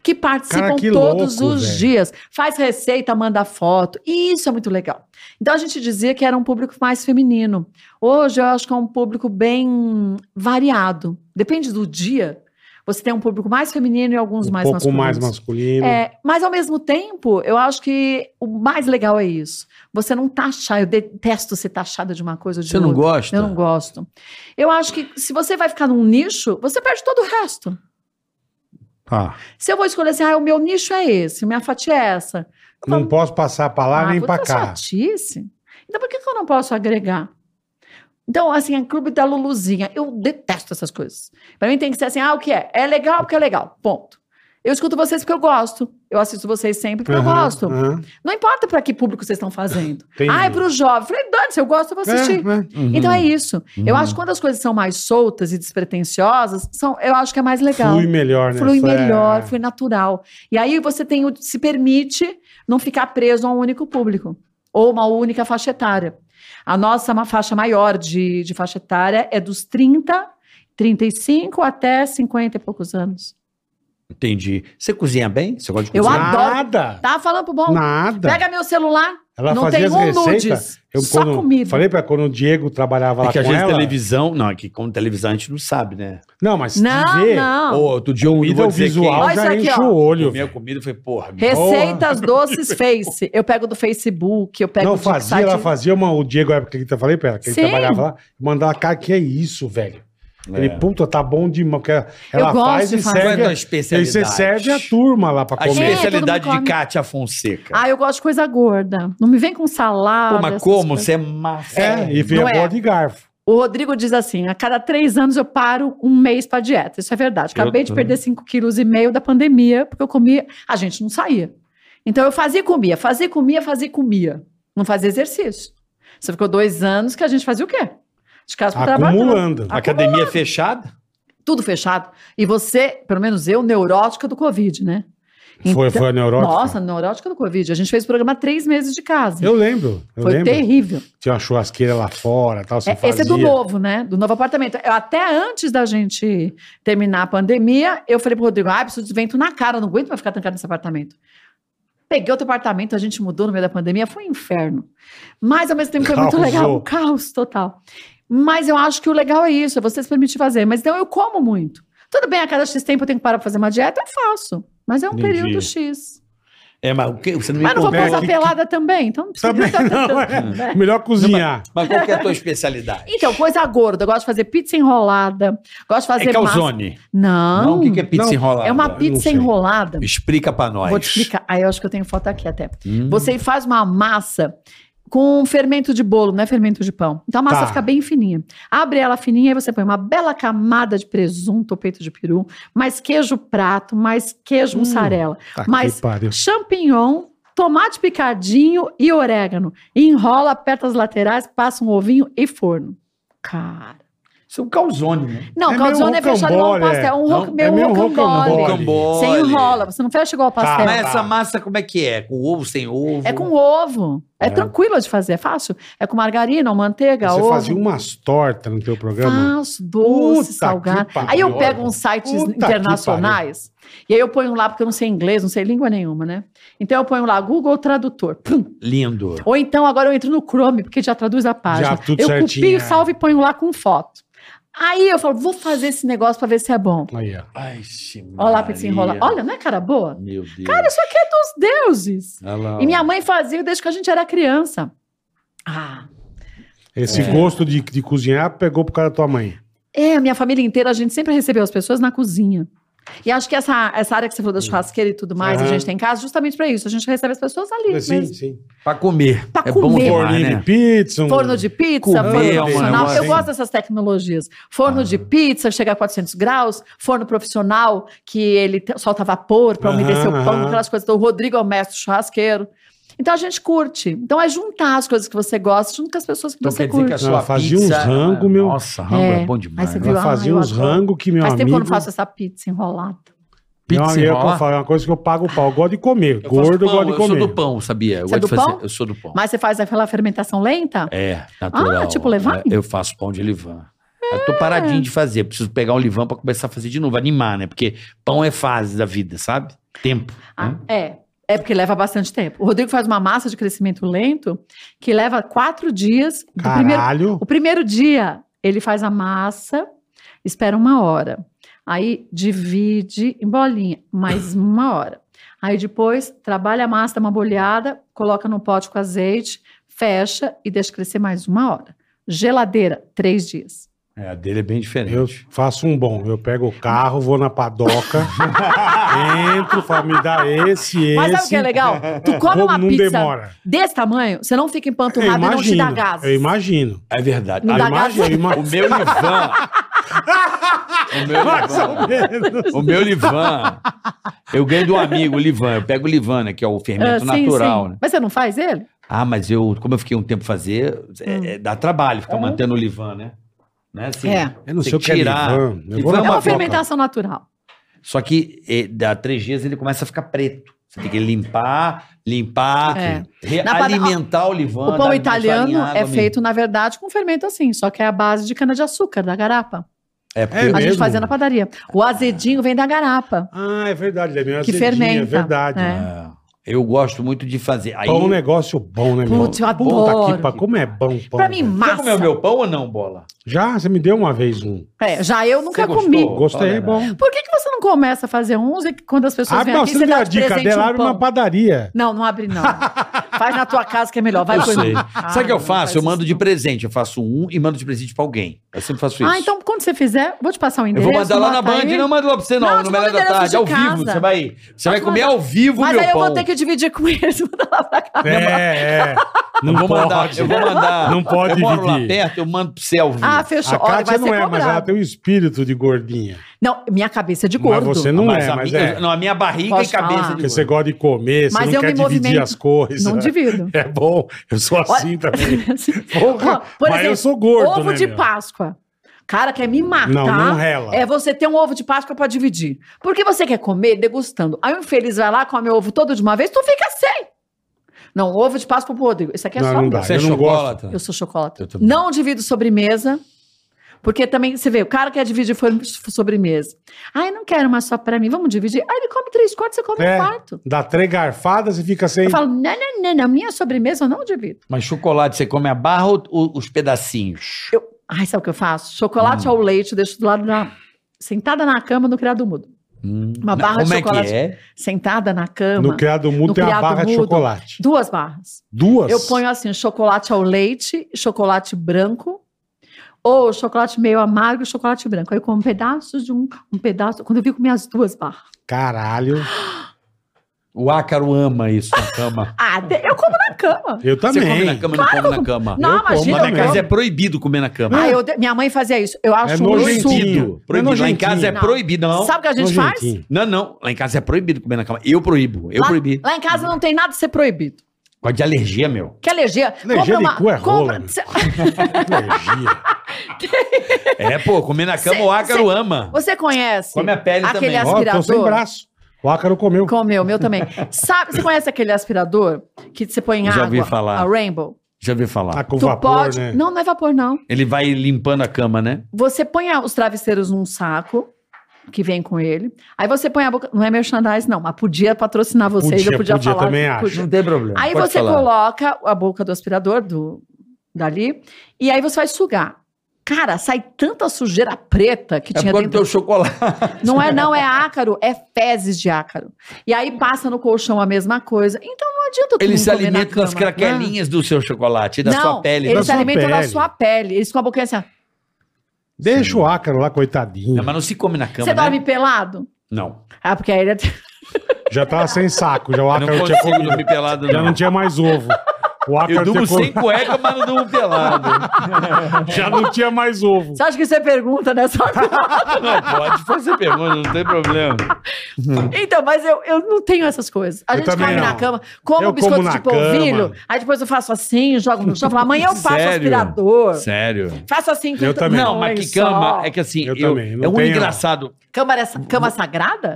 E: que participam
D: Cara, que
E: todos
D: louco,
E: os
D: velho.
E: dias, faz receita, manda foto, e isso é muito legal. Então a gente dizia que era um público mais feminino. Hoje eu acho que é um público bem variado. Depende do dia, você tem um público mais feminino e alguns
D: um
E: mais
D: pouco
E: masculinos.
D: mais masculino.
E: É, mas ao mesmo tempo, eu acho que o mais legal é isso. Você não taxar, eu detesto ser taxada de uma coisa ou de
C: Você
E: outra.
C: não gosta?
E: Eu não gosto. Eu acho que se você vai ficar num nicho, você perde todo o resto.
C: Ah,
E: Se eu vou escolher assim, ah, o meu nicho é esse, minha fatia é essa. Eu
D: Não
E: falo,
D: posso passar pra lá
E: ah,
D: nem pra
E: puta
D: cá.
E: chatice. Então por que, que eu não posso agregar? Então, assim, é clube da Luluzinha. Eu detesto essas coisas. Pra mim tem que ser assim, ah, o que é? É legal porque é legal. Ponto. Eu escuto vocês porque eu gosto. Eu assisto vocês sempre porque eu
D: Aham,
E: gosto.
D: aham.
E: Não importa pra que público vocês estão fazendo.
D: Entendi.
E: ah, é pro jovem. Falei, dane-se, eu gosto, eu vou assistir.
D: É, é.
E: Então é isso.
C: Uhum.
E: Eu acho que
D: Hum.
E: quando as coisas são mais soltas e despretensiosas, são, eu acho que é mais legal.
D: Flui melhor, né?
E: Flui
D: Isso é-
E: melhor, flui natural. E aí você tem o- se permite não ficar preso a um único público ou uma única faixa etária. A nossa ma- faixa maior de, de faixa etária é dos 30, 35 até 50 e poucos anos.
C: entendi. Você cozinha bem? Você gosta de
E: Eu
C: cozinhar?
E: adoro.
D: Nada.
E: Tá falando pro bom?
D: Nada.
E: Pega meu celular,
D: Ela
E: não
D: fazia
E: tem
D: as
E: um
D: receitas.
E: nudes,
D: Eu
E: só
D: quando-
E: comida.
D: Falei pra quando o Diego trabalhava
C: É
D: lá
C: que às
D: com
C: vezes
D: ela.
C: televisão. Não, é que como televisão a gente não sabe, né?
D: Não, mas
E: Não,
D: vê,
E: não.
C: Ou outro dia um eu não
D: comida
C: vou
D: o
C: dizer
D: visual
E: Olha isso
D: já
E: aqui,
D: enche
E: ó.
D: o
C: quem.
D: olho.
C: Comi a comida e falei, porra, meu.
E: Receitas doces Face. Eu pego do Facebook, eu pego
D: Não
E: do
D: fazia,
E: site.
D: ela fazia uma, o Diego, na época que eu falei pra ela, que
E: Sim.
D: ele trabalhava lá, mandava, cara, que é isso, velho?
C: É.
D: Ele, puta, tá bom demais. porque Ela, ela
E: gosto
D: faz
E: de
D: e
E: fazer.
C: Qual é a
D: serve.
C: tua
D: a- E aí
C: especialidade?
D: você serve a turma lá pra
C: A
D: comer.
E: É, todo mundo
C: especialidade de
E: come.
C: Cátia Fonseca.
E: Ah, eu gosto de coisa gorda. Não me vem com salada.
C: Pô, mas
E: essas
C: como?
E: coisas.
C: Você é massa.
D: É, e vê
E: Não
D: a
E: é.
D: bola de garfo.
E: O Rodrigo diz assim: a cada três anos eu paro um mês pra dieta. Isso é verdade.
C: Eu
E: Acabei de
C: também.
E: perder cinco quilos e meio da pandemia, porque eu comia. A gente não saía. Então eu fazia e comia, fazia e comia, fazia e comia. Não fazia exercício. Você ficou dois anos que a gente fazia o quê? De casa pro trabalho.
D: Acumulando.
C: Academia fechada?
E: Tudo fechado. E você, pelo menos eu, neurótica do Covid, né?
D: Foi,
E: Então-
D: foi a neurótica.
E: Nossa, neurótica do Covid. A gente fez o programa três meses de casa.
D: Eu lembro, eu
E: Foi
D: lembro.
E: terrível.
D: Tinha uma churrasqueira lá fora, tal, você
E: É, esse é do novo, né? Do novo apartamento. Eu, até antes da gente terminar a pandemia, eu falei pro Rodrigo: ah, preciso de vento na cara, eu não aguento mais ficar trancado nesse apartamento. Peguei outro apartamento, a gente mudou no meio da pandemia, foi um inferno. Mas ao mesmo tempo foi muito
D: Causou.
E: legal, um caos total. Mas eu acho que o legal é isso, é você se permitir fazer. Mas então eu como muito. Tudo bem, a cada X tempo eu tenho que parar pra fazer uma dieta, eu faço. Mas é um
C: Entendi.
E: período X.
C: É, mas o que? Você não me
E: Mas não vou
D: contou
C: contou.
E: posar
D: que-
E: pelada também, então não precisa
D: Também
E: ficar
D: não,
E: tentando, né?
D: é. Melhor cozinhar.
C: Mas qual que é a tua especialidade?
E: Então, coisa gorda. Eu gosto de fazer pizza enrolada. Gosto de fazer
C: é
E: massa.
C: calzone.
E: Não.
C: Não, o que, que é pizza
D: Não,
C: enrolada?
E: É uma pizza
D: sei.
E: enrolada.
C: Explica pra nós.
E: Vou te explicar. Aí eu acho que eu tenho foto aqui até.
C: Hum.
E: Você faz uma massa com fermento de bolo, não é fermento de pão. Então a massa
D: Tá.
E: fica bem fininha. Abre ela fininha e você põe uma bela camada de presunto ou peito de peru, mais queijo prato, mais queijo mussarela,
D: Tá que
E: Mas-
D: pariu.
E: champignon, tomate picadinho e orégano. Enrola, aperta as laterais, passa um ovinho e forno. Cara.
C: Isso é um calzone, né?
E: Não,
D: É
E: calzone é
D: meio
E: fechado igual um
D: rocambole,
E: pastel. É um
C: Não,
E: roc-
C: é
E: meio
D: meio
E: rocambole.
D: rocambole.
E: Você enrola, você não fecha igual
D: Tá,
E: pastel.
C: Mas essa massa como é que é? Com ovo, sem ovo?
E: É com ovo. É,
D: É.
E: tranquilo de fazer, é fácil. É com margarina ou manteiga,
D: Você
E: ovo.
D: fazia umas tortas no teu programa?
E: Faço, doce,
D: Puta
E: salgado.
D: que pariu.
E: Aí eu pego uns sites
D: Puta que
E: internacionais e aí eu ponho lá, porque eu não sei inglês, não sei língua nenhuma, né? Então eu ponho lá Google Tradutor. Pum.
C: Lindo.
E: Ou então agora eu entro no Chrome, porque já traduz a página.
D: Já tudo
E: eu
D: certinho, é.
E: copio, salvo e ponho lá com foto. Aí eu falo, vou fazer esse negócio pra ver se é bom.
D: Aí, ó.
C: Ai,
E: Olha lá pra se enrolar. Olha, não é cara boa?
C: Meu Deus.
E: Cara, isso aqui é dos deuses.
C: Olha lá,
E: E minha mãe fazia desde que a gente era criança. Ah,
D: Esse gosto de, de cozinhar pegou por causa da tua mãe.
E: é, a minha família inteira, a gente sempre recebeu as pessoas na cozinha. E acho que essa, essa área que você falou da churrasqueira e tudo mais, a
D: Hum. Aham.
E: gente tem em casa, justamente pra isso. A gente recebe as pessoas ali.
D: Sim,
E: mesmo.
D: sim.
C: Pra comer.
E: Pra
C: é bom
E: comer.
C: demais,
D: Forninho
C: né?
D: de pizza. um-
E: Forno de pizza,
C: Comer
E: forno
C: é um
E: profissional.
C: negócio,
E: Eu
D: hein?
E: gosto dessas tecnologias. Forno
C: Ah.
E: de pizza, chega a 400 graus. Forno profissional, que ele te- solta vapor pra
D: Aham,
E: umedecer o
D: aham.
E: pão, aquelas coisas. Então, o Rodrigo é o mestre churrasqueiro. Então, a gente curte. Então, é juntar as coisas que você gosta junto com as pessoas que
C: Então quer
E: você
C: dizer
E: curte.
C: que a
D: curte.
C: sua
D: Ela fazia uns
C: pizza...
D: rango, meu.
C: Nossa, rango é,
E: É.
C: bom demais.
E: Aí você
C: né?
E: viu,
D: Ela fazia
E: Ai, eu
D: uns
E: adoro.
D: rangos
C: é
D: que meu
E: Faz tempo
D: amigo...
E: que eu não faço essa pizza enrolada.
C: Pizza
D: não, eu,
C: enrola?
D: eu falo, é uma coisa que eu pago o pau. Eu gosto de comer.
C: Eu faço
D: Gordo, eu
C: pão,
D: gosto de comer.
C: Eu sou do pão, sabia? Eu
E: Você
C: gosto de
E: é do
C: fazer-
E: pão?
C: Eu sou do pão.
E: Mas você faz aquela fermentação lenta?
C: É, natural.
E: Ah, tipo Ah, Levine?
C: É, Eu faço pão de levan. Eu tô paradinho de fazer. Preciso pegar um livão pra começar a fazer de novo, animar, né? Porque pão é fase da vida, sabe? Tempo.
E: Ah,
C: né?
E: é. É porque leva bastante tempo. O Rodrigo faz uma massa de crescimento lento que leva quatro dias. do primeiro-
D: Caralho.
E: o primeiro dia, ele faz a massa, espera uma hora. Aí divide em bolinha, mais uma hora. Aí depois trabalha a massa, dá uma bolhada, coloca no pote com azeite, fecha e deixa crescer mais uma hora. Geladeira, três dias.
C: É, a dele é bem diferente.
D: Eu faço um bom. Eu pego o carro, vou na padoca, entro, falo, me dá esse, esse.
E: Mas sabe o que é legal? Tu come
D: Como
E: uma
D: não
E: pizza
D: demora.
E: desse tamanho, você não fica
D: Eu
E: empanturrado e não te dá
D: imagino.
E: gás.
D: Eu imagino.
C: É verdade. é
E: Não
D: Eu
E: dá
D: imagino, eu
C: O
D: imagino.
C: meu Livan. o meu Livan. O meu Livan. Eu ganho do amigo, o Livan. Eu pego o Livan, né, que é o
E: Ah,
C: fermento
E: sim,
C: natural,
E: sim.
C: né?
E: Mas você não faz ele?
C: Ah, mas eu, como eu fiquei um tempo fazer,
E: Hum.
C: é- é- dá trabalho ficar mantendo o Livan, né? Né, assim,
E: É.
D: Eu não sei
C: Tem
D: o que é
C: tirar.
D: Livan. Eu vou
C: Livan
D: na
E: É uma
C: Padoca.
E: fermentação natural.
C: Só que eh, dá três dias ele começa a ficar preto. Você tem que limpar, limpar,
E: É. Na pad-
C: alimentar o Livan.
E: o
C: dar
E: pão
C: alimento,
E: italiano
C: farinha,
E: é
C: água,
E: feito, na verdade, com fermento assim, só que é a base de cana-de-açúcar, da garapa.
C: É, porque
D: É
E: a gente
D: mesmo?
E: fazia na padaria. O azedinho vem da garapa,
D: Ah, é verdade, ele é meio
E: que
D: azedinho,
E: fermenta.
D: É verdade.
E: É.
C: É, eu gosto muito de fazer. Aí,
D: Pão é um negócio bom, né, meu?
E: Putz, eu
D: Puta
E: adoro.
D: que pa- Como é bom pão.
E: Pra mim,
D: velho.
C: Você
E: massa.
C: comeu meu pão ou não, bola?
D: Já, você me deu uma vez um.
E: É, já eu nunca
C: Você gostou?
E: comi.
D: Gostei,
C: Fala a
D: bom.
C: verdade.
E: Por que, que você não começa a fazer uns e que quando as
C: Ah,
E: pessoas
D: Abre
E: vêm
D: não,
E: aqui,
D: você
E: você
D: me deu
E: dá
D: a
E: de
D: dica
E: presente
D: dela,
E: um
D: abre uma
E: pão?
D: padaria.
E: Não, não abre não. Faz na tua casa que é melhor. Vai
C: eu
E: com
C: sei.
E: Ah,
C: Sabe o que eu
E: não
C: faço?
E: faz
C: Eu mando
E: isso,
C: de
E: não.
C: presente. Eu faço um e mando de presente pra alguém. Eu sempre faço isso.
E: Ah, então quando você fizer, vou te passar o
C: Eu
E: endereço.
C: vou mandar lá na
E: bota
C: Band,
E: aí.
C: não mando lá pra você, não.
E: Não, eu te
C: no Melhor
E: mando
C: da
E: endereço
C: Tarde,
E: de
C: ao
E: casa.
C: vivo. Você vai, você vai
E: te
C: comer
E: mandar.
C: ao vivo
E: Mas
C: meu
E: aí eu
C: pão.
E: vou ter que dividir com eles. Mandar lá pra cá.
D: É, é. Não
C: Eu vou mandar,
D: pode.
C: eu vou mandar.
D: Não pode
C: Eu moro lá
D: dividir.
C: perto, eu mando pro céu.
E: Ah, fechou.
D: A
E: Olha,
D: Kátia
E: vai
D: não
E: ser
D: é, mas ela
E: cobrado.
D: tem o espírito de gordinha.
E: Não, minha cabeça é de gordo.
D: Mas você não é,
C: a
D: mas
C: minha,
D: é.
C: não, a minha barriga
E: Posso
C: e cabeça
E: falar?
C: de
D: Porque você
C: gordo.
D: gosta de comer, você
E: Mas
D: não
E: eu
D: quer
E: me
D: dividir
E: movimento.
D: as coisas.
E: Não divido.
D: É bom, eu sou assim também. Porra,
E: Ó, por
D: mas
E: exemplo,
D: eu sou gordo,
E: ovo
D: né,
E: de
D: meu?
E: Páscoa. Cara, quer me matar.
D: Não, não rela.
E: É você ter um ovo de Páscoa pra dividir. Porque você quer comer degustando. Aí o infeliz vai lá, come o ovo todo de uma vez, tu fica sem. Não, ovo de Páscoa pro Rodrigo. Isso aqui é
D: Não,
E: só
D: não
E: meu.
D: dá.
C: Você é
D: Eu não
C: chocolate?
E: Eu sou chocolate.
C: Eu também.
E: não divido sobremesa. Porque também, você vê, o cara quer dividir for- sobremesa. Ai, não quero uma só pra mim, vamos dividir. Aí ele come três quartos, você come
D: É.
E: um quarto.
D: Dá três garfadas e fica sem.
E: Eu falo, não, não, não, não, minha sobremesa eu não divido.
C: Mas chocolate, você come a barra ou ou os pedacinhos?
E: Eu, ai, sabe o que eu faço? Chocolate ao leite, eu deixo do lado da. Sentada na cama no criado mudo.
C: Hum.
E: Uma barra de
C: Como
E: chocolate.
C: é que é?
E: Sentada na cama,
D: No criado mudo
E: No
D: tem uma
E: criado
D: barra de
E: mudo.
D: chocolate.
E: duas barras.
D: Duas?
E: Eu ponho assim, chocolate ao leite, chocolate branco, ou chocolate meio amargo e chocolate branco. Aí eu como pedaços de um, um pedaço. Quando eu vi, eu comi as duas barras.
D: Caralho.
C: O ácaro ama isso na cama.
E: Ah, de- eu como na cama.
D: Eu também.
C: Você come na cama, não come na cama.
E: Não,
D: eu como,
E: imagina.
C: Na minha
E: eu
C: casa é Hum.
E: como.
C: proibido comer na cama.
E: Ah, eu de- minha mãe fazia isso. Eu acho um
D: nojentinho.
E: absurdo.
C: proibido. proibido. Lá em casa é
E: Não.
C: proibido, não.
E: Sabe o que a gente faz?
D: Nojentinho.
C: Não, não. Lá em casa é proibido comer na cama. Eu proíbo. Eu
E: lá,
C: proibi.
E: lá em casa não tem nada de ser proibido.
C: Gosto de alergia, meu.
E: Que alergia?
D: Alergia
E: compra
D: de cu é rola,
E: compra-
D: né?
E: cê-
D: Alergia.
C: É, pô, comer na cama
E: Cê-
C: o ácaro
E: cê-
C: ama.
E: Você conhece?
C: Come a pele
E: aquele
C: também.
E: as-
D: Ó, tô sem
E: Aspirador.
D: braço. O ácaro comeu.
E: Comeu, meu também. Sabe, você conhece aquele aspirador que você põe em
C: Já
E: água?
C: ouvi falar.
E: A Rainbow.
C: Já ouvi
D: Tá
C: falar.
D: com
E: tu
D: vapor,
E: pode.
D: né?
E: Não, não é vapor, não.
C: Ele vai limpando a cama, né?
E: Você põe a- os travesseiros num saco que vem com ele. Aí você põe a boca. Não é merchandise, não, mas podia patrocinar vocês.
D: Podia,
E: eu podia,
D: podia,
E: falar.
D: também acho.
E: podia.
C: Não tem problema.
E: Aí
C: Pode
E: você
C: falar.
E: coloca a boca do aspirador do dali e aí você vai sugar. Cara, sai tanta sujeira preta que
C: É
E: tinha
C: por causa do
E: dentro.
C: teu chocolate.
E: Não é não, é ácaro, é fezes de ácaro. E aí passa no colchão a mesma coisa. Então não adianta tu
C: Ele
E: não
C: se
E: comer na
C: alimenta das
E: cama. né?
C: craquelinhas do seu chocolate, da
E: não,
C: sua pele.
D: da
E: eles se
D: sua
E: alimentam da
D: pele.
E: sua pele. Eles com a boquinha assim, ó.
D: Deixa o ácaro lá, coitadinho.
C: Não, mas não se come na cama,
E: você
C: né?
E: dorme pelado?
C: Não.
E: Ah, porque aí ele...
D: Já tava sem saco, já o
C: Eu
D: ácaro
C: não
D: Ah, tinha
C: consigo
D: comido.
C: dormir pelado,
D: Já não
C: não.
D: tinha mais ovo. O
C: Eu
D: ácaro tinha
C: durmo
D: comido.
C: sem cueca, mas não durmo pelado.
D: Já não tinha mais ovo.
E: Você acha que você pergunta, né? Só-
C: Não, pode fazer pergunta, não tem problema.
E: Então, mas eu, eu não tenho essas coisas. A
D: Eu
E: gente
D: também
E: come na
D: não.
E: cama, como
D: Eu
E: biscoito
D: como na
E: de polvilho,
D: cama.
E: aí depois eu faço assim, jogo no chão, falo, amanhã eu passo
C: Sério?
E: aspirador.
C: Sério.
E: Faço assim. com
D: Eu
E: to-
D: também.
C: Não, mas que cama.
E: só.
C: É que assim,
D: Eu
C: eu-
D: também, não
C: é um
D: tenho-
C: engraçado.
E: Cama, era sa- cama sagrada?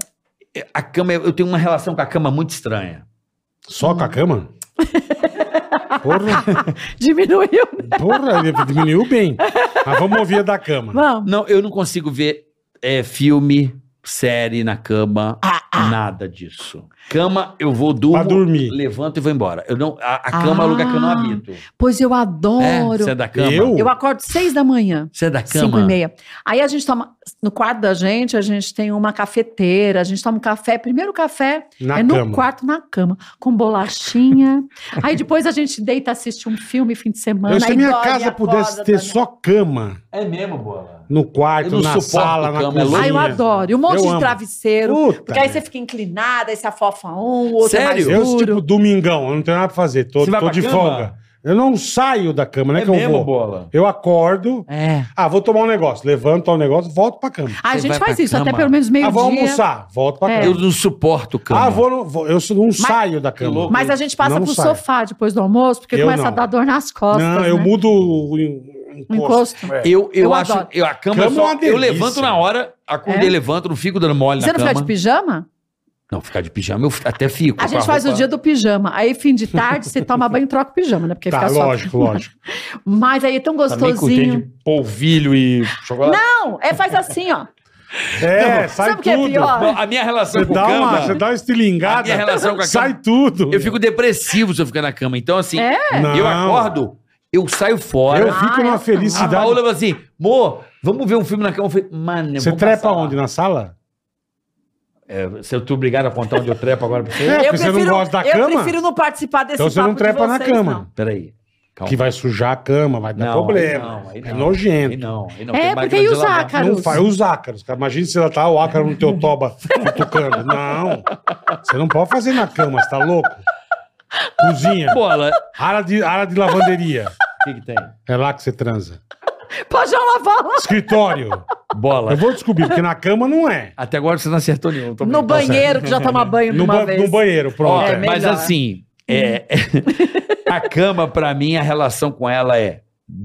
C: A cama, eu tenho uma relação com a cama muito estranha.
D: Só com a cama? Porra,
E: Diminuiu, né?
D: porra, ele diminuiu bem. Mas vamos ouvir a da cama.
E: Vamos.
C: Não, eu não consigo ver é, filme, série na cama,
E: Ah,
C: nada disso. Cama, eu vou
D: Pra
C: durmo,
D: dormir.
C: levanto e vou embora. Eu não, a, a cama é o lugar que eu não
E: Ah,
C: habito.
E: Pois eu
C: É,
E: adoro.
C: você é da cama?
D: Eu?
E: Eu acordo seis da manhã.
C: Você é da
E: Cinco e
C: cama?
E: meia. Aí a gente toma. No quarto da gente, a gente tem uma cafeteira, a gente toma um café. Primeiro café
D: Na
E: é
D: cama.
E: no quarto, na cama, com bolachinha. aí depois a gente deita, assiste um filme fim de semana.
D: Eu, Então, se a
E: aí
D: minha
E: dorme,
D: casa
E: acorda,
D: pudesse ter
E: dorme.
D: só cama
C: É mesmo, bola.
D: no
C: Eu
D: quarto,
C: não
D: na
C: suporto
D: sala, na
C: cama, é
D: cozinha.
C: louco.
E: Ah, eu adoro. E um monte
D: Eu
E: de
D: amo.
E: travesseiro.
D: Puta
E: porque aí
D: merda.
E: você fica inclinada, aí você afofa um, o outro é mais
C: Sério?
D: Eu,
E: duro.
D: tipo, domingão, eu não tenho nada pra fazer, tô,
C: Você vai
D: tô
C: pra
D: de
C: cama?
D: folga. Eu não saio da cama, não é,
C: É
D: que eu
C: mesmo,
D: vou.
C: bola.
D: Eu acordo,
C: É.
D: ah, vou tomar um negócio, levanto, tomo um negócio, volto pra cama.
E: Ah, a
C: Você vai
E: gente faz
C: pra
E: isso até
C: cama.
E: pelo menos meio
D: Ah, vou
E: dia.
D: almoçar, volto pra
E: É.
D: cama.
C: Eu não suporto cama.
D: Ah, vou, no- vou- eu não saio da
C: Que
D: cama.
C: louco.
E: Mas a gente passa
D: Não
E: pro
D: sai.
E: sofá depois do almoço, porque
D: Eu
E: começa
D: não.
E: a dar dor nas costas.
D: não, eu
E: né? Um
D: mudo o en-
E: O
D: encosto.
E: encosto.
C: Eu, eu,
E: Eu
C: acho.
E: adoro.
C: Eu, a cama,
D: Cama
C: eu só-
D: é uma delícia.
C: Eu levanto na hora, acordei,
E: É?
C: levanto, não fico dando mole
E: Você
C: na
E: não
C: cama.
E: fica de pijama?
C: Não, ficar de pijama eu f- até fico.
E: A gente faz o dia do pijama. Aí, fim de tarde, você toma banho e troca o pijama, né? Porque
D: Tá,
E: fica só.
D: lógico, lógico.
E: Mas aí é tão
C: Também que tem
E: gostosinho.
C: Tá de polvilho e chocolate.
E: Não, é faz assim, ó.
D: É, sai
E: Sabe o que é
D: tudo.
E: pior?
C: Bom, a minha relação
D: Você
C: com
D: dá,
C: cama...
D: uma, você dá uma
C: A minha
D: estilingada,
C: relação com a
D: sai
C: cama...
D: tudo.
C: Eu fico depressivo se eu ficar na cama. Então, assim,
E: É?
D: Não.
C: eu acordo, eu saio fora.
D: Eu fico
E: Ah,
D: numa
E: eu-
C: A
D: felicidade.
C: Paola fala assim, Mô, vamos ver um filme na cama. Eu falei, mano, eu
D: Você
C: vou
D: trepa
C: passar lá."
D: onde? Na sala?
C: É, se eu tô obrigado a contar onde eu trepo agora pra você...
D: É, porque você não gosta da
E: eu
D: cama?
E: prefiro não participar desse
D: Então você não
E: papo de
D: trepa na
E: vocês,
D: cama.
E: não.
C: Peraí. Calma.
D: Que vai sujar a cama, vai dar
C: Não, aí
D: problema.
C: não, aí
D: É
C: não. Aí
D: nojento.
C: não, aí não.
E: É,
C: tem máquina
E: porque aí
C: de
E: os
C: lavar.
E: ácaros.
D: Não faz os ácaros, cara. Imagina se ela tá o ácaro no teu toba cutucando. Não. Você não pode fazer na cama, você tá louco? Cozinha.
C: Bola,
D: Área de, área de lavanderia.
C: o que que tem?
D: É lá que você transa.
E: Pode já lavar lá.
D: Escritório.
C: Bola.
D: Eu vou descobrir, porque na cama não é.
C: Até agora você não acertou nenhum. tô
E: No
C: brincando.
E: banheiro, que já toma banho de
D: No,
E: uma
D: ba-
E: vez.
D: no banheiro,
C: Ó,
D: pronto.
E: É,
D: é.
C: mas
E: melhor.
C: assim, é, a cama, pra mim, a relação com ela é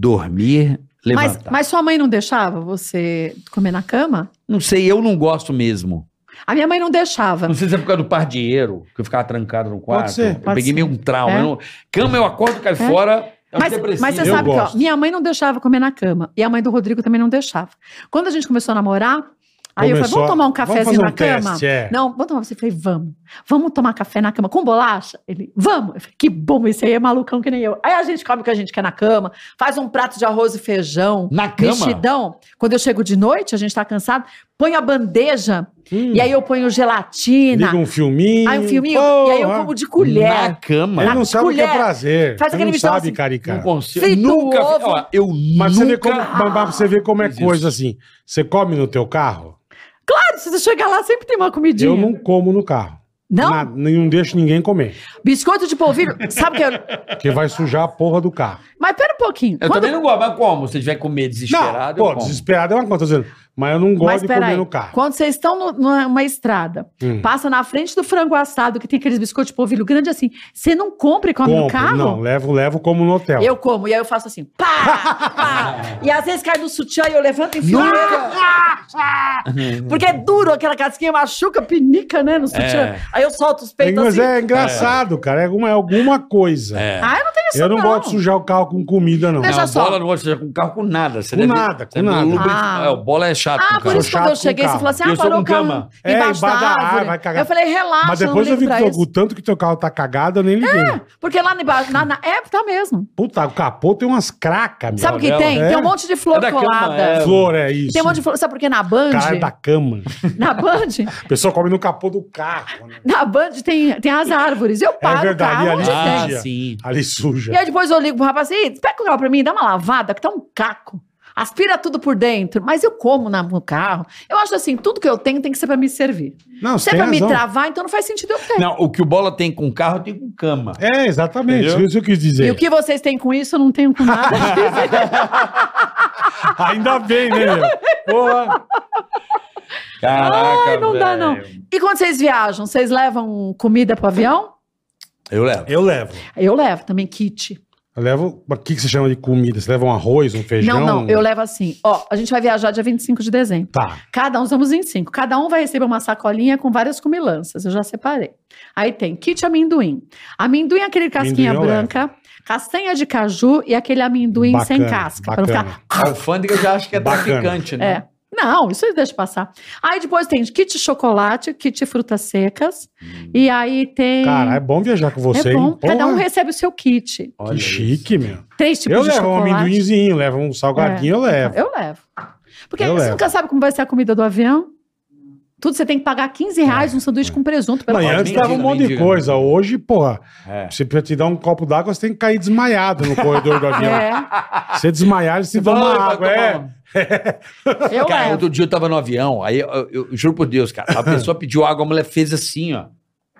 C: dormir,
E: mas,
C: levantar.
E: mas sua mãe não deixava você comer na cama?
C: Não sei, eu não gosto mesmo.
E: A minha mãe não deixava.
C: Não sei se é por causa do pardieiro, que eu ficava trancado no quarto.
D: ser,
C: eu
E: pode
C: peguei
E: ser.
C: meio um trauma.
E: É.
C: Eu não- Cama, eu acordo, caio fora. É um
E: Mas,
C: depressivo.
E: mas você
D: Eu
E: sabe que,
D: gosto.
E: ó, minha mãe não deixava comer na cama. E a mãe do Rodrigo também não deixava. Quando a gente começou a namorar, aí eu falei,
D: Começou a-
E: vamos tomar um cafezinho na
D: vamos fazer um
E: cama?
D: teste, é.
E: Não, vamos tomar. Você falei, vamos. Vamos tomar café na cama com bolacha? Ele, vamos. Eu falei, que bom, esse aí é malucão que nem eu. Aí a gente come o que a gente quer na cama, faz um prato de arroz e feijão.
C: Na cama?
E: Mexidão. Quando eu chego de noite, a gente tá cansado, ponho a bandeja,
D: Hum.
E: e aí eu ponho gelatina,
D: Liga um filminho.
E: aí um filminho, e aí eu como de
C: Na
E: colher.
C: cama.
D: Ele não sabe o que é
E: colher.
D: prazer.
E: Faz
D: Ele
E: aquele
D: não
E: bichão
D: sabe,
E: assim.
C: Não
D: carica.
C: consigo.
E: Frito
C: nunca.
E: ovo.
C: Ó, eu
D: Mas você, vê
C: nunca.
D: como, mas pra você ver como é
C: Fiz isso.
D: coisa assim. Você come no teu carro?
E: Claro, se você chegar lá, sempre tem uma comidinha.
D: Eu não como no carro.
E: Não?
D: Na- não deixo ninguém comer.
E: Biscoito de polvilho, sabe que eu...
D: Porque vai sujar a porra do carro.
E: Mas pera um pouquinho.
C: Eu
E: Quando-
C: também não gosto, mas como? Se tiver comer
D: Não,
C: desesperado, eu
D: pô,
C: como.
D: desesperado é uma coisa. tô dizendo, Mas eu não
E: Mas
D: gosto de
E: pera
D: comer
E: aí.
D: no carro.
E: Quando vocês estão no- numa estrada,
D: Hum.
E: passa na frente do frango assado, que tem aqueles biscoitos de polvilho grande assim, você não compra e come no
D: Compro,
E: carro?
D: Não, levo, levo como no hotel.
E: Eu como, e aí eu faço assim, pá, pá. e às vezes cai no sutiã e eu levanto e enfio. Porque é duro, aquela casquinha machuca, pinica, né, no sutiã.
C: É.
E: Aí eu solto os
D: É,
E: peitos
D: mas
E: assim.
D: é engraçado, cara. É alguma, é alguma coisa.
C: É.
E: Ah, eu não tenho isso
D: eu não,
E: não.
D: gosto de sujar o carro com comida, não.
E: Mas Veja
C: não,
E: só.
C: bola não gosta de jogar com carro com nada. Você
D: Com
C: deve-
D: nada, com
C: você deve
D: nada.
C: lubri-
E: Ah.
C: É, o bola é chato
E: Ah,
C: com
E: por
C: carro.
E: isso quando
D: chato
E: eu
D: com
E: cheguei, você
D: carro.
E: falou assim,
C: Eu
E: ah,
C: sou
E: parou
C: com
E: o carro
C: cama.
D: É,
E: embaixo da
D: embaixo da árvore,
E: árvore.
D: vai cagar.
E: Eu falei, relaxa,
D: Mas
E: não
D: depois eu
E: ligo
D: vi que
E: pra
D: teu-
E: isso. É.
D: o tanto que teu carro tá cagado, eu nem liguei.
E: Porque lá embaixo, na, na, é, tá mesmo.
D: Puta, o capô tem umas cracas, meu.
E: Sabe o que
C: Gabriela,
E: tem?
D: é?
E: Tem um monte de flor
C: É da cama,
E: colada.
C: é.
D: Flor, é isso.
E: Tem um monte de flor. Sabe por quê? Na Band,
D: Cara tá- da cama.
E: na Band,
D: O pessoal come no capô do carro. Né?
E: na Band tem, tem as árvores. Eu paro
D: É verdade,
E: o
D: e
E: carro
D: ali-
E: onde
D: Ah,
E: tem.
D: dia.
C: sim.
D: Ali suja.
E: E aí depois eu ligo pro rapaz assim, "Ih, pega o carro pra mim, dá uma lavada, que tá um caco. Aspira tudo por dentro. Mas eu como na- no carro. Eu acho assim, tudo que eu tenho tem que ser pra me servir.
D: Não,
E: Se
D: você
E: é
D: tem
E: pra me
D: razão.
E: travar, então não faz sentido eu ter.
C: Não, o que o bola tem com carro, tem com cama.
D: É, exatamente.
C: Entendeu?
D: Isso que eu quis dizer.
E: E o que vocês têm com isso, eu não tenho com nada.
D: Ainda bem, né, meu? Porra.
C: Caraca,
E: Ai, não dá, não.
C: velho.
E: e quando vocês viajam, vocês levam comida pro avião?
C: Eu levo.
D: Eu levo.
E: Eu levo também kit.
D: Eu levo. Mas O que, que você chama de comida? Você leva um arroz, um feijão?
E: Não, não, eu levo assim. Ó, a gente vai viajar dia 25 de dezembro.
D: Tá.
E: Cada um, somos 25. Cada um vai receber uma sacolinha com várias comilanças. Eu já separei. Aí tem kit amendoim. Amendoim é aquele casquinha
D: Amendoim eu
E: branca, castanha de caju e aquele amendoim sem
D: Bacana,
E: casca. Pra não
D: Bacana.
E: ficar.
C: Alfândega eu Ah, já acho que é
D: Bacana.
C: traficante, né?
E: É. Não, isso aí deixa passar. Aí depois tem kit chocolate, kit frutas secas.
D: Hum.
E: E aí tem.
D: Cara, é bom viajar com você,
E: Hum, é bom.
D: hein? Porra,
E: Cada um recebe o seu kit.
D: Que chique, meu.
E: Três tipos
D: eu
E: de
D: levo
E: chocolate. É.
D: um amendoinzinho, levo um salgadinho, eu levo.
E: Eu levo. Porque
D: Eu
E: aí você
D: levo.
E: nunca sabe como vai ser a comida do avião. Tudo você tem que pagar 15 reais um sanduíche com presunto. Pelo
D: Não, e
E: amor de
D: antes
E: Deus.
D: dava um monte de
C: mendiga.
D: coisa. Hoje, porra,
C: É.
D: você pra te dar um copo d'água, você tem que cair desmaiado no corredor do avião.
E: É,
D: Você desmaiar, eles te dão
C: Vai,
D: uma
C: vai
D: água.
C: tomar
D: É.
C: uma-
E: eu
C: cara,
E: levo.
C: outro dia eu tava no avião, aí eu, eu- eu juro por Deus, cara. A pessoa pediu água, a mulher fez assim, ó.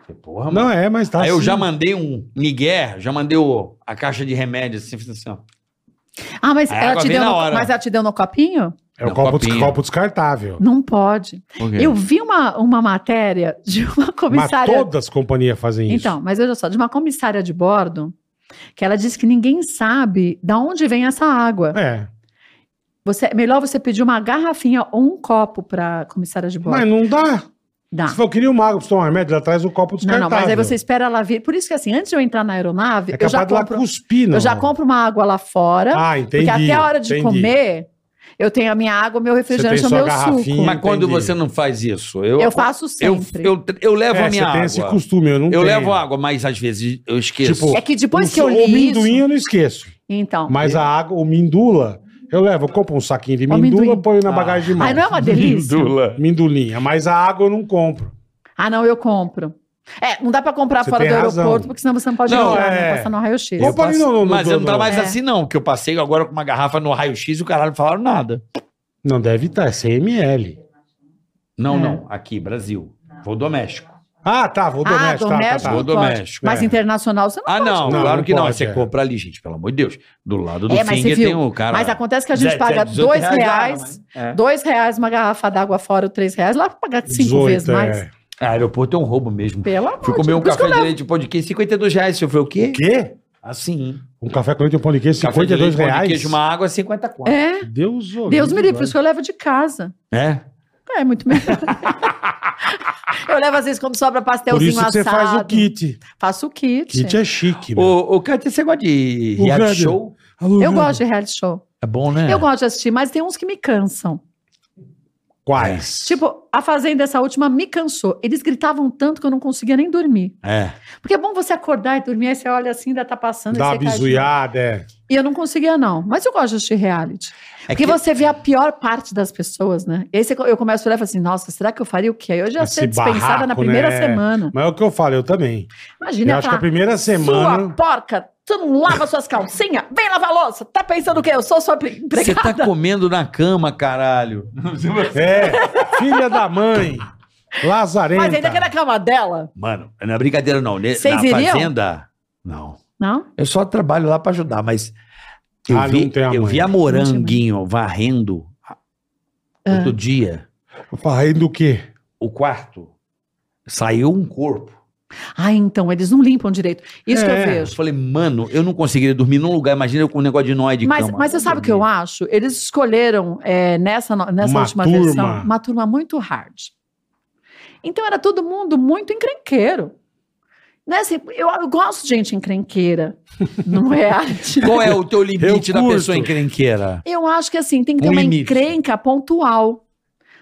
C: Falei, Porra, mano.
D: Não é, mas tá
C: aí eu
D: assim.
C: já mandei um Miguel, já mandei o- a caixa de remédio assim, fiz assim, ó.
E: Ah, mas
C: A
E: ela,
C: É, água
E: te
C: vem
E: deu
C: na
E: no,
C: hora.
E: mas ela te deu no copinho?
D: É o
C: Não,
D: copo, des-
C: um copinho.
D: copo descartável.
E: Não pode. Eu vi uma, uma matéria de uma
D: É. Mas
E: comissária.
D: todas as companhias fazem isso.
E: Então, mas veja só, de uma comissária de bordo que ela disse que ninguém sabe da onde vem essa água.
D: É.
E: Você, é melhor você pedir uma garrafinha ou um copo para comissária de bordo.
D: Mas não dá.
E: Dá.
D: Se for, eu queria uma água pra você tomar remédio, ela traz um copo
E: Não,
D: descartável.
E: não, mas aí você espera ela vir. Por isso que assim, antes de eu entrar na aeronave,
D: É
E: eu
D: capaz
E: já
D: de lá
E: compro,
D: cuspir, não.
E: eu já compro uma água lá fora,
D: Ah, entendi.
E: porque até a hora de
D: entendi.
E: comer, eu tenho a minha água, meu refrigerante,
D: tem
E: o
D: sua
E: meu
D: garrafinha.
E: suco.
C: Mas quando
D: entendi.
C: você não faz isso, eu,
E: Eu faço
C: eu,
E: sempre.
C: eu, eu levo
D: É,
C: a minha
D: você
C: água.
D: tem esse costume, eu não
C: eu
D: tenho.
C: levo água, mas às vezes eu esqueço.
D: Tipo,
E: é que depois
D: O
E: que eu
D: O
E: li isso,
D: amendoim eu não esqueço.
E: então.
D: Mas a água, o mindula, eu levo. Eu compro um saquinho de mindula,
E: amendoim.
D: ponho na
C: Ah.
D: bagagem de mão.
E: Ai, não é uma delícia?
C: Mindula.
D: Mindulinha. Mas a água eu não compro.
E: Ah, não, eu compro. É, não dá pra comprar
D: Você
E: fora do
D: tem razão.
E: aeroporto, porque senão você não pode
C: Não,
E: entrar, né?
D: é.
E: Passar no raio-x.
D: Eu Opa, ali no- no- no-
C: mas eu não
D: no-
C: tava mais
E: É.
C: assim, não, porque eu passei agora com uma garrafa no raio-x e o caralho não falaram nada.
D: Não deve estar, é CML.
C: Não,
E: É.
C: não, aqui, Brasil. Vou doméstico.
D: Ah, tá, vou
E: Ah,
D: doméstico. tá, tá,
E: doméstico
D: tá.
E: pode.
C: Vou doméstico,
E: Mas
D: é.
E: internacional você não
C: Ah, não,
D: Não,
C: claro
D: não
C: que não.
D: pode,
C: Você
D: é.
C: compra ali, gente, pelo amor de Deus. Do lado do
E: É, mas você
C: finger
E: viu.
C: tem o cara.
E: Mas acontece que a gente paga
C: R$18
E: dois
C: reais,
E: reais,
C: É.
E: dois reais uma garrafa d'água fora, ou três reais, lá pra pagar cinco
D: 18,
E: vezes mais.
D: é.
C: Ah, aeroporto é um roubo mesmo.
E: Pelo amor
C: Fui
E: de
C: comer um
E: Deus, por
C: café
E: isso
C: de leite pão de queijo, 52 reais. Eu falei, o quê?
D: Quê?
C: Assim.
D: Um café com leite e um pão de queijo,
C: Café de
D: 52
C: leite, pão de
D: reais?
C: queijo, uma água, 50
E: que eu
C: conto.
E: levo.
D: Deus,
E: É,
D: ô,
E: Deus me livre, por
D: guarde.
E: isso que eu levo de casa.
C: É?
E: É, muito melhor. eu levo às vezes quando sobra
D: Por
E: pastelzinho
D: isso que você
E: assado.
D: faz o kit.
E: Faço o kit.
D: Kit é chique, meu.
C: Ô, ô, Cátia, você gosta de
D: O
C: reality
D: Gabi.
C: show?
D: Alô,
E: Eu
D: Júlio.
E: gosto de reality show.
C: É bom, né?
E: Eu gosto de assistir, mas tem uns que me cansam.
D: Quais?
C: É.
E: Tipo, a Fazenda, essa última, me cansou. Eles gritavam tanto que eu não conseguia nem dormir.
C: É.
E: Porque é bom você acordar e dormir, aí você olha assim, ainda tá passando.
D: Dá uma
E: aí você cai de novo.
D: bizuiada, é.
E: E eu não conseguia, não. Mas eu gosto de assistir reality.
C: É
E: porque
C: que-
E: você vê a pior parte das pessoas, né? E aí você- eu começo a olhar e falo assim, nossa, será que eu faria o quê? Eu já ia
D: Esse
E: ser dispensada na
D: barraco,
E: primeira
D: né?
E: semana.
D: Mas é o que eu falo, eu também.
E: Imagina,
D: eu
E: eu
D: acho que a primeira semana...
E: sua porca, tu não lava suas calcinhas? Vem lavar louça. Tá pensando o quê? Eu sou sua pre-
C: Você
E: empregada.
C: tá comendo na cama, caralho.
D: É, filha da mãe, lazarenta.
E: Mas ainda que na cama dela.
C: Mano, não é brincadeira, não. Ne-
E: Vocês
C: na
E: iriam?
C: fazenda, não.
E: Não?
C: Eu só trabalho lá pra ajudar, mas eu,
D: Ah, não
C: vi,
D: tem a
C: eu
D: mãe.
C: vi a Moranguinho varrendo
E: Ah.
C: outro dia
D: Varrendo Tá o quê?
C: o quarto. Saiu um corpo.
E: Ah, então, eles não limpam direito. Isso que
D: É.
E: eu
C: Eu
E: vejo.
C: falei, mano, eu não conseguiria dormir num lugar. Imagina eu com um negócio de nóia de
E: Mas,
C: cama.
E: mas você sabe o que eu acho? Eles escolheram é, nessa, no- nessa
D: Uma
E: última
D: turma.
E: versão uma turma muito hard. Então era todo mundo muito encrenqueiro. Né, assim, eu, eu gosto de gente encrenqueira no reality.
C: Qual é o teu limite
D: Eu
C: da
D: curto.
C: pessoa encrenqueira?
E: Eu acho que assim, tem que ter
C: Um
E: uma
C: limite.
E: encrenca pontual.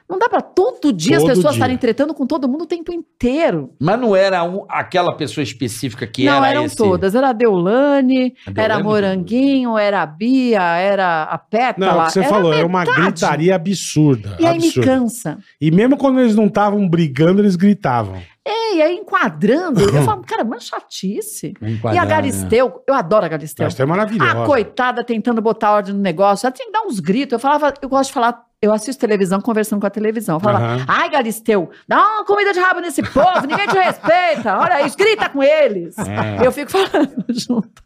E: Não dá pra todo dia
D: Todo
E: as pessoas
D: dia.
E: estarem tretando com todo mundo o tempo inteiro.
C: Mas não era um- aquela pessoa específica que
E: Não,
C: era
E: eram
C: esse.
E: todas. Era a Deolane,
C: A Deolane é
E: era a
C: muito
E: Moranguinho, era a Bia, era a Pétala.
D: Não, é o que você
E: Tá era
D: falou,
E: metade.
D: é uma gritaria absurda.
E: E aí me
D: absurda.
E: cansa.
D: E mesmo quando eles não estavam brigando, eles gritavam.
E: É, E aí enquadrando, eu falo, cara, uma chatice.
D: Um
E: E a
C: Enquadrada.
D: né?
E: Galisteu, eu adoro a Galisteu.
D: Acho que é maravilhoso.
E: A coitada tentando botar ordem no negócio, ela tinha que dar uns gritos. Eu falava, eu gosto de falar, eu assisto televisão conversando com a televisão. Eu falava,
D: Aham.
E: ai, Galisteu, dá uma comida de rabo nesse povo, ninguém te respeita. Olha isso, grita com eles.
C: É.
E: Eu fico falando junto.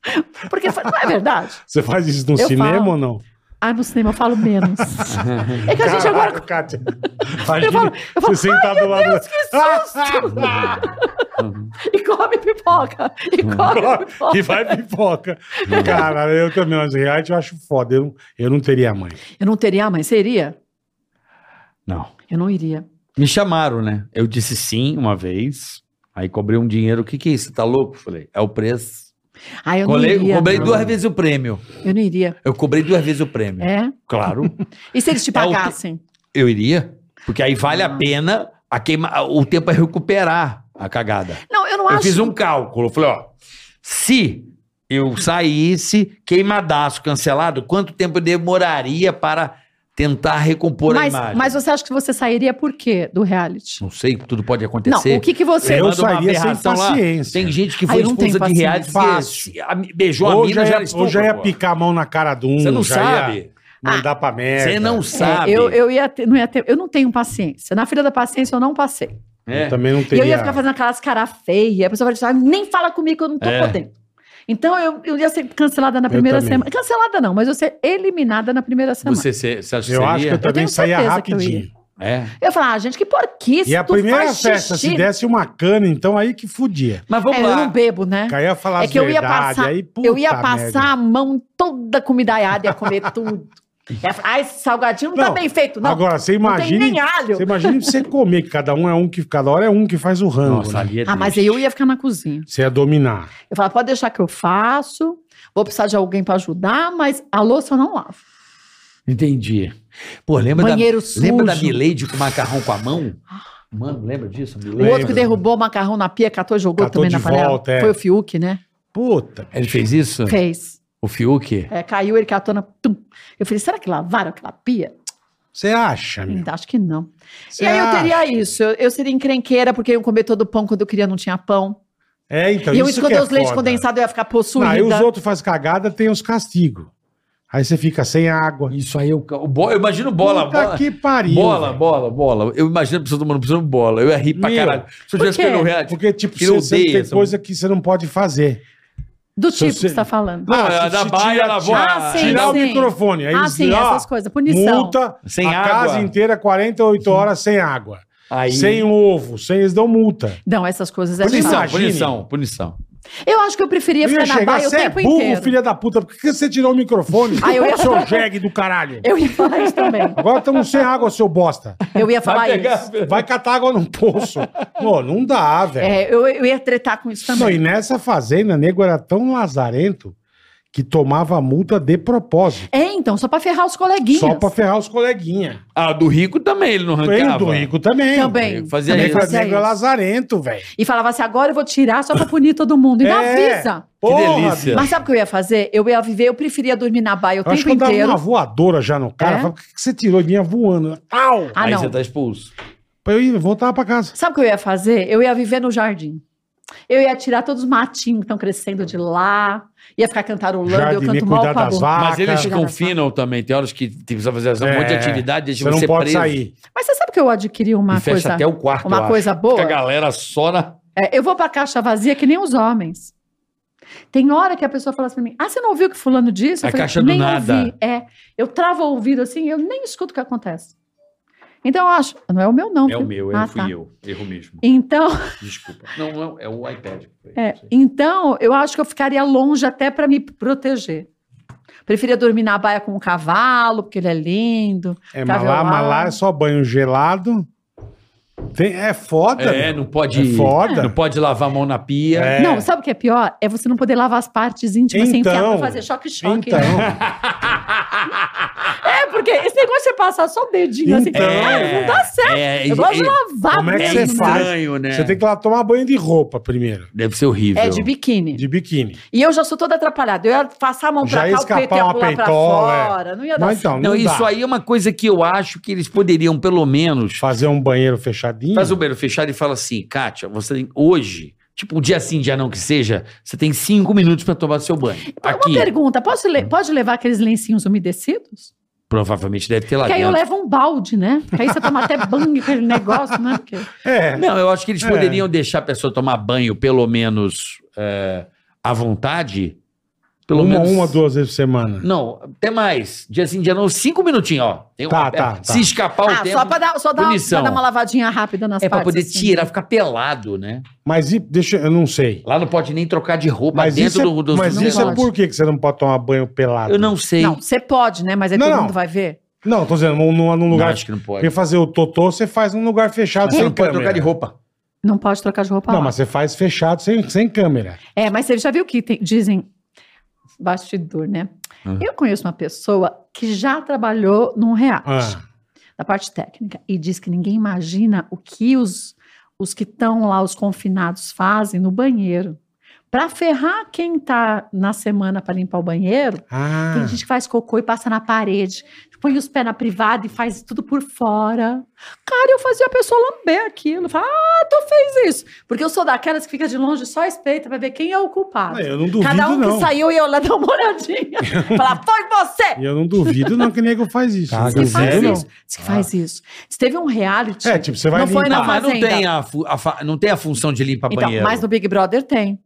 E: Porque fa- não é verdade.
D: Você faz isso no
E: Eu
D: cinema
E: falo.
D: ou não?
E: Ah, no cinema eu falo menos. É que a gente agora.
D: Kátia.
E: Eu falo, eu falo,
D: você sentar do lado.
E: Deus, que susto! E come pipoca. E come pipoca.
D: E vai pipoca. Cara, eu também, mas reality eu acho foda. Eu não, eu não teria mãe.
E: Eu não teria, mas seria?
C: Não.
E: Eu não iria.
C: Me chamaram, né? Eu disse sim uma vez. Aí cobrei um dinheiro. O que, que é isso? Tá louco? Falei, é o preço.
E: Ah, eu
C: Colei-
E: não iria.
C: cobrei
E: não.
C: duas vezes o prêmio.
E: Eu não iria.
C: Eu cobrei duas vezes o prêmio.
E: É?
C: Claro.
E: E se eles te
C: É o-
E: pagassem?
C: Eu iria. Porque aí vale
E: Ah.
C: a pena a queima, o tempo é recuperar a cagada.
E: Não, eu não
C: Eu
E: acho.
C: fiz um cálculo. eu Falei, ó, se eu saísse queimadaço, cancelado, quanto tempo demoraria para tentar recompor
E: mas,
C: a imagem?
E: mas você acha que você sairia por quê do reality?
C: Não sei, tudo pode
E: Não,
C: acontecer.
E: o que, que você.
C: Você
E: É,
D: Eu
C: manda uma
D: sairia sem
C: aberração lá.
D: paciência.
C: Tem gente que
E: Ah,
C: foi
E: eu não
C: expulsa
E: tenho
C: de reais porque
D: paciência.
C: se- a- beijou a
D: Ou
C: mina
D: já
C: já
D: ia,
C: era
D: ou já ia
C: estupro, pô.
D: picar a mão na cara de um.
C: Você não
D: é já Ia
C: sabe.
D: mandar pra merda.
C: Você não
E: É,
C: sabe.
E: eu, eu, ia ter- não ia ter- eu não tenho paciência. Na fila da paciência eu não passei.
C: É.
D: Eu também não
E: E
D: teria.
E: eu ia ficar fazendo aquelas cara feia. A pessoa vai dizer, "Ah, nem fala comigo, eu não tô
C: É.
E: podendo. Então eu, eu ia ser cancelada na
D: Eu
E: primeira
D: também.
E: semana. Cancelada não, mas eu ia ser eliminada na primeira semana.
C: Você, se- você acha que
D: Eu acho que
C: seria?
D: eu também
E: tenho
D: saía
E: certeza que eu ia.
D: rapidinho.
C: É.
E: Eu ia falar, ah, gente, que porquice.
D: E a
E: tu
D: primeira
E: faz
D: festa,
E: xixi.
D: se desse uma cana, então aí que fudia.
C: Mas
E: É,
C: vamos
E: eu
C: lá.
E: não bebo, né?
D: Aí ia falar
E: É
D: as
E: que eu ia
D: verdades,
E: passar-
D: aí, puta
E: Eu ia passar
D: merda.
E: a mão em toda a comida aiada, ia comer tudo. Ia falar, Ai, esse salgadinho não, tá
D: Não,
E: bem feito, não.
D: Agora, você
E: não tem
D: imagina.
E: nem alho.
D: Você imagina você comer, que cada um é um que. Cada hora é um que faz o rango.
C: Nossa,
D: né?
C: ali é
E: Ah, mas aí
C: triste.
E: eu ia ficar na cozinha.
D: Você ia dominar.
E: Eu falava, pode deixar que eu faço, vou precisar de alguém pra ajudar, mas a louça eu não lavo.
C: Entendi. Pô, lembra
E: Banheiro
C: da,
E: sujo.
C: Lembra da Milady com macarrão com a mão? Mano, lembra disso?
E: O
C: Milady?
E: outro que derrubou o macarrão na pia, catou e jogou
D: Catou
E: também na
D: de
E: panela.
D: volta, é.
E: Foi o Fiuk, né?
D: Puta.
C: Ele fez isso?
E: Fez.
C: O Fiuk?
E: É, caiu, ele catou na. tum. Eu falei, será que lavaram aquela pia?
D: Você acha, meu?
E: Hum, Acho que não.
D: Você
E: e aí eu
D: acha?
E: teria isso. Eu, eu seria encrenqueira, porque eu ia comer todo o pão quando eu queria, não tinha pão.
D: É, então.
E: e eu
D: isso que é
E: esconder os leite
D: foda.
E: condensado, eu ia ficar
D: Não,
E: possuída.
D: Aí os outros fazem cagada, tem os castigos. Aí você fica sem água.
C: Isso aí, eu, o bo- eu imagino bola,
D: Puta
C: bola.
D: que pariu.
C: Bola,
D: velho.
C: bola, bola. Eu imagino a pessoa tomando precisando de bola. Eu ia rir pra
D: Meu,
C: caralho. Se eu
E: por
C: tivesse
E: quê?
C: pelo reality.
D: Porque, tipo,
C: Eu
D: você sempre
C: odeio
D: tem
C: essa
D: coisa que você não pode fazer.
E: Do
D: Se
E: tipo
D: você-
E: que você tá falando.
C: Não, é
D: se-
C: da
D: se
C: baia,
D: tira-
C: ela
D: tira-
C: voa.
E: Ah, sim,
D: Tirar o
E: sim.
D: microfone. Aí
E: ah,
D: eles
E: sim,
D: dizem, ó,
E: essas coisas. Punição.
D: Multa,
C: Sem
D: a
C: água.
D: casa inteira, 48 horas sem água.
C: Aí-
D: Sem ovo, sem eles dão multa.
E: Não, essas coisas é
D: Punição.
E: demais.
C: Punição,
D: imagine.
C: punição, punição.
E: Eu acho que eu preferia
D: Eu ia
E: ficar na
D: chegar,
E: baia o
D: você é
E: tempo
D: burro,
E: inteiro.
D: filha da puta. Por que você tirou o microfone?
E: Ah, eu ia-
D: Seu jegue do caralho.
E: Eu ia falar isso também.
D: Agora estamos sem água, seu bosta.
E: Eu ia falar isso.
D: Vai catar água num poço. Pô, não dá, velho.
E: É, eu, eu ia tretar com isso
D: Não, e
E: também.
D: nessa fazenda, nego era tão lazarento que tomava multa de propósito.
E: É, então, só pra ferrar os coleguinhas.
D: Só pra ferrar os coleguinha.
C: Ah, do rico também, ele não arrancava.
D: Tem do Rico também.
E: Também.
C: Fazia
E: também
D: Também
C: isso.
E: fazia
D: fazia nego é
E: isso.
D: lazarento, velho.
E: E falava assim, agora eu vou tirar só pra punir todo mundo. E não
D: É.
E: avisa.
C: delícia.
E: Mas sabe o que eu ia fazer? Eu ia viver, eu preferia dormir na baia o
D: Eu acho
E: tempo
D: que eu dava
E: inteiro.
D: uma voadora já no cara.
E: É?
D: Falava, por que que você tirou de mim voando? Tal!
E: Ah,
C: aí
E: não.
C: você tá expulso.
D: Pra eu ir voltar pra casa.
E: Sabe o que eu ia fazer? Eu ia viver no jardim. Eu ia tirar todos os matinhos que estão crescendo de lá. Ia ficar cantarolando, eu
D: Jardim,
E: canto mal
D: cuidar
E: pra
D: das
E: bom.
D: vacas.
C: Mas eles te
E: cara.
C: confinam também. Tem horas que precisa fazer um monte de
D: Ah, É,
C: atividade, deixa
D: Você não pode
C: preso.
D: sair.
E: Mas você sabe que eu adquiri uma
C: e fecha
E: coisa...
C: até o quarto.
E: uma
C: eu acho.
E: coisa boa?
C: Fica a galera só na.
E: É, eu vou pra caixa vazia que nem os homens. Tem hora que a pessoa fala assim pra mim: Ah, você não ouviu o que fulano disse?
C: A caixa do
E: nem
C: nada."
E: ouvi. É, eu travo o ouvido assim, eu nem escuto o que acontece. Então eu acho, não é o meu não.
C: É o
E: viu?
C: meu, eu
E: Ah,
C: fui
E: tá.
C: eu. Erro mesmo.
E: Então,
C: Desculpa. Não, não, é o iPad. que foi.
E: é, então eu acho que eu ficaria longe até pra me proteger. Preferia dormir na baia com o cavalo, porque ele é lindo.
D: É,
E: Tá
D: mas lá,
E: violado.
D: mas lá é só banho gelado. Tem- é foda,
C: É,
D: meu.
C: não pode.
D: É foda.
C: Não pode lavar a mão na pia.
D: É.
E: Não, sabe o que é pior? É você não poder lavar as partes íntimas sem enfiar
D: Então,
E: pra fazer choque-choque.
D: Então,
E: É, porque esse negócio de você passar só o dedinho
D: Então.
E: assim. Cara, não dá certo.
C: É,
E: Eu gosto de lavar
D: como é que
E: mesmo.
D: você faz?
C: né?
D: você tem que ir lá tomar banho de roupa primeiro.
C: Deve ser horrível.
E: É de biquíni.
D: De biquíni.
E: E eu já sou toda atrapalhada. Eu ia passar a mão
D: Já
E: pra
D: ia
E: cá, o peito
D: escapar
E: ia
D: uma
E: pular pra
D: peitola, é.
E: fora. Não ia dar
D: Mas
E: certo.
D: então,
C: Não,
D: não,
C: isso
D: dá.
C: aí é uma coisa que eu acho que eles poderiam, pelo menos,
D: Fazer um banheiro fechadinho.
C: faz um o beiro fechado e fala assim, Kátia, você tem hoje, tipo um dia sim, dia não que seja, você tem cinco minutos pra tomar seu banho. Aqui,
E: Então, é Uma pergunta, posso le- pode levar aqueles lencinhos umedecidos?
C: provavelmente deve ter lá
E: Porque aí eu
C: Tá dentro.
E: levo um balde, né? Porque aí você toma até banho com aquele negócio, né? Porque...
C: Tá,
D: É.
C: Não, eu acho que eles
D: É.
C: poderiam deixar a pessoa tomar banho, pelo menos, é, à vontade, Pelo
D: uma,
C: menos.
D: uma, duas vezes por semana.
C: Não, até mais. Dia sim, dia não. Cinco minutinhos, ó. Tem
D: Tá,
C: uma-
D: tá, tá.
C: Se escapar o
E: Ah,
C: tempo.
E: só pra dar, só dar,
C: punição.
E: pra dar uma lavadinha rápida nas
C: É pra
E: partes.
C: poder
E: assim.
C: tirar, ficar pelado, né?
D: Mas e, deixa, eu não sei.
C: Lá não pode nem trocar de roupa
D: Mas
C: dentro
D: isso, é,
C: do, do
D: mas
C: do
D: isso é
E: negócio.
D: por que que você não pode tomar banho pelado?
C: Eu não sei.
E: Não, você pode, né? Mas aí
D: Não,
E: todo
D: não.
E: mundo vai ver.
D: Não, tô dizendo, num, num- num
C: Não,
D: Um lugar.
C: acho que não pode.
D: Porque fazer o totô, você faz num lugar fechado
C: Mas você
D: sem
C: não pode
D: câmera.
C: trocar de roupa.
E: Não pode trocar de roupa
D: Não,
E: lá.
D: mas você faz fechado sem, sem câmera.
E: É, mas você já viu que tem- dizem bastidor, né?
C: Ah.
E: Eu conheço uma pessoa que já trabalhou num reality,
D: Ah.
E: da parte técnica, e diz que ninguém imagina o que os, os que estão lá, os confinados, fazem no banheiro. Pra ferrar quem tá na semana pra limpar o banheiro,
D: Ah,
E: tem gente que faz cocô e passa na parede, põe os pés na privada e faz tudo por fora. Cara, eu fazia a pessoa lamber aquilo. Fala, ah, tu fez isso. Porque eu sou daquelas que fica de longe só espreita pra ver quem é o culpado.
D: Ah, eu não duvido,
E: Cada um
D: não.
E: que saiu e eu lá dar uma olhadinha. Falar, foi você!
D: E eu não duvido, não, um que nego faz isso.
C: Tá,
D: Não
E: Diz que
C: Deus
E: faz
C: sério?
E: isso. Diz que faz isso. Diz que teve um reality.
D: Ah. É, tipo, você vai
E: Não foi
D: limpar.
E: na
C: Não, mas não
E: fazenda.
C: tem a, fu- a fa- não tem a função de limpar
E: então,
C: banheiro.
E: mas no Big Brother tem.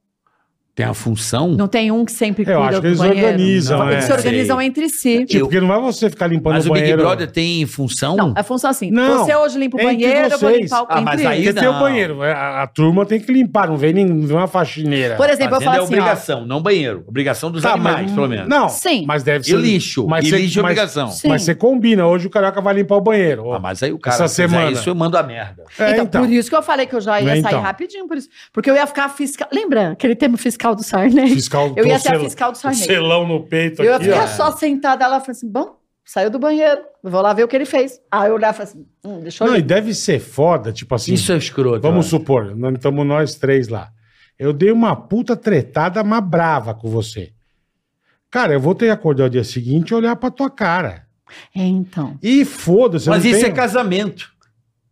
C: Tem a função?
E: Não tem um que sempre cuida
D: Eu acho que
E: do
D: eles
E: banheiro.
D: organizam,
C: Não,
D: é.
E: Eles se organizam entre si.
D: Tipo,
C: Eu-
D: porque não vai você ficar limpando
C: Mas
D: o
C: o Big
D: banheiro.
C: Brother tá tem função?
E: Não, a função é assim.
D: Não,
E: você hoje limpa o
D: entre
E: banheiro, eu vou
D: vocês.
E: limpar o
C: Ah, mas
E: entre
C: aí
E: eles.
D: Porque tem o
C: Não.
D: banheiro. A, a turma tem que limpar, não vem, nem, não vem uma faxineira.
E: Por exemplo, eu
C: Fazenda
E: falo
C: é
E: assim, ó,
C: obrigação, não banheiro. Obrigação dos
D: Tá,
C: animais, pelo menos.
D: Não,
E: Sim.
D: mas deve
C: E
D: ser...
C: lixo.
D: Mas
C: e
D: você-
C: lixo é
D: mas-
C: obrigação.
E: Sim.
D: Mas você combina. Hoje o Carioca vai limpar o banheiro. ó.
C: Ah, mas aí o cara
D: Essa
C: fizer
D: semana.
C: isso, eu mando a merda.
D: É,
E: então,
D: então.
E: por isso que eu falei que eu já ia
D: Né,
E: sair
D: então.
E: rapidinho, por isso. Porque eu ia ficar fiscal. Lembra aquele termo fiscal do Sarney?
D: Fiscal,
E: Eu ia
D: trouxe
E: ser a
D: o-
E: fiscal do
D: o
E: Sarney.
D: Selão no peito
E: Eu ia
D: aqui,
E: ficar
D: ó.
E: só sentada lá e falei assim: bom, saiu do banheiro, vou lá ver o que ele fez. Aí eu olhava e falei assim: hum, deixa eu
D: Não, e
E: ver.
D: deve ser foda, tipo assim...
C: Isso é escroto.
D: Vamos
C: ó.
D: supor, nós estamos nós três lá. Eu dei uma puta tretada, mas brava com você. Cara, eu vou ter que acordar o dia seguinte e olhar pra tua cara.
E: É, então.
D: E foda-se, eu
C: Mas
D: não
C: isso
D: tenho-
C: é casamento.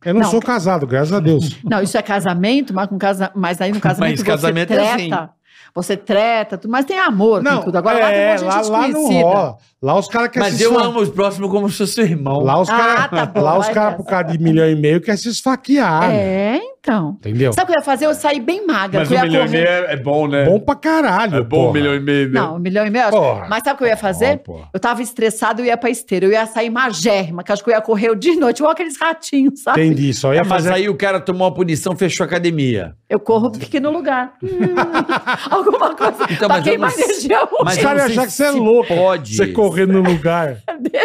D: Eu não,
E: Não.
D: sou casado, graças a Deus.
E: Não, isso é casamento, mas, com casa... mas aí no casamento
C: Mas
E: você
C: casamento é
E: treta.
C: assim.
E: Você treta, tudo, mas tem amor, tem
D: não,
E: tudo. Agora
D: é,
E: lá tem
D: lá,
E: uma gente
D: lá não
E: desconhecida.
D: rola. Lá os caras querem
C: Mas eu amo os próximos como se fosse irmão.
D: Lá os
E: Ah,
D: caras,
E: tá bom,
D: lá os
E: vai
D: caras
E: nessa.
D: por causa de milhão e meio querem se esfaquear. né?
E: É, então.
D: Entendeu?
E: Sabe o que eu ia fazer? Eu saí bem magra. eu ia correr.
C: é bom, né?
D: um Bom pra caralho. porra.
C: e meio, né?
E: Não, um milhão e meio. eu acho.
D: Porra.
E: Mas sabe o que eu ia fazer?
D: porra.
E: Eu tava estressada, eu ia pra esteira. Eu ia sair magérrima, que acho que eu ia correr o dia e noite, igual aqueles ratinhos, sabe?
D: Entendi, só
C: É,
D: ia
C: mas
D: fazer.
C: aí o cara tomou uma punição, fechou a academia.
E: Eu corro um pequeno lugar. Hum, alguma coisa.
C: Então,
E: pra
C: mas eu
E: queimar
C: não-
E: energia
C: Mas
D: Os caras
C: eu não sei
D: acham que você é
C: se
D: louco.
C: pode.
D: Você correr no
E: É.
D: lugar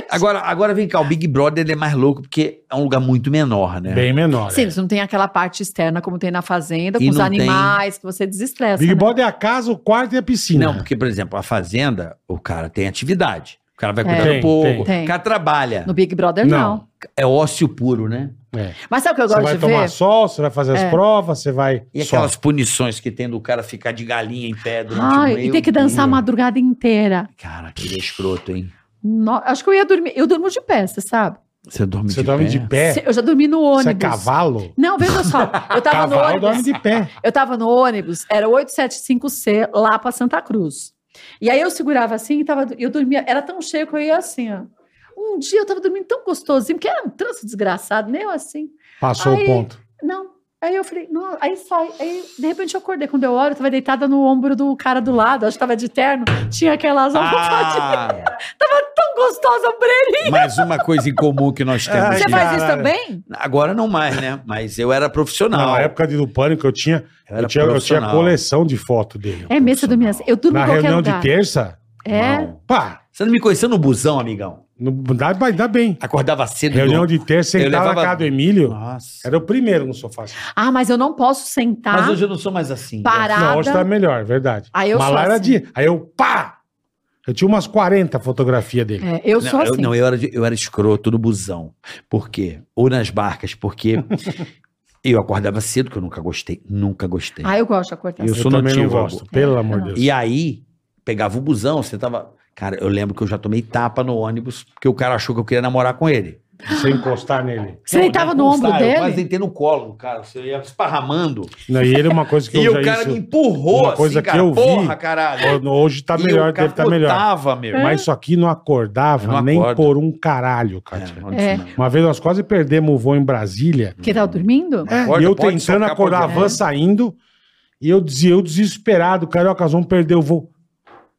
C: Agora, agora vem cá, o Big Brother ele é mais louco porque é um lugar muito menor, né?
D: bem menor.
E: Sim,
D: é.
E: eles não tem aquela parte externa como tem na fazenda,
C: E
E: com os
C: não tem-
E: animais, que você desestressa.
D: Big
E: né?
D: Brother é a casa, o quarto e a piscina.
C: Não, porque, por exemplo, a fazenda, o cara tem atividade. O cara vai
E: É.
C: cuidar
D: Tem,
C: um pouco,
E: tem.
C: o cara trabalha.
E: No Big Brother, não.
D: Não.
C: É ócio puro, né?
D: É.
E: Mas sabe o que eu
D: Você
E: gosto
D: vai
E: de
D: tomar
E: ver? É.
D: sol, você vai fazer as provas, você vai.
C: E
D: só.
C: aquelas punições que tem do cara ficar de galinha em pé durante
E: Ai,
C: o meio
E: e ter que dançar a
C: dia.
E: madrugada inteira.
C: Cara, que escroto, hein?
E: No- Acho que eu ia dormir. Eu durmo de pé, você sabe?
C: Você dorme
D: Você
C: de
D: dorme
C: pé?
D: de pé.
E: Se- Eu já dormi no ônibus.
D: Você é cavalo?
E: Não, veja só. Eu tava no
D: Cavalo
E: ônibus.
D: dorme de pé.
E: Eu tava no ônibus, era 875C lá pra Santa Cruz. E aí eu segurava assim e tava, eu dormia, era tão cheio que eu ia assim, ó. Um dia eu tava dormindo tão gostosinho, porque era um trânsito desgraçado, nem eu assim.
D: Passou
E: Aí-
D: o ponto.
E: Não. Aí eu falei, não, aí sai. Aí, de repente, eu acordei. Quando eu olho, eu tava deitada no ombro do cara do lado, acho que tava de terno. Tinha aquelas almofadinhas
C: Ah,
E: tão gostosas pra ele.
C: mais uma coisa em comum que nós temos.
D: Ai,
E: Você
C: aqui.
E: faz
D: caralho.
E: isso também?
C: Agora não mais, né? Mas eu era profissional.
D: Na época de- do pânico, eu tinha,
C: eu era
D: eu tinha, eu tinha
C: profissional.
D: coleção de foto dele.
E: É mesmo, você dormia assim. Eu durmo
D: Na
E: em qualquer
D: reunião de
E: lugar.
D: terça,
E: É.
C: Não.
D: pá,
C: Você não me conheceu no busão, amigão?
D: não dá, vai dar bem.
C: Acordava cedo.
D: Reunião
C: do-
D: de terça,
C: Eu
D: sentava na
C: levava-
D: casa do Emílio,
C: Nossa.
D: era o primeiro no sofá. assim.
E: Ah, mas eu não posso sentar.
C: Mas hoje eu não sou mais assim.
E: Parar.
D: Não, hoje
E: Nada.
D: tá melhor, é verdade.
E: Aí eu
D: Mas
E: sou
D: lá era
E: assim.
D: de. Aí eu, pá! Eu tinha umas 40 fotografias dele.
E: É, eu
C: Não,
E: sou assim.
C: eu, não, eu era, de- eu era escroto no busão. Por quê? Ou nas barcas, porque eu acordava cedo, que eu nunca gostei. Nunca gostei.
E: Ah, eu gosto de acordar
C: Eu
E: cedo.
C: sou
D: também não
C: notívago.
D: gosto,
E: É.
D: pelo amor de Deus.
C: E aí, pegava o busão, você tava. Cara, eu lembro que eu já tomei tapa no ônibus, porque o cara achou que eu queria namorar com ele.
D: Sem encostar nele.
E: Você deitava no ombro
C: Sabe, Eu quase
E: dele?
C: deitei no colo, cara. Você ia esparramando.
D: Não, e ele é uma coisa que eu
C: E
D: já
C: o cara
D: isso-
C: me empurrou,
D: uma coisa
C: assim,
D: que
C: cara.
D: eu vi.
C: Porra, caralho.
D: Hoje tá
C: E
D: melhor,
C: eu
D: deve tá melhor.
C: capotava,
E: É.
C: meu.
D: Mas isso aqui não acordava
C: Eu não
D: nem
C: acordo.
D: por um caralho,
C: É,
D: Kátia.
C: não disse
E: É.
C: não.
D: Uma vez nós quase perdemos o voo em Brasília.
E: Que tava dormindo?
D: É,
C: Acorda,
D: e eu
C: pode
D: tentando
C: socar,
D: acordar, a
C: pode-
D: van saindo. E eu dizia, eu desesperado, carioca, nós vamos perder o voo.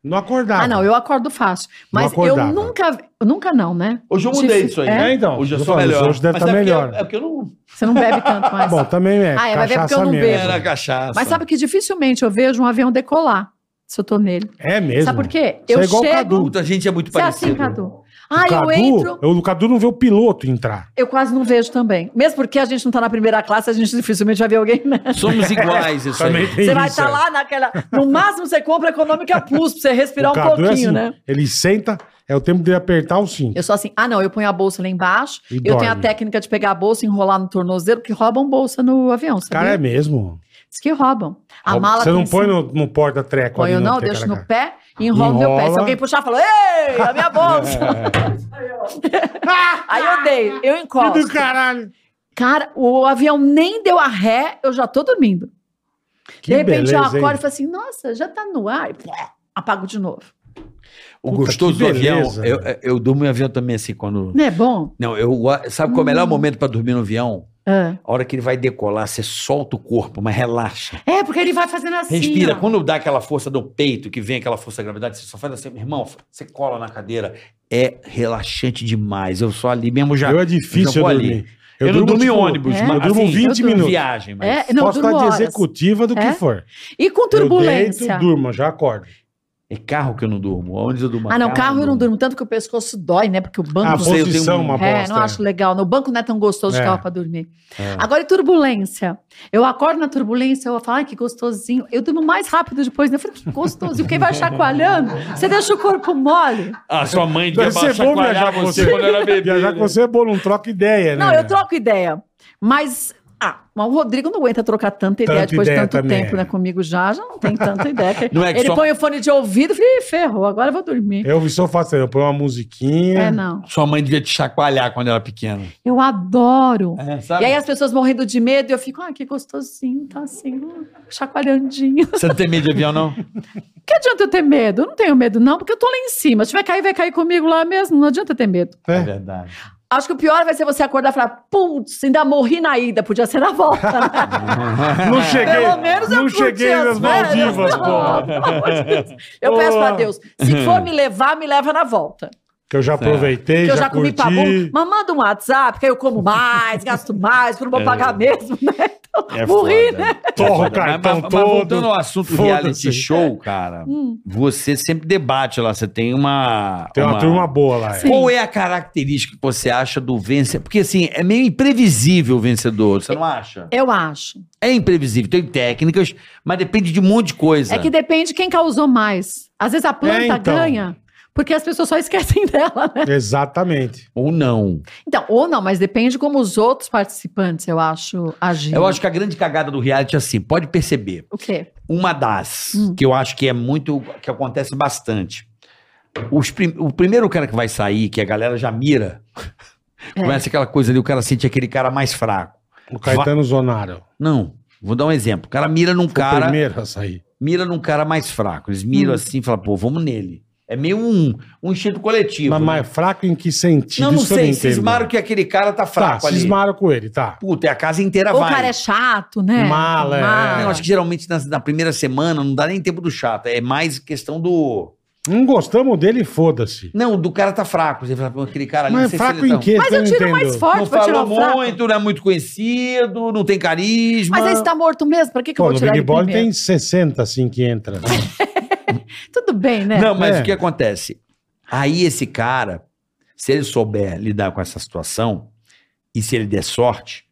D: Não acordava.
E: Ah, não, eu acordo fácil. Mas eu
D: acordava.
E: nunca. Nunca não, né?
C: Hoje eu
E: Difícil.
C: mudei isso aí.
E: É?
C: né?
D: É, então.
C: Hoje eu
D: Eu
C: sou
D: falo,
C: melhor.
D: hoje deve
C: Mas
D: tá
C: é porque
D: melhor.
C: eu- É porque eu não
E: Você não bebe tanto mais.
D: Bom, também é.
E: Ah, é, vai ver porque
D: cachaça
E: eu não
D: mesmo.
E: bebo.
C: era cachaça.
E: Mas sabe que dificilmente eu vejo um avião decolar se eu tô nele.
D: É mesmo.
E: Sabe por quê?
D: Você
E: eu
D: é igual o Cadu.
C: Puta, a gente é muito
E: Você é
C: parecido.
E: assim, Cadu? Ah,
D: o Cadu,
E: eu entro,
D: eu- o Cadu não vê o piloto entrar.
E: eu quase não vejo também. Mesmo porque a gente não tá na primeira classe, a gente dificilmente vai ver alguém, né?
C: Somos iguais, isso aí.
D: Também tem
E: Você vai
D: isso,
E: estar
D: é.
E: lá naquela. No máximo você compra a Econômica Plus pra você
D: O
E: respirar um
D: Cadu é
E: pouquinho,
D: assim,
E: né?
D: Ele senta, é o tempo de apertar o cinto.
E: Eu sou assim, ah não, eu ponho a bolsa lá embaixo,
D: E
E: eu
D: dorme.
E: tenho a técnica de pegar a bolsa e enrolar no tornozelo, porque roubam bolsa no avião, sabia?
D: Cara, é mesmo.
E: Diz que roubam. A
D: Rouba-
E: mala
D: Você não
E: tem
D: põe
E: cinco-
D: no, no porta-treco
E: Põe
D: ali.
E: eu não,
D: tem
E: deixo
D: cara-
E: no pé e enrolo no meu pé. Se
D: Enrola.
E: alguém puxar, fala, ei, a minha bolsa. Aí eu dei, eu
D: É. Que
E: encosto.
D: é. do caralho.
E: Cara, o avião nem deu a ré, eu já tô dormindo.
D: Que
E: de repente
D: beleza,
E: eu acordo
D: hein?
E: e falo assim, nossa, já tá no ar. E, pô, apago de novo.
C: O
D: Puta,
C: gostoso
D: que
C: do avião.
D: beleza.
C: Eu, eu durmo em avião também assim quando.
E: Não é bom?
C: Não, eu. go- Sabe qual é o
E: Hum.
C: melhor momento pra dormir no avião?
E: É,
C: A hora que ele vai decolar, você solta o corpo, mas relaxa.
E: É, porque ele vai fazendo assim.
C: Respira.
E: ó.
C: Quando dá aquela força do peito, que vem aquela força da gravidade, você só faz assim, meu irmão, você cola na cadeira. É relaxante demais. Eu só ali mesmo já.
D: Eu é difícil eu
C: vou
D: dormir.
C: Eu, não durmo em
D: tipo,
C: ônibus,
E: É?
C: mas
D: Eu durmo
C: assim,
D: 20
E: eu durmo.
D: minutos.
C: viagem, mas.
E: É, não, eu
D: Posso
E: durmo
D: estar de
E: horas.
D: executiva do
E: É?
D: que for.
E: E com
D: Eu
E: turbulência.
D: deito, durmo, já acordo.
C: É carro que eu não durmo. Onde eu durmo?
E: Ah, não, carro eu não durmo tanto que o pescoço dói, né? Porque o banco.
D: a
C: sei, eu tenho
D: posição,
C: um-
D: Ah, uma bosta. né?
E: É, não acho legal. No banco não é tão gostoso
D: É.
E: de carro pra dormir.
C: É.
E: Agora, e turbulência? Eu acordo na turbulência, eu falo, ai, que gostosinho. Eu durmo mais rápido depois, né? Eu falo, que gostosinho. Quem vai chacoalhando, você deixa o corpo mole.
C: Ah, sua mãe
D: Deve
C: devia
D: ser bom viajar
C: chacoalhar
D: com
C: você
D: você.
C: quando era bebê.
D: Viajar com
C: né?
D: você é bom, não troca ideia, né?
E: Não, eu troco ideia. Mas, ah, mas o Rodrigo não aguenta trocar tanta ideia
D: Tanta
E: depois
D: ideia
E: de tanto
D: também.
E: tempo, né? Comigo já, já não tem tanta ideia.
C: Não é que
E: Ele
C: só-
E: põe o fone de ouvido e fala, "Ih, ferrou, agora eu vou dormir.
D: Eu só faço, eu ponho uma musiquinha.
E: É, não.
C: Sua mãe devia te chacoalhar quando era pequena.
E: Eu adoro.
C: É,
E: E
C: sabe?
E: aí as pessoas morrendo de medo e eu fico, ah, que gostosinho, tá assim, hum, chacoalhandinho.
C: Você não tem medo de avião, não?
E: Que adianta eu ter medo? Eu não tenho medo, não, porque eu tô lá em cima. Se vai cair, vai cair comigo lá mesmo. Não adianta ter medo.
D: É.
C: verdade.
E: Acho que o pior vai ser você acordar e falar, putz, ainda morri na ida, podia ser na volta. né?
C: É.
D: Não cheguei,
E: Pelo menos eu
D: não
E: curti
D: cheguei
E: as
D: nas
E: férias.
D: Maldivas, porra.
E: eu peço pra
D: Oh.
E: Deus, se for me levar, me leva na volta.
D: Que eu já aproveitei,
E: Que
D: já,
E: eu já comi
D: curti.
E: pra bom. Mas manda um WhatsApp, que aí eu como mais, gasto mais, que eu não vou
D: É.
E: pagar mesmo, né? Então, morri, né?
D: Torra o
C: Mas,
D: cartão
C: mas- mas
D: todo.
C: voltando ao assunto
D: Foda-se.
C: reality show, cara,
E: Hum.
C: você sempre debate lá, você tem uma...
D: Tem uma, turma boa lá. é.
E: Sim.
C: Qual é a característica que você acha do vencedor? Porque assim, é meio imprevisível o vencedor, você não acha?
E: Eu acho.
C: É imprevisível, tem técnicas, mas depende de um monte de coisa.
E: É que depende quem causou mais. Às vezes a planta
D: É, então.
E: ganha, porque as pessoas só esquecem dela, né?
D: Exatamente.
C: Ou não.
E: Então, ou não, mas depende como os outros participantes, eu acho, agiram.
C: Eu acho que a grande cagada do reality é assim, pode perceber,
E: O quê?
C: Uma das
E: Hum.
C: que eu acho que é muito. que acontece bastante. Os prim- o primeiro cara que vai sair, que a galera já mira,
E: É.
C: começa aquela coisa ali, o cara sente aquele cara mais fraco.
D: O Caetano Zonaro.
C: Não, vou dar um exemplo. O cara mira num
D: Cara...
C: cara,
D: Primeiro a sair.
C: mira num cara mais fraco. Eles miram
E: Hum.
C: assim e falam, pô, vamos nele. É meio um, um instinto coletivo.
D: Mas
C: né?
D: mais fraco em que sentido?
C: não, não
D: Isso eu
C: sei.
D: entendo.
C: Cismaram que aquele cara tá
D: Tá,
C: fraco ali.
D: cismaram com ele, tá.
C: Puta, é a casa inteira
E: Ou o
C: vai.
E: cara é chato, né?
D: Mala, é.
C: Ah, eu acho que geralmente na, na primeira semana não dá nem tempo do chato. É mais questão do.
D: Não gostamos dele, foda-se.
C: Não, do cara tá fraco. Você fala, pô, aquele cara ali, não
D: Mas é
C: sei
D: fraco
C: se ele
D: em
C: tá...
D: quê?
E: Mas
D: Você
E: eu tiro
D: não
E: o mais
D: entendo.
E: forte
C: Não
E: pra tirar
C: falou
E: o fraco.
C: muito, não é muito conhecido, não tem carisma.
E: Mas aí você tá morto mesmo, pra que, que eu
D: Pô,
E: vou
D: no
E: tirar
D: Big
E: ele
D: Brother
E: primeiro?
D: tem 60 assim que entra.
E: Tudo bem, né?
C: Não, mas
D: É.
C: o que acontece? Aí esse cara, se ele souber lidar com essa situação, e se ele der sorte,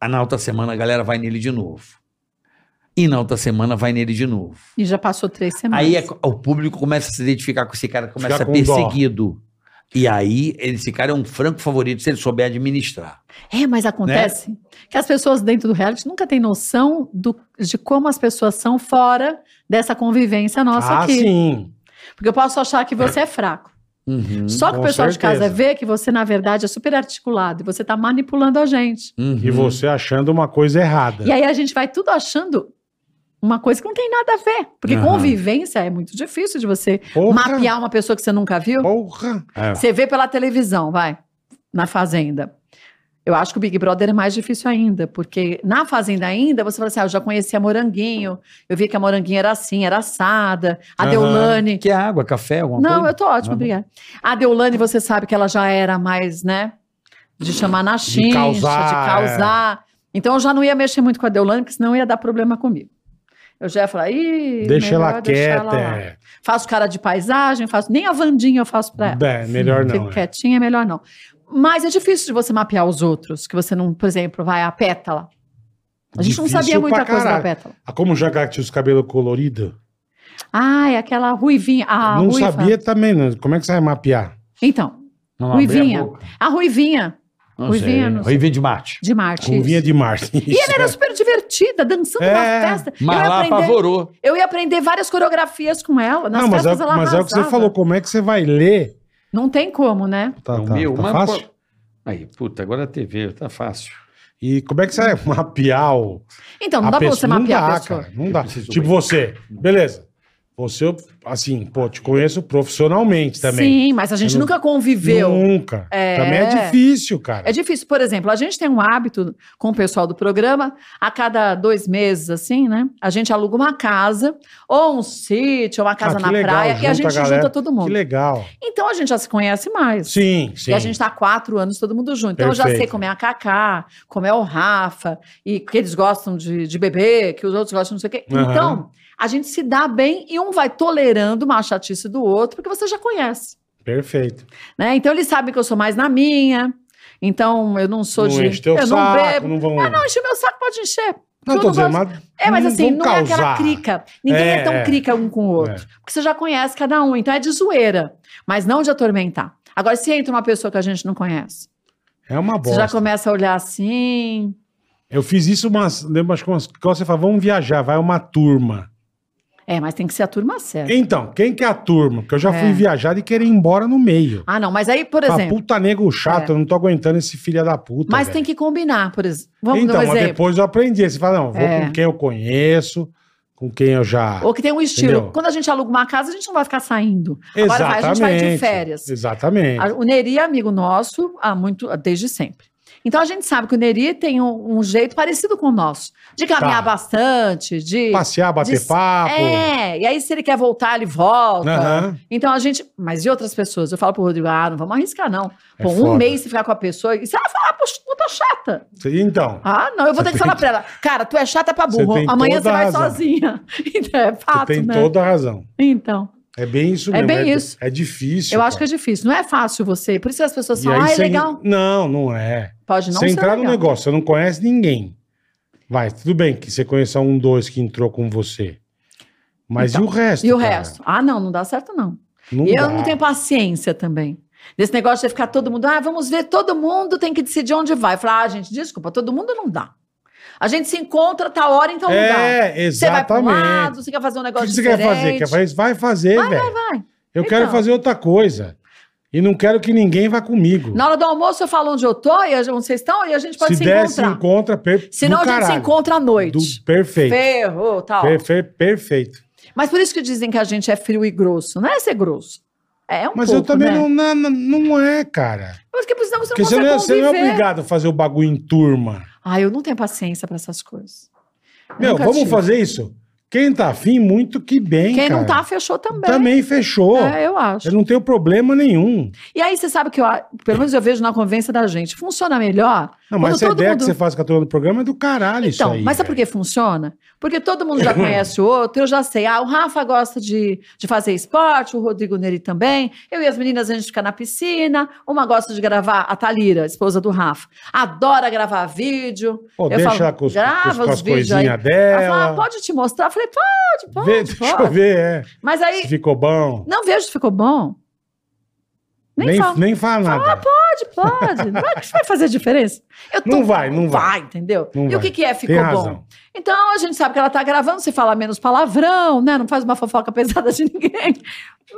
C: a- na outra semana a galera vai nele de novo. E na outra semana vai nele de novo.
E: E já passou três semanas.
C: Aí é co- o público começa a se identificar com esse cara, começa
D: Fica
C: a
D: com
C: perseguido. E aí, esse cara é um franco favorito se ele souber administrar.
E: É, mas acontece que as pessoas dentro do reality nunca têm noção do- de como as pessoas são fora dessa convivência nossa
D: ah,
E: aqui.
D: sim.
E: Porque eu posso achar que você é fraco.
C: Uhum.
E: Só que o
D: Hum, com
E: pessoal de
D: certeza.
E: casa vê que você, na verdade, é super articulado e você tá manipulando a gente.
C: Uhum.
D: E você achando uma coisa errada.
E: E aí a gente vai tudo achando uma coisa que não tem nada a ver. Porque
C: Aham.
E: convivência é muito difícil de você
D: Porra,
E: mapear uma pessoa que você nunca viu.
D: Porra. É,
E: Você vê pela televisão, vai, na fazenda. Eu acho que o Big Brother é mais difícil ainda, porque na Fazenda ainda, você fala assim, ah, eu já conhecia Moranguinho, eu vi que a Moranguinho era assim, era assada, a
D: Aham.
E: Deolane...
C: Que é água, café, alguma
E: Não,
C: coisa?
E: eu tô ótima,
C: Ah,
E: obrigada. A Deolane, você sabe que ela já era mais, né? De chamar na xincha, de
D: causar, é.
E: causar. Então eu já não ia mexer muito com a Deolane, porque senão ia dar problema comigo. Eu já ia falar, ih,
D: Deixa
E: melhor
D: ela
E: deixar
D: quieta.
E: ela lá.
D: é.
E: Faço cara de paisagem, faço. Nem a Vandinha eu faço pra ela. Hum,
D: É, melhor não.
E: Fico
D: é.
E: quietinha, melhor não. Mas é difícil de você mapear os outros, que você não, por exemplo, vai a pétala. A gente não
D: Difícil
E: sabia muita
D: pra
E: coisa da
D: caralho.
E: pétala.
D: Ah, Como já que tinha os cabelos coloridos?
E: Ah, é aquela ruivinha. A
D: não
E: Ah, ruiva.
D: sabia também, né? Como é que você vai mapear?
E: Então,
C: Não, abri a
E: Ruivinha.
C: boca.
E: a ruivinha
C: Não
E: Ruivinha,
C: sei.
E: não sei.
C: Ruivinha de Marte.
E: de Marte. isso.
D: Convinha de Marte. né?
E: E ela era super divertida, dançando
D: É,
E: na festa. Eu
C: Mas
E: ia,
C: lá
E: aprender,
C: apavorou.
E: eu ia aprender várias coreografias com ela. Nas
D: Não, mas, é,
E: festas ela
D: mas é o que você
E: arrasava.
D: falou. Como é que você vai ler?
E: Não tem como, né?
D: Tá,
C: Não,
D: tá,
C: meu,
D: tá
C: mas
D: fácil?
C: pô- Aí, puta, agora a TV, tá fácil.
D: E como é que você vai mapear o...
E: Então, não
D: A
E: dá pra
D: pessoa-
E: você mapear
D: não dá,
E: a pessoa.
D: Cara, não dá.
C: preciso
D: Tipo
C: ir.
D: você, beleza. Você, eu, assim, pô, te conheço profissionalmente também.
E: Sim, mas a gente
D: Eu não-
E: nunca conviveu.
D: Nunca.
E: É.
D: Também é difícil, cara.
E: É difícil, por exemplo, a gente tem um hábito com o pessoal do programa, a cada dois meses, assim, né? A gente aluga uma casa, ou um sítio, ou uma casa
D: Ah, que
E: na
D: legal,
E: praia, e
D: junta
E: a
D: a
E: gente
D: galera.
E: junta todo
D: Que
E: mundo.
D: legal.
E: Então a gente já se conhece mais.
D: Sim, sim.
E: E a gente tá há quatro anos todo mundo junto. Então eu já sei
D: Perfeito.
E: como é a Cacá, como é o Rafa, e que eles gostam de, de beber, que os outros gostam de não sei o quê.
D: Aham.
E: Então, a gente se dá bem e um vai tolerando uma chatice do outro, porque você já conhece.
D: Perfeito.
E: né? Então eles sabem que eu sou mais na minha. Então eu não sou
D: não
E: de.
D: enche teu
E: eu não
D: saco,
E: bebo.
D: não vão...
E: Ah, não, enche meu saco, pode encher.
D: Não,
E: eu
D: tô
E: não
D: dizendo,
E: gosto-
D: mas
E: É, mas
D: não
E: assim,
D: vão
E: não é aquela
D: causar.
E: crica. Ninguém é,
D: É,
E: tão
D: é.
E: crica um com o outro.
D: É.
E: Porque você já conhece cada um. Então é de zoeira, mas não de atormentar. Agora, se entra uma pessoa que a gente não conhece.
D: É uma
E: Você
D: bosta.
E: já começa a olhar assim.
D: Eu fiz isso umas... Lembro, acho que umas... Quando você fala, vamos viajar, vai uma turma.
E: É, mas tem que ser a turma certa.
D: Então, quem que é a turma? Porque eu já
E: É.
D: fui viajar e querer ir embora no meio.
E: Ah, não, mas aí, por
D: Fala,
E: exemplo. É.
D: puta nego chato, eu não tô aguentando esse filho da puta.
E: Mas
D: velho.
E: tem que combinar, por exemplo. Vamos
D: então,
E: dar um
D: mas
E: exemplo.
D: depois eu aprendi. Você fala, não, vou
E: É.
D: com quem eu conheço, com quem eu já.
E: Ou que tem um estilo.
D: Entendeu?
E: Quando a gente aluga uma casa, a gente não vai ficar saindo. Agora vai, a gente vai de férias.
D: Exatamente.
E: A- O Neri é amigo nosso há muito, desde sempre. Então a gente sabe que o Neri tem um, um jeito parecido com o nosso. De caminhar
D: Tá.
E: bastante, de.
D: Passear, bater
E: de-
D: papo.
E: É, e aí se ele quer voltar, ele volta.
D: Aham.
E: Então a gente. Mas e outras pessoas? Eu falo pro Rodrigo, ah, não vamos arriscar, não.
D: É
E: Pô, um
D: foda.
E: mês se ficar com a pessoa. E se ela falar, poxa, puta chata?
D: Então,
E: Ah, não, eu vou ter que falar pra ela, cara, tu é chata pra burro.
D: Você tem
E: Amanhã
D: toda
E: você vai
D: a razão.
E: sozinha. Então, é
D: você
E: fato,
D: tem
E: né?
D: toda a razão.
E: Então.
D: É bem isso
E: É
D: mesmo.
E: bem isso.
D: É difícil.
E: Eu acho que é difícil. Não é fácil você. Por isso que as pessoas
D: E aí
E: falam, ah, é
D: você-
E: legal.
D: Não, não é.
E: Pode não
D: você
E: ser
D: entrar no
E: legal.
D: negócio, você não conhece ninguém. Vai, tudo bem que você conheça um, dois que entrou com você. Mas
E: Então,
D: e o resto?
E: E o
D: cara?
E: resto? Ah, não, não dá certo, não.
D: Não
E: e
D: dá.
E: eu não tenho paciência também. Desse negócio de ficar todo mundo, ah, vamos ver, todo mundo tem que decidir onde vai. Falar, ah, gente, desculpa, todo mundo não dá. A gente se encontra, tá hora em tal lugar.
D: É,
E: Você vai pra um
D: exatamente.
E: lado, você quer fazer um
D: O que
E: negócio
D: que você quer
E: diferente.
D: fazer? Quer fazer isso? Vai fazer, velho.
E: Vai.
D: Eu quero
E: Então.
D: fazer outra coisa. E não quero que ninguém vá comigo.
E: Na hora do almoço eu falo onde eu tô e a- onde vocês estão e a gente pode
D: se
E: se,
D: der, se
E: encontrar.
D: encontra, per...
E: Senão
D: do
E: a gente se
D: caralho.
E: encontra à noite.
D: Do... Perfeito.
E: Ferrou, tal.
D: Perfe- Perfeito.
E: Mas por isso que dizem que a gente é frio e grosso. Não é ser grosso. É um
D: Mas
E: pouco,
D: eu também
E: né?
D: não, na- na- não é, cara.
E: Mas que senão você não
D: Porque você
E: consegue
D: não, é, você não é
E: conviver.
D: obrigado a fazer o bagulho em turma.
E: Ah, eu não tenho paciência pra essas coisas. Eu
D: Meu,
E: nunca
D: vamos
E: tive.
D: fazer isso? Quem tá afim, muito que bem.
E: Quem não
D: cara.
E: tá, fechou também.
D: também fechou.
E: É, eu acho.
D: Eu não tenho problema nenhum.
E: E aí, você sabe que eu, a- pelo menos eu vejo na convivência da gente, funciona melhor.
D: Não, mas
E: quando
D: essa
E: todo
D: ideia que
E: mundo-
D: você faz com a turma do programa é do caralho, isso
E: Então,
D: aí.
E: mas sabe por
D: velho.
E: que funciona? Porque todo mundo já conhece o outro, eu já sei. Ah, o Rafa gosta de, de fazer esporte, o Rodrigo Neri também. Eu e as meninas, a gente fica na piscina. Uma gosta de gravar, a Thalira, esposa do Rafa, adora gravar vídeo.
D: Pô,
E: Eu
D: deixa
E: falo,
D: ela com, os- com os-
E: grava
D: com
E: os
D: as
E: vídeos aí.
D: coisinhas
E: Ela fala, ah,
D: dela.
E: pode te mostrar? Eu falei, pode, pode,
D: É, Vê-
E: pode.
D: deixa eu ver, é.
E: Mas
D: Se
E: aí,
D: ficou bom.
E: não vejo se ficou bom. Nem,
D: Nem,
E: falo. "Ah,
D: nem fala nada.
E: Pode, pode. Não é que isso vai fazer diferença. Eu tô-
D: Não vai, não vai.
E: entendeu?
D: Não
E: e
D: vai.
E: o que, que é
D: Tem
E: ficou
D: razão.
E: bom? Então a gente sabe que ela tá gravando, você fala menos palavrão, né? Não faz uma fofoca pesada de ninguém.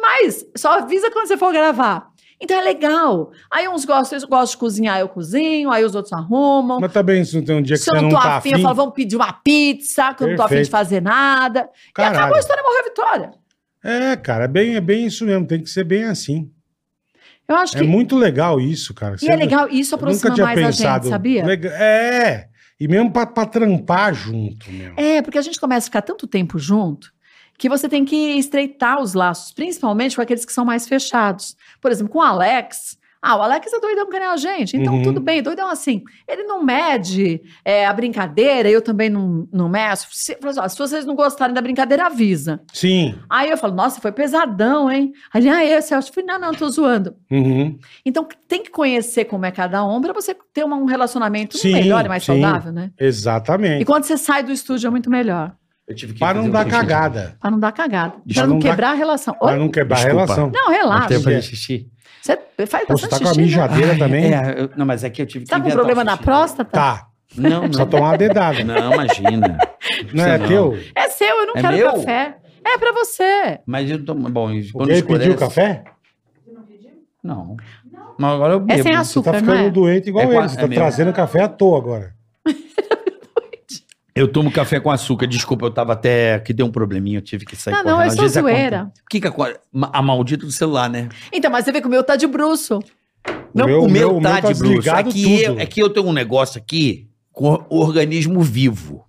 E: Mas só avisa quando você for gravar. Então é legal. Aí uns gostam, eu gosto de cozinhar, eu cozinho, aí os outros arrumam.
D: Mas também se não tem um dia que
E: Se
D: você
E: eu
D: não
E: não tô
D: tá
E: afim, eu falo, vamos pedir uma pizza, que eu não tô afim de
D: Perfeito.
E: fazer nada. E acabou a
D: Caralho.
E: história, morreu a vitória.
D: É, cara, é bem, é bem isso mesmo. Tem que ser bem assim.
E: Eu acho
D: É
E: que.
D: muito legal isso, cara.
E: E é legal, e isso aproxima mais a gente, sabia?
D: Lega- É. E mesmo pra, pra trampar junto, meu.
E: É, porque a gente começa a ficar tanto tempo junto que você tem que estreitar os laços, principalmente com aqueles que são mais fechados. Por exemplo, com o Alex. Ah, o Alex é doidão que nem a gente. Então,
D: Uhum.
E: tudo bem, doidão assim. Ele não mede é, a brincadeira, eu também não, não meço. Se, fala assim, ó, se vocês não gostarem da brincadeira, avisa.
D: Sim.
E: Aí eu falo, nossa, foi pesadão, hein? Aí ele, ah, esse, eu acho. Eu falei, não, não, tô zoando.
D: Uhum.
E: Então, tem que conhecer como é cada um pra você ter uma- um relacionamento
D: Sim,
E: melhor e mais
D: sim.
E: saudável, né? E
D: Exatamente.
E: quando você sai do estúdio é muito melhor.
C: Eu tive que
D: Pra não
C: fazer um
D: dar
C: xixi.
D: cagada.
E: Pra não dar cagada.
C: Deixa
D: eu
E: Pra não,
D: não dar-
E: quebrar a relação. Oi?
D: Pra não quebrar
C: Desculpa.
D: a relação.
E: Não,
C: Mas
E: relaxa.
C: tem que fazer xixi.
E: Você faz
D: Pô, Você
E: bastante
D: tá com a
E: xixi, né?
D: mijadeira também?
C: É, eu- não, mas é que eu tive
E: Tá
C: que
E: com
C: inventar
E: problema
C: um
E: na
C: xixi.
E: próstata?
D: Tá.
C: Não,
D: Só
C: não.
D: tomar uma dedada.
C: Não, imagina.
D: Não é
C: Não.
D: teu?
E: É seu, eu não
C: É
E: quero
C: meu?
E: café. É pra você.
C: Mas eu tomo. Bom, e quando
D: Ele
C: escurece-
D: pediu café? tá
C: Não. Mas agora eu bebo.
E: É sem
D: Você tá
E: açúcar, não
D: ficando
E: é?
D: doente igual
C: É
D: ele.
C: quase-
D: Você
C: é
D: tá
C: mesmo.
D: trazendo café à toa agora.
C: Eu tomo café com açúcar, desculpa, eu tava até. que deu um probleminha, eu tive que sair.
E: Não, não,
C: correndo.
E: é
C: Às
E: só
C: vezes acontece.
E: zoeira.
C: O que que acontece? Ma- A maldita do celular, né?
E: Então, mas você vê que o meu tá de bruxo.
C: Não,
D: meu-
C: o meu,
D: meu- o
C: tá
D: meu tá
C: de bruxo.
D: desligado
C: Aqui eu,
D: tudo.
C: é que eu tenho um negócio aqui com organismo vivo.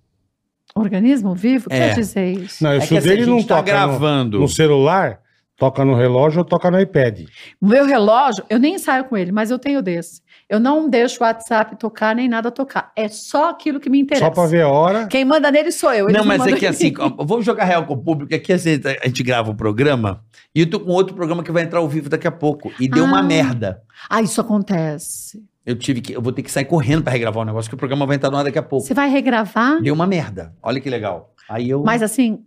E: Organismo vivo?
C: É.
E: Quer dizer isso?
D: Não, eu
C: é que
D: sou
C: assim, a
D: dele
C: gente
D: não
C: tá
D: toca no-
C: gravando.
D: no celular, toca no relógio ou toca no iPad.
E: Meu relógio, eu nem saio com ele, mas eu tenho desse. Eu não deixo o WhatsApp tocar, nem nada tocar. É só aquilo que me interessa.
D: Só pra ver a hora.
E: Quem manda nele sou eu. eles
C: Não, mas é
E: mandam
C: que
E: em
C: assim,
E: mim.
C: ó, vamos jogar real com o público. Aqui assim, a gente grava o programa e eu tô com outro programa que vai entrar ao vivo daqui a pouco. E deu
E: Ah.
C: uma merda.
E: Ah, isso acontece.
C: Eu tive que. Eu vou ter que sair correndo pra regravar o negócio, que o programa vai entrar no ar daqui a pouco.
E: Você vai regravar?
C: Deu uma merda. Olha que legal. Aí eu.
E: Mas assim,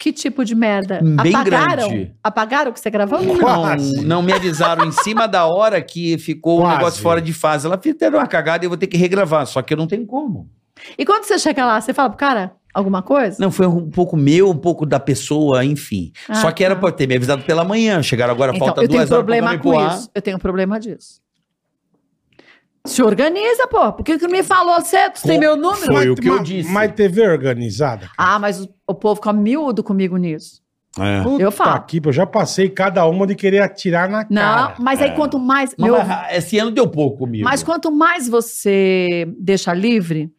E: que tipo de merda?
C: Bem
E: apagaram?
C: grande.
E: Apagaram o que você gravou?
C: não,
D: Quase.
C: não me avisaram em cima da hora que ficou o
D: Quase.
C: negócio fora de fase. Ela fez uma cagada e eu vou ter que regravar. Só que eu não tenho como.
E: E quando você chega lá, você fala pro cara alguma coisa?
C: Não, foi um pouco meu, um pouco da pessoa, enfim.
E: Ah,
C: Só que era
E: tá.
C: pra eu ter me avisado pela manhã. Chegaram agora,
E: Então,
C: falta
E: eu
C: duas
E: tenho
C: horas pro
E: problema
C: programa
E: com
C: ir pro ar.
E: isso. Eu tenho problema disso. Se organiza, pô. Por que que não me falou cedo? Você tem meu número?
C: Foi o que eu
D: mas-
C: disse.
D: Mas TV organizada.
E: Ah, mas o, o povo fica miúdo comigo nisso.
C: É.
E: Eu falo.
D: Aqui, eu já passei cada uma de querer atirar na
E: Não,
D: cara.
E: mas aí quanto mais.
C: Mas,
E: meu-
C: mas, esse ano deu pouco comigo.
E: mas quanto mais você deixa livre,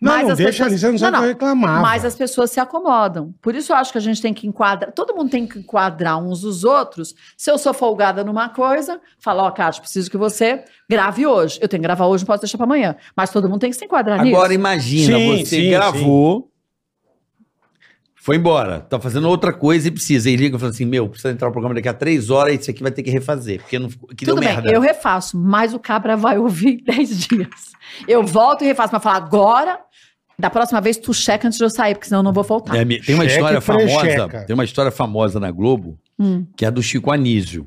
D: Não,
E: mais
D: não
E: as
D: deixa
E: pessoas.
D: ali, você não sabe reclamar.
E: Mas as pessoas se acomodam. Por isso eu acho que a gente tem que enquadrar. Todo mundo tem que enquadrar uns os outros. Se eu sou folgada numa coisa, falo, ó, Cátia, preciso que você grave hoje. Eu tenho que gravar hoje, não posso deixar pra amanhã. Mas todo mundo tem que se enquadrar
C: Agora
E: nisso.
C: imagina,
D: Sim,
C: você
D: sim,
C: gravou, foi embora, tá fazendo outra coisa e precisa. E liga e fala assim: meu, precisa entrar o programa daqui a três horas e isso aqui vai ter que refazer, porque não ficou- que
E: Tudo
C: deu
E: bem,
C: merda.
E: eu refaço, mas o cabra vai ouvir em 10 dias. Eu volto e refaço, mas falo, agora, da próxima vez, tu checa antes de eu sair, porque senão eu não vou
D: Ah,
E: voltar.
C: É, me- tem uma
D: Cheque
C: história famosa,
D: precheca.
C: tem uma história famosa na Globo,
E: Hum.
C: que é a do Chico Anísio.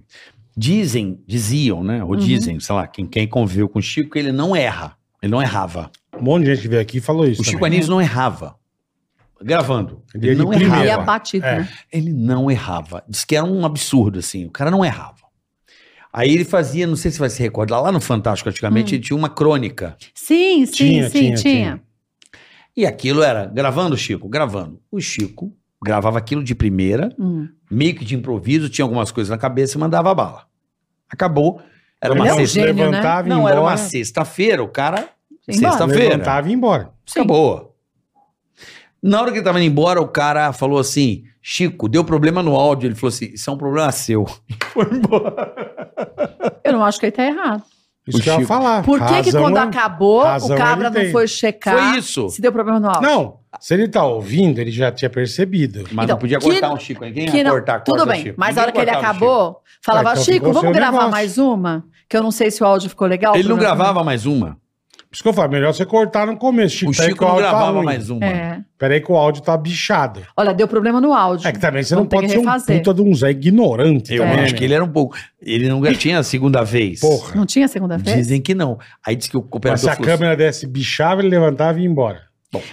C: Dizem, diziam, né? Ou
E: Uhum.
C: dizem, sei lá, quem, quem conviveu com o Chico, que ele não erra. Ele não errava.
D: Um monte de gente que veio aqui e falou isso.
C: O Chico
D: também.
C: Anísio não errava. Gravando.
D: Ele ia de
C: não
D: primeira.
E: E é
C: errava.
E: batido,
D: É.
E: né?
C: Ele não errava. Diz que era um absurdo, assim. O cara não errava. Aí ele fazia, não sei se vai se recordar, lá no Fantástico antigamente, ele tinha uma crônica.
E: Sim, sim,
D: Tinha,
E: sim,
D: tinha,
E: tinha.
D: tinha.
C: E aquilo era gravando, Chico, gravando. O Chico gravava aquilo de primeira,
E: Hum.
C: meio que de improviso, tinha algumas coisas na cabeça e mandava a bala. Acabou. Era
E: Ele
C: uma
E: é um
C: sexta.
E: gênio, né?
D: levantava e ia
C: Não, era uma
D: embora.
C: sexta-feira, o cara.
E: Embora.
C: Sexta- sexta-feira.
D: Levantava e ia embora.
E: Sim.
C: Acabou. Na hora que ele tava indo embora, o cara falou assim: Chico, deu problema no áudio. Ele falou assim: Isso é um problema seu. E foi embora.
E: Eu não acho que ele tá errado.
D: Isso
C: O
D: que eu ia
C: Chico-
D: falar.
E: Por que, que
D: Razão
E: quando
D: é-
E: acabou,
D: razão
E: o cabra
D: ele
E: não
D: tem.
E: foi checar
C: Foi isso.
E: se deu problema no áudio?
D: Não, se ele tá ouvindo, ele já tinha percebido.
C: Mas
E: Então,
C: não podia
E: que-
C: cortar um Chico. Ninguém
E: Que
C: ia
E: não-
C: cortar
E: tudo
C: corta o
E: bem,
C: Chico.
E: mas a
C: Ninguém
E: hora que ele
C: cortava o
E: acabou, falava,
D: Ah, então
E: Chico,
D: ficou
E: vamos
D: seu
E: gravar
D: negócio.
E: mais uma? Que eu não sei se o áudio ficou legal.
C: Chico. Ele não
E: Bruno.
C: gravava mais uma.
D: Por isso que eu falo, melhor você cortar no começo. Chico,
C: O
D: peraí
C: Chico
D: que o
C: não
D: áudio tá
C: gravava
D: ruim.
C: mais um. uma.
E: É.
D: Peraí que o áudio tá bichado.
E: Olha, deu problema no áudio.
D: É que também você não
E: Vamos ter
D: pode
E: que
D: ser um
E: refazer.
D: puta de um Zé ignorante.
C: Eu
D: também,
E: É.
C: acho
D: né?
C: que ele era um pouco. Ele não tinha a segunda vez.
D: Porra.
E: Não tinha segunda vez?
C: Dizem que não. Aí diz que o assim,
D: Mas se
C: cooperador.
D: a câmera desse bichava, ele levantava e ia embora.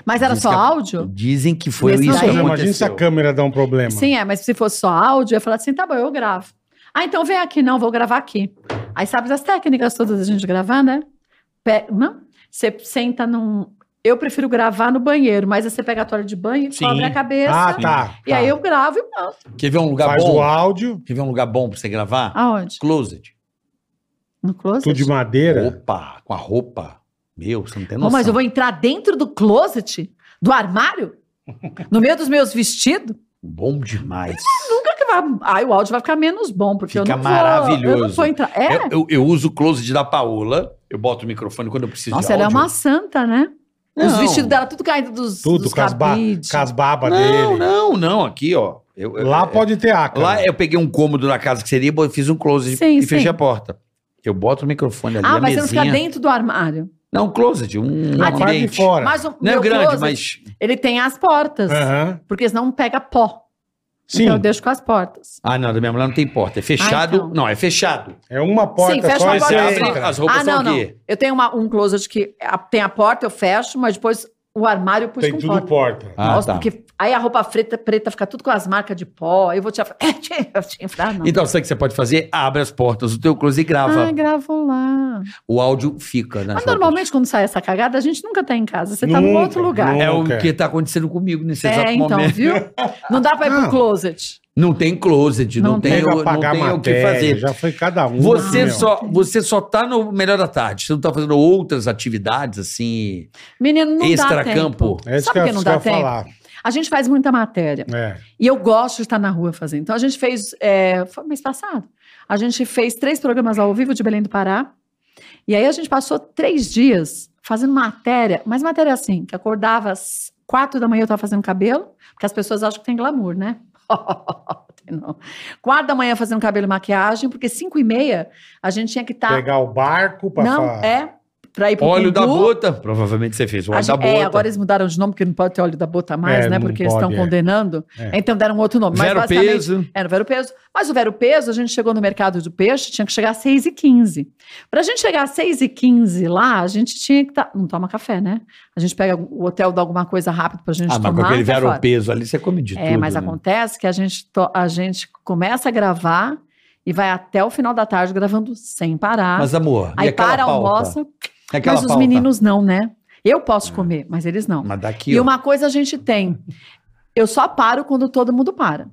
E: Mas era
C: Diz
E: só
C: que a-
E: áudio?
C: Dizem que foi
E: Nesse
C: isso
E: daí-
C: que
E: Não,
D: Imagina se a
C: aconteceu.
D: câmera dá um problema.
E: Sim, é, mas se fosse só áudio, eu ia falar assim, tá bom, eu gravo. Ah, então vem aqui, não, vou gravar aqui. Aí sabe as técnicas todas da gente gravar, né? Pe- não? Você senta num... Eu prefiro gravar no banheiro, mas aí você pega a toalha de banho e
C: Sim.
E: cobre a cabeça.
D: Ah, tá.
E: E
D: tá.
E: aí eu gravo e pronto.
C: Quer ver um lugar
D: Faz o
C: bom?
D: áudio.
E: Ah.
C: Quer ver um lugar bom pra você gravar?
E: Aonde?
C: Closet.
E: No closet?
D: Tudo de madeira.
C: Opa, com a roupa. Meu, você não tem
E: Ô,
C: noção.
E: mas eu vou entrar dentro do closet? Do armário? No meio dos meus vestidos?
C: Bom demais.
E: Nunca que vai. Ai, o áudio vai ficar menos bom, porque eu
C: Fica
E: não vou. Eu não
C: maravilhoso.
E: vou entrar. É?
C: Eu, eu- eu uso o closet da Paola. Eu boto o microfone quando eu preciso
E: Nossa,
C: de
E: ela é
C: áudio.
E: uma santa, né? Os
C: Não.
E: vestidos dela, tudo caindo dos,
D: Tudo,
E: dos
D: com as, ba
E: cabides.
D: com as babas
C: Não,
D: dele.
C: não, não. Aqui, ó. Eu- eu-
D: Lá
C: é-
D: pode ter ácaro.
C: Lá eu peguei um cômodo da casa que seria, eu fiz um closet
E: Sim,
C: e
E: sim.
C: fechei a porta. Eu boto o microfone ali,
E: Ah,
C: a
E: mas você não
C: mesinha.
E: fica dentro do armário.
C: Não, um closet, um
D: Na parte de
C: ambiente.
D: fora.
E: Mas o
C: Não é
E: meu
C: grande,
E: closet,
C: mas...
E: ele tem as portas,
D: Aham.
E: porque senão pega pó.
D: Sim,
E: Então eu deixo com as portas.
C: Ah, não, da minha mulher não tem porta. É fechado.
E: Ah, então.
C: Não, é fechado.
D: é uma porta
E: Sim, fecha
D: só
E: uma
D: e você
E: porta
D: abre.
E: só.
D: cara.
C: as roupas
E: ah, não,
C: são
E: não.
C: aqui.
E: Eu tenho uma- um closet que a- tem a porta, eu fecho, mas depois o armário eu pus
D: Tem
E: com
D: tudo
E: porta.
D: porta.
C: Ah,
E: Nossa,
C: tá.
E: porque aí a roupa preta, preta fica tudo com as marcas de pó. Eu vou tirar. É, tinha- eu tinha ah, não.
C: Então, sabe o que você pode fazer? Abre as portas do teu closet e grava.
E: ah, gravo lá.
C: O áudio fica nas
E: Mas
C: roupas.
E: normalmente quando sai essa cagada, a gente nunca tá em casa. Você tá num
D: Nunca,
E: outro lugar.
D: nunca.
C: É o que tá acontecendo comigo nesse exato
E: É, então,
C: momento.
E: viu? Não dá pra ir
D: Não.
E: pro closet.
C: Não tem closet, não,
E: Não
C: tem,
E: tem.
D: Pega
C: o- não
D: apagar
C: tem o que
D: matéria,
C: fazer.
D: Já foi cada um.
C: Você
D: meu.
C: só, você só tá no melhor da tarde. Você não tá fazendo outras atividades assim,
E: Menino, não dá
C: extracampo.
E: tempo.
D: É isso que
E: Sabe por
D: eu
E: que não
D: isso que eu
E: dá
D: ia
E: tempo?
D: falar.
E: A gente faz muita matéria.
D: É.
E: E eu gosto de estar na rua fazendo. Então a gente fez. É, foi mês passado. A gente fez três programas ao vivo de Belém do Pará. E aí a gente passou três dias fazendo matéria, mas matéria assim, que acordava às quatro da manhã eu estava fazendo cabelo, porque as pessoas acham que tem glamour, né? Tem não. Quatro da manhã fazendo cabelo e maquiagem, porque cinco e meia a gente tinha que tá estar.
D: Pegar o barco pra
E: não,
D: falar.
E: é. Pra ir pro
C: Óleo da
E: Cumbu.
C: bota. Provavelmente você fez o
E: A
C: óleo da
E: gente-
C: bota.
E: é, agora eles mudaram de nome, porque não pode ter óleo da bota mais,
D: É,
E: né?
D: não
E: Porque eles estão
D: pode, é.
E: condenando.
D: É.
E: Então deram outro nome.
C: Zero
E: mas basicamente,
C: peso.
E: Era o Vero Peso. Mas o Vero Peso, a gente chegou no mercado do peixe, tinha que chegar às 6 e 15 Para a gente chegar às 6 e 15 lá, a gente tinha que. tá- Não toma café, né? A gente pega o hotel, dá alguma coisa rápido para a gente
C: Ah, mas com
E: tomar.
C: aquele
E: tá fora.
C: vero peso ali, você come de
E: É,
C: tudo.
E: mas
C: né?
E: acontece que a gente, to- a gente começa a gravar e vai até o final da tarde gravando sem parar.
C: Mas, amor, e
E: Aí
C: aquela
E: para,
C: pauta?
E: almoça.
C: E aquela
E: mas os
C: pauta?
E: meninos não, né? Eu
D: É.
E: posso comer, mas eles não.
C: Mas daqui,
E: E
C: ó.
E: uma coisa a gente tem. Eu só paro quando todo mundo para.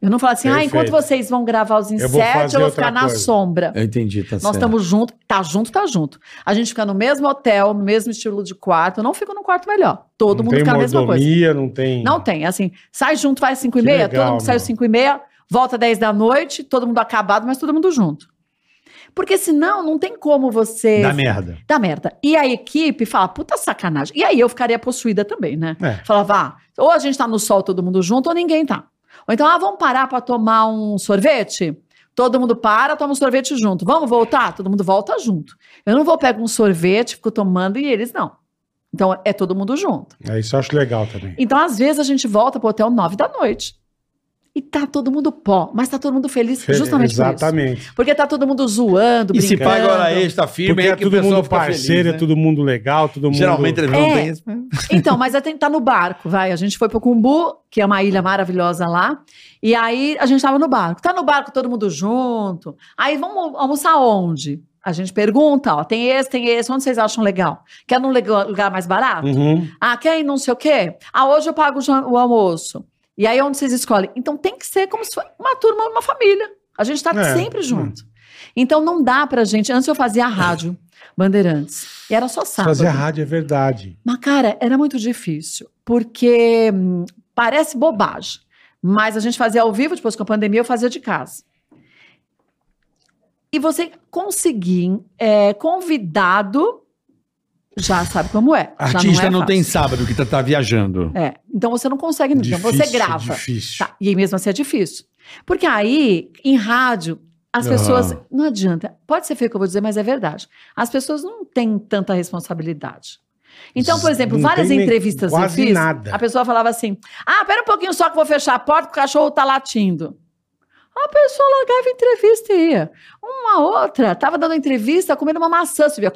E: Eu não falo assim, ah,
D: Perfeito.
E: enquanto vocês vão gravar os
D: Eu vou
E: insetos,
D: fazer
E: eu vou
D: outra
E: ficar na
D: coisa." É,
E: sombra.
C: Eu entendi, tá
E: Nós
C: certo.
E: estamos juntos, tá junto, tá junto. A gente fica no mesmo hotel, no mesmo estilo de quarto. Eu não fico num quarto melhor. Todo
D: não
E: mundo
D: tem
E: fica na mesma coisa.
D: mordomia, não tem...
E: Não tem, assim, sai junto, vai às 5 e
D: Que
E: meia,
D: legal,
E: todo mundo sai às
D: meu.
E: 5 e meia, volta às 10 da noite, todo mundo acabado, mas todo mundo junto. Porque senão não tem como você
C: Da merda.
E: Dá merda. E a equipe fala, puta sacanagem. E aí eu ficaria possuída também, né?
D: É.
E: Falava, ah, ou a gente tá no sol todo mundo junto, ou ninguém tá. Ou então, ah, vamos parar pra tomar um sorvete? Todo mundo para, toma um sorvete junto. Vamos voltar? Todo mundo volta junto. Eu não vou pegar um sorvete, fico tomando e eles não. Então é todo mundo junto.
D: É, isso eu acho legal também.
E: Então, às vezes, a gente volta pro hotel nove da noite. E tá todo mundo pó, mas tá todo mundo feliz justamente por isso.
D: Exatamente.
E: Porque tá todo mundo zoando,
C: E
E: brincando.
C: se paga hora extra, firme,
D: Porque
C: aí
D: é
C: que o
D: todo
C: pessoal
D: mundo
C: fica
D: parceiro,
C: feliz,
D: é
C: né?
D: todo mundo legal, todo mundo...
C: Geralmente eles não
E: É.
C: têm isso.
E: Então, mas é tentar no barco, vai. A gente foi pro Cumbu, que é uma ilha maravilhosa lá. E aí a gente tava no barco. Tá no barco todo mundo junto. Aí vamos almoçar onde? A gente pergunta, ó, tem esse, tem esse, onde vocês acham legal? Quer num lega- lugar mais barato?
D: Uhum.
E: Ah, quer ir não sei o quê? Ah, hoje eu pago o jan- o almoço. E aí onde vocês escolhem? Então tem que ser como se fosse uma turma, uma família. A gente tá
D: É.
E: sempre junto. Então não dá pra gente. Antes eu fazia rádio, Bandeirantes. E era só sábado.
D: Fazer rádio é verdade.
E: Mas, cara, era muito difícil, porque hum, parece bobagem. Mas a gente fazia ao vivo, depois com a pandemia, eu fazia de casa. E você conseguir é, convidado, já sabe como é. já
C: Artista não,
E: é
C: tem
E: fácil.
C: sábado que tá, tá viajando.
E: É, então você não consegue. então
D: Difícil,
E: você grava.
D: Difícil.
E: Tá, e mesmo assim é difícil. Porque aí, em rádio, as
C: Ah.
E: pessoas. Não adianta. Pode ser feio o que eu vou dizer, mas é verdade. As pessoas não têm tanta responsabilidade. Então, por exemplo,
D: Não
E: várias
D: tem nem-
E: entrevistas eu
D: quase
E: fiz,
D: nada.
E: a pessoa falava assim: Ah, pera um pouquinho só que eu vou fechar a porta, porque o cachorro tá latindo. A pessoa largava a entrevista e ia. Uma outra tava dando entrevista comendo uma maçã, subia.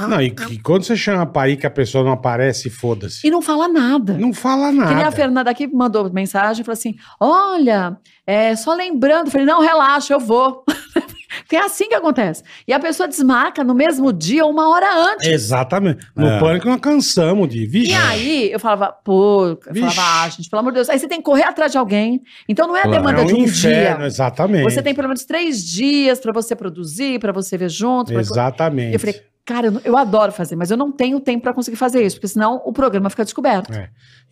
D: Não, e que- quando você chama pra ir que a pessoa não aparece, foda-se.
E: E não fala nada.
D: Não fala
E: Que nem a
D: nada.
E: Fernanda aqui mandou mensagem, falou assim: Olha, é, só lembrando. Falei: Não, relaxa, eu vou. Porque é assim que acontece. E a pessoa desmarca no mesmo dia, uma hora antes.
D: Exatamente. No
C: É.
D: pânico nós cansamos de. Vixe.
E: E aí, eu falava, pô, eu
D: Vixe.
E: falava, ah, gente, pelo amor de Deus. Aí você tem que correr atrás de alguém. Então não é a
C: Claro.
E: demanda
D: é um
E: de um
D: inferno, assim.
E: dia.
D: exatamente.
E: Você tem pelo menos três dias pra você produzir, pra você ver junto. pra-
D: Exatamente.
E: Eu falei, cara, eu, não- eu adoro fazer, mas eu não tenho tempo pra conseguir fazer isso, porque senão o programa fica descoberto.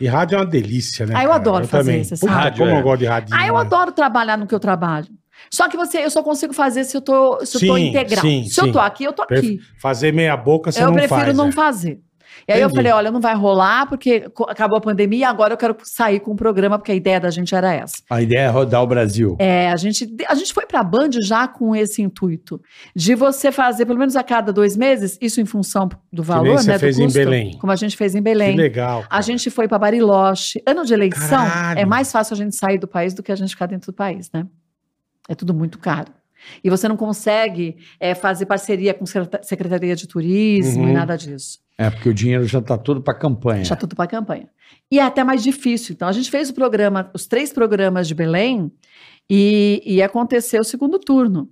D: E rádio é uma delícia, né?
E: Ah, eu
D: cara?
E: adoro fazer
D: também.
E: isso,
D: Puta,
E: sabe?
C: Rádio,
D: como
C: é.
D: eu gosto de rádio.
E: Ah, eu adoro trabalhar no que eu trabalho. Só que você, eu só consigo fazer se eu tô, se eu tô
D: Sim,
E: integral.
D: sim,
E: se
D: sim.
E: eu tô aqui, eu tô
D: Perfe-
E: aqui.
D: Fazer meia boca você
E: eu
D: não
E: prefiro
D: faz.
E: não
D: é.
E: fazer. E aí eu
D: Entendi.
E: falei, olha, não vai rolar porque co- acabou a pandemia e agora eu quero sair com o programa, porque a ideia da gente era essa.
C: A ideia é rodar o Brasil.
E: É, a gente, a gente foi pra Band já com esse intuito de você fazer pelo menos a cada dois meses, isso em função do valor,
D: nem você
E: né? do
D: fez em
E: custo,
D: Belém.
E: Como a gente fez em
D: Que
E: Belém.
D: legal.
E: A gente foi pra Bariloche. Ano de eleição,
D: Caralho.
E: é mais fácil a gente sair do país do que a gente ficar dentro do país, né? É tudo muito caro. E você não consegue eh, fazer parceria com secreta- Secretaria de Turismo
D: Uhum.
E: e nada disso.
C: É, porque o dinheiro já tá todo pra campanha.
E: Já tudo para campanha. E é até mais difícil. Então, a gente fez o programa, os três programas de Belém, e, e aconteceu o segundo turno.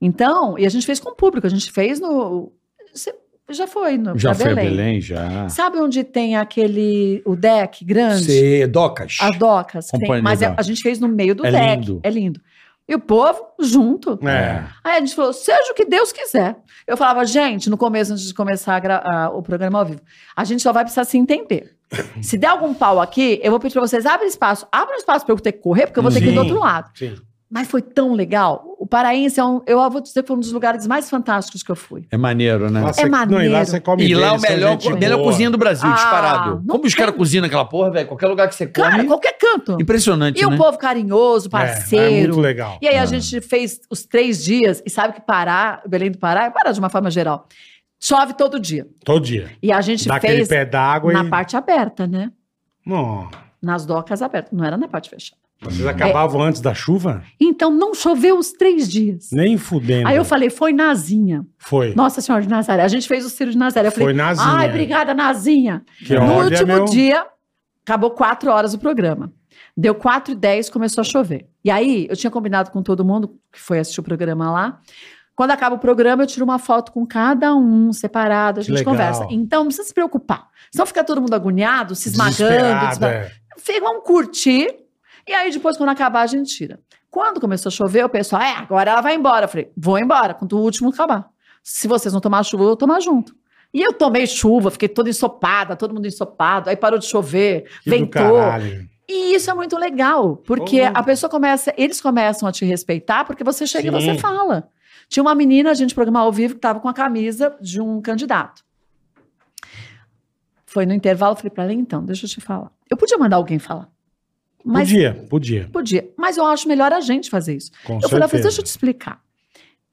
E: Então, e a gente fez com o público, a gente fez no. você já foi no
C: Já
E: tá pra
C: foi a Belém, já.
E: Sabe onde tem aquele o deck grande?
C: Cê, docas.
E: As docas. que tem-
C: Companhia
E: mas é-
C: da-
E: a gente fez no meio do
C: É
E: deck.
C: lindo.
E: É lindo. E o povo junto.
D: É.
E: Aí a gente falou, seja o que Deus quiser. Eu falava, gente, no começo, antes de começar a gra- a- o programa ao vivo, a gente só vai precisar se entender. Se der algum pau aqui, eu vou pedir pra vocês, abre espaço. Abre um espaço pra eu ter que correr, porque eu vou ter que ir do
D: Sim.
E: outro lado.
D: Sim.
E: Mas foi tão legal. O Paraense, é um, eu vou dizer que foi um dos lugares mais fantásticos que eu fui.
C: É maneiro, né?
D: Lá você- Não, e lá
E: maneiro.
D: você come
C: E
D: bem,
C: lá o
D: eles são
C: melhor,
D: gente
C: a melhor
D: boa.
C: cozinha do Brasil,
E: Ah,
C: disparado.
E: não
C: Como os caras cozinham aquela porra, velho? Qualquer lugar que você come.
E: Cara, qualquer canto.
C: Impressionante, né?
E: E o povo carinhoso,
D: É, lá É,
E: parceiro.
D: muito legal.
E: E aí
C: Ah.
E: a gente fez os três dias, e sabe que Pará, Belém do Pará, é Pará de uma forma geral, chove todo dia.
D: Todo dia.
E: E a gente
D: Dá aquele
E: fez
D: pé d'água
E: na
D: e.
E: parte aberta, né?
D: Não.
E: Nas docas abertas, não era na parte fechada.
D: Vocês acabavam antes da chuva?
E: Então não choveu os três dias.
D: Nem fudendo.
E: Aí eu falei, foi Nazinha.
D: Foi.
E: Nossa Senhora de Nazaré. A gente fez o Ciro de Nazaré. Eu falei,
D: Foi Nazinha.
E: ai, obrigada, Nazinha.
D: Que
E: no
D: olha,
E: último
D: meu-
E: dia, acabou quatro horas o programa. Deu 4 e 10, começou a chover. E aí, eu tinha combinado com todo mundo que foi assistir o programa lá. Quando acaba o programa, eu tiro uma foto com cada um separado, a
D: Que
E: gente
D: legal.
E: conversa. Então, não precisa se preocupar. Senão fica todo mundo agoniado, se esmagando.
D: Desesperada,
E: desma-
D: é.
E: Fica- Vamos um curtir. E aí, depois, quando acabar, a gente tira. Quando começou a chover, o pessoal, é, agora ela vai embora. Eu falei, vou embora, quando o último acabar. Se vocês não tomar chuva, eu vou tomar junto. E eu tomei chuva, fiquei toda ensopada, todo mundo ensopado, aí parou de chover,
D: Que do
E: ventou.
D: caralho.
E: E isso é muito legal, porque
D: Porra.
E: a pessoa começa, eles começam a te respeitar porque você chega e
D: Sim.
E: você fala. Tinha uma menina, a gente programou ao vivo, que estava com a camisa de um candidato. Foi no intervalo, eu falei pra ela, então, deixa eu te falar. Eu podia mandar alguém falar. Mas
D: Podia, podia.
E: podia. Mas eu acho melhor a gente fazer isso.
D: Com
E: Eu falei, "Ah, eu falei,
D: certeza.
E: deixa eu te explicar.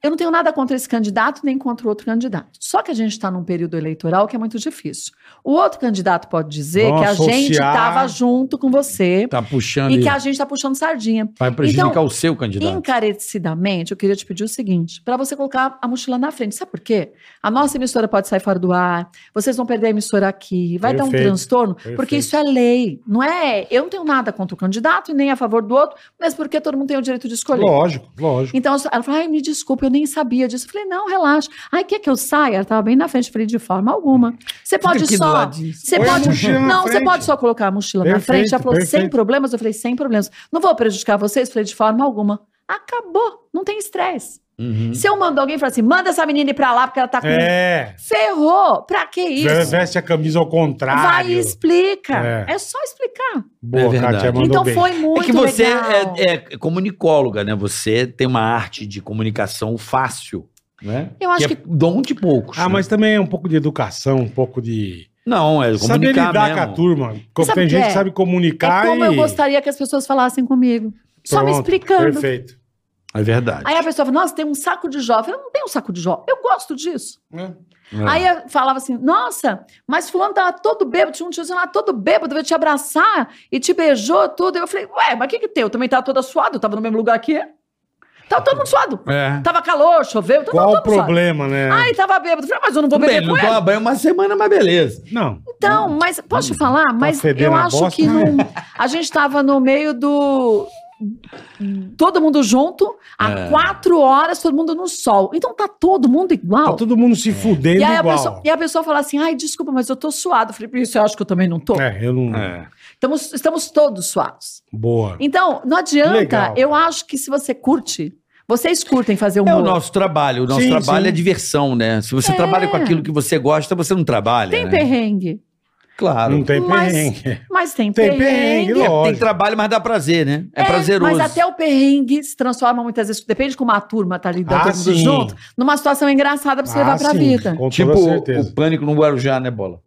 E: Eu não tenho nada contra esse candidato nem contra o outro candidato. Só que a gente está num período eleitoral que é muito difícil. O outro candidato pode dizer
D: Vão
E: que a gente
D: associar-
E: estava junto com você
C: Tá puxando
E: e
C: e
E: que a gente está puxando sardinha.
C: vai prejudicar
E: Então,
C: o seu candidato.
E: Encarecidamente, eu queria te pedir o seguinte: para você colocar a mochila na frente. Sabe por quê? A nossa emissora pode sair fora do ar, vocês vão perder a emissora aqui, vai dar um
D: Perfeito,
E: transtorno, porque
D: perfeito.
E: isso é lei. Não é. Eu não tenho nada contra o candidato e nem a favor do outro, mas porque todo mundo tem o direito de escolher.
D: Lógico, lógico.
E: Então ela falou: ai, me desculpe, eu nem sabia disso. Eu falei: não, relaxa. Ai, quer que eu saia? Ela estava bem na frente. Eu falei: de forma
D: Hum.
E: alguma. Você pode
C: aqui do
E: só.
C: ladinho.
E: Você
D: Põe a
E: pode.
D: mochila na
E: Não, você
D: frente.
E: pode só colocar a mochila na
D: Perfeito,
E: frente. Ela falou: sem
D: perfeito.
E: problemas? Eu falei: sem problemas. Não vou prejudicar vocês? Eu falei: de forma alguma. Acabou. Não tem estresse.
C: Uhum.
E: Se eu mando alguém falar assim: manda essa menina ir pra lá porque ela tá com.
D: Hum. É.
E: Ferrou. Pra que isso?
D: Veste a camisa ao contrário.
E: Vai e explica.
D: É.
E: É, só explicar.
D: Boa,
C: É verdade.
D: Kátia, mandou
E: então
D: bem.
E: foi muito
C: É que você
E: legal.
C: é, é comunicóloga, né? Você tem uma arte de comunicação fácil, né?
E: Eu acho
C: é dom de poucos.
D: Ah,
C: né?
D: mas também é um pouco de educação, um pouco de...
C: Não, é
D: Saber
C: comunicar
D: lidar com
C: mesmo.
D: a turma. Como
E: sabe
D: tem
E: o que
D: gente que
E: é?
D: sabe
E: É
D: comunicar
E: como
D: e...
E: eu gostaria que as pessoas falassem comigo. Só me
D: Pronto,
E: explicando.
D: Perfeito.
C: É verdade.
E: Aí a pessoa fala, nossa, tem um saco de jovem. Eu falei, não tenho um saco de jovem, eu gosto disso.
C: É.
E: Aí eu falava assim, nossa, mas fulano tava todo bêbado, tinha um tiozinho lá todo bêbado, veio te abraçar e te beijou, tudo. Eu falei, ué, mas o que que tem? Eu também tava toda suada, eu tava no mesmo lugar que ele. Tava todo mundo suado.
C: É.
E: Tava calor, choveu, então
D: Qual
E: tava
D: o
E: todo mundo suado.
D: problema, né?
E: Aí tava bêbado. Eu falei, "Ah, mas eu não vou
C: Tudo
E: beber
C: bem,
E: com
C: não
E: ele.
C: toma banho uma semana, mas beleza.
D: Não.
E: Então, mas posso te falar? Mas
D: Tá fedendo
E: eu
D: a
E: acho
D: bosta,
E: que
D: né?
E: não. A gente estava no meio do todo mundo junto, há
C: É.
E: quatro horas, todo mundo no sol. Então tá todo mundo igual.
D: Tá todo mundo
C: É.
D: se fudendo
E: e, aí a
D: igual.
E: pessoa, e a pessoa fala assim: ai, desculpa, mas eu tô suado. Eu falei, "Por isso eu acho que eu também não tô.
D: É, eu não.
C: É.
E: Estamos, estamos todos suados.
D: Boa.
E: Então, não adianta.
D: Legal. É
E: Eu acho que se você curte, vocês curtem fazer humor.
C: É o nosso trabalho. O nosso
D: Sim,
C: trabalho
D: sim.
C: é diversão, né? Se você
E: É.
C: trabalha com aquilo que você gosta, você não trabalha.
E: Tem
D: é.
E: Hum,
C: né?
E: perrengue,
C: Claro. É,
D: Não tem
E: Então, Mas-
D: perrengue.
E: mas tem,
D: Tem
E: perrengue.
D: perrengue,
C: Tem- Tem
D: lógico.
C: trabalho, mas dá prazer, né? É, prazeroso.
E: Mas até o perrengue se transforma muitas vezes, depende como a turma tá lidando
D: Ah,
E: todo mundo
D: sim. Ah,
E: junto, numa situação engraçada pra você levar pra
D: sim,
E: vida.
D: Com
C: Tipo
D: toda
C: o,
D: certeza.
C: o pânico no Guarujá, né, Bola?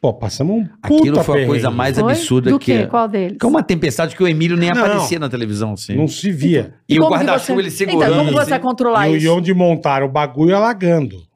D: Pô, passamos um puta
C: Aquilo foi a
D: perrengue.
C: coisa mais
E: Foi?
C: absurda
E: Do
C: que.
E: quê? Qual deles?
C: Que é uma tempestade que o Emílio nem
D: Não.
C: aparecia na televisão, assim.
D: Não se via.
C: E o
E: Como que
C: guarda-chuva
E: você-
C: ele segurando.
E: Então, como você vai
C: assim.
E: controlar
D: e, o- e
E: isso?
D: onde montaram o bagulho alagando.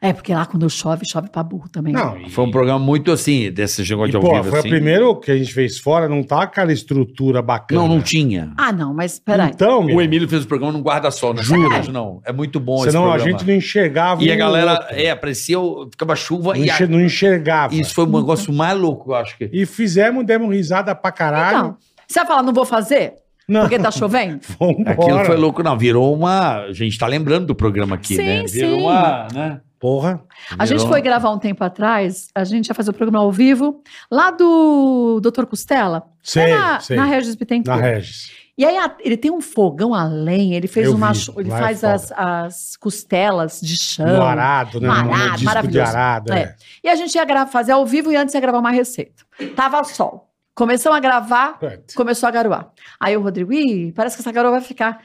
E: É, porque lá quando chove, chove pra burro também. né?
D: Não, e,
C: Foi um programa muito assim, desse jogo
D: e,
C: de ao
D: pô,
C: vivo,
D: foi
C: assim.
D: o primeiro que a gente fez fora, não tá aquela estrutura bacana.
C: Não, não tinha.
E: Ah, não, mas peraí.
D: Então, meu,
C: O Emílio fez o programa num guarda-sol, não é
D: Juro.
C: sacanagem, não. É muito bom esse
D: senão a
C: programa.
D: gente não enxergava.
C: E a
D: um
C: galera,
D: outro.
C: é, aparecia, ficava chuva
D: não,
C: e a-
D: enxer- não enxergava.
C: isso foi um negócio mais louco, eu acho que.
D: E fizemos, demos risada pra caralho.
E: Então, você vai falar, não vou fazer?
D: não,
E: Porque tá chovendo?
D: vambora.
C: Aquilo foi louco, não. Virou uma. A gente tá lembrando do programa aqui,
E: Sim,
C: né? Virou
E: sim.
C: uma. Né?
D: Porra.
E: A gente
C: Virou-
E: foi gravar um tempo atrás, a gente ia fazer o programa ao vivo, lá do Dr. Costela, É
D: Sei,
E: na,
D: sei.
E: na Regis Bittencourt.
D: Na Regis.
E: E aí a- ele tem um fogão a lenha, ele fez
D: Eu
E: uma,
D: vi,
E: chu- ele
D: lá é
E: faz
D: foda.
E: as, as costelas de
D: No
E: chão.
D: arado, né?
E: No
D: No,
E: arado,
D: no disco de
E: maravilhoso.
D: arado.
E: É.
D: é.
E: E a gente ia gra- fazer ao vivo e antes ia gravar uma receita. Tava sol. Começamos a gravar,
D: Putz.
E: começou a garoar. Aí o Rodrigo, ih, parece que essa garoa vai ficar.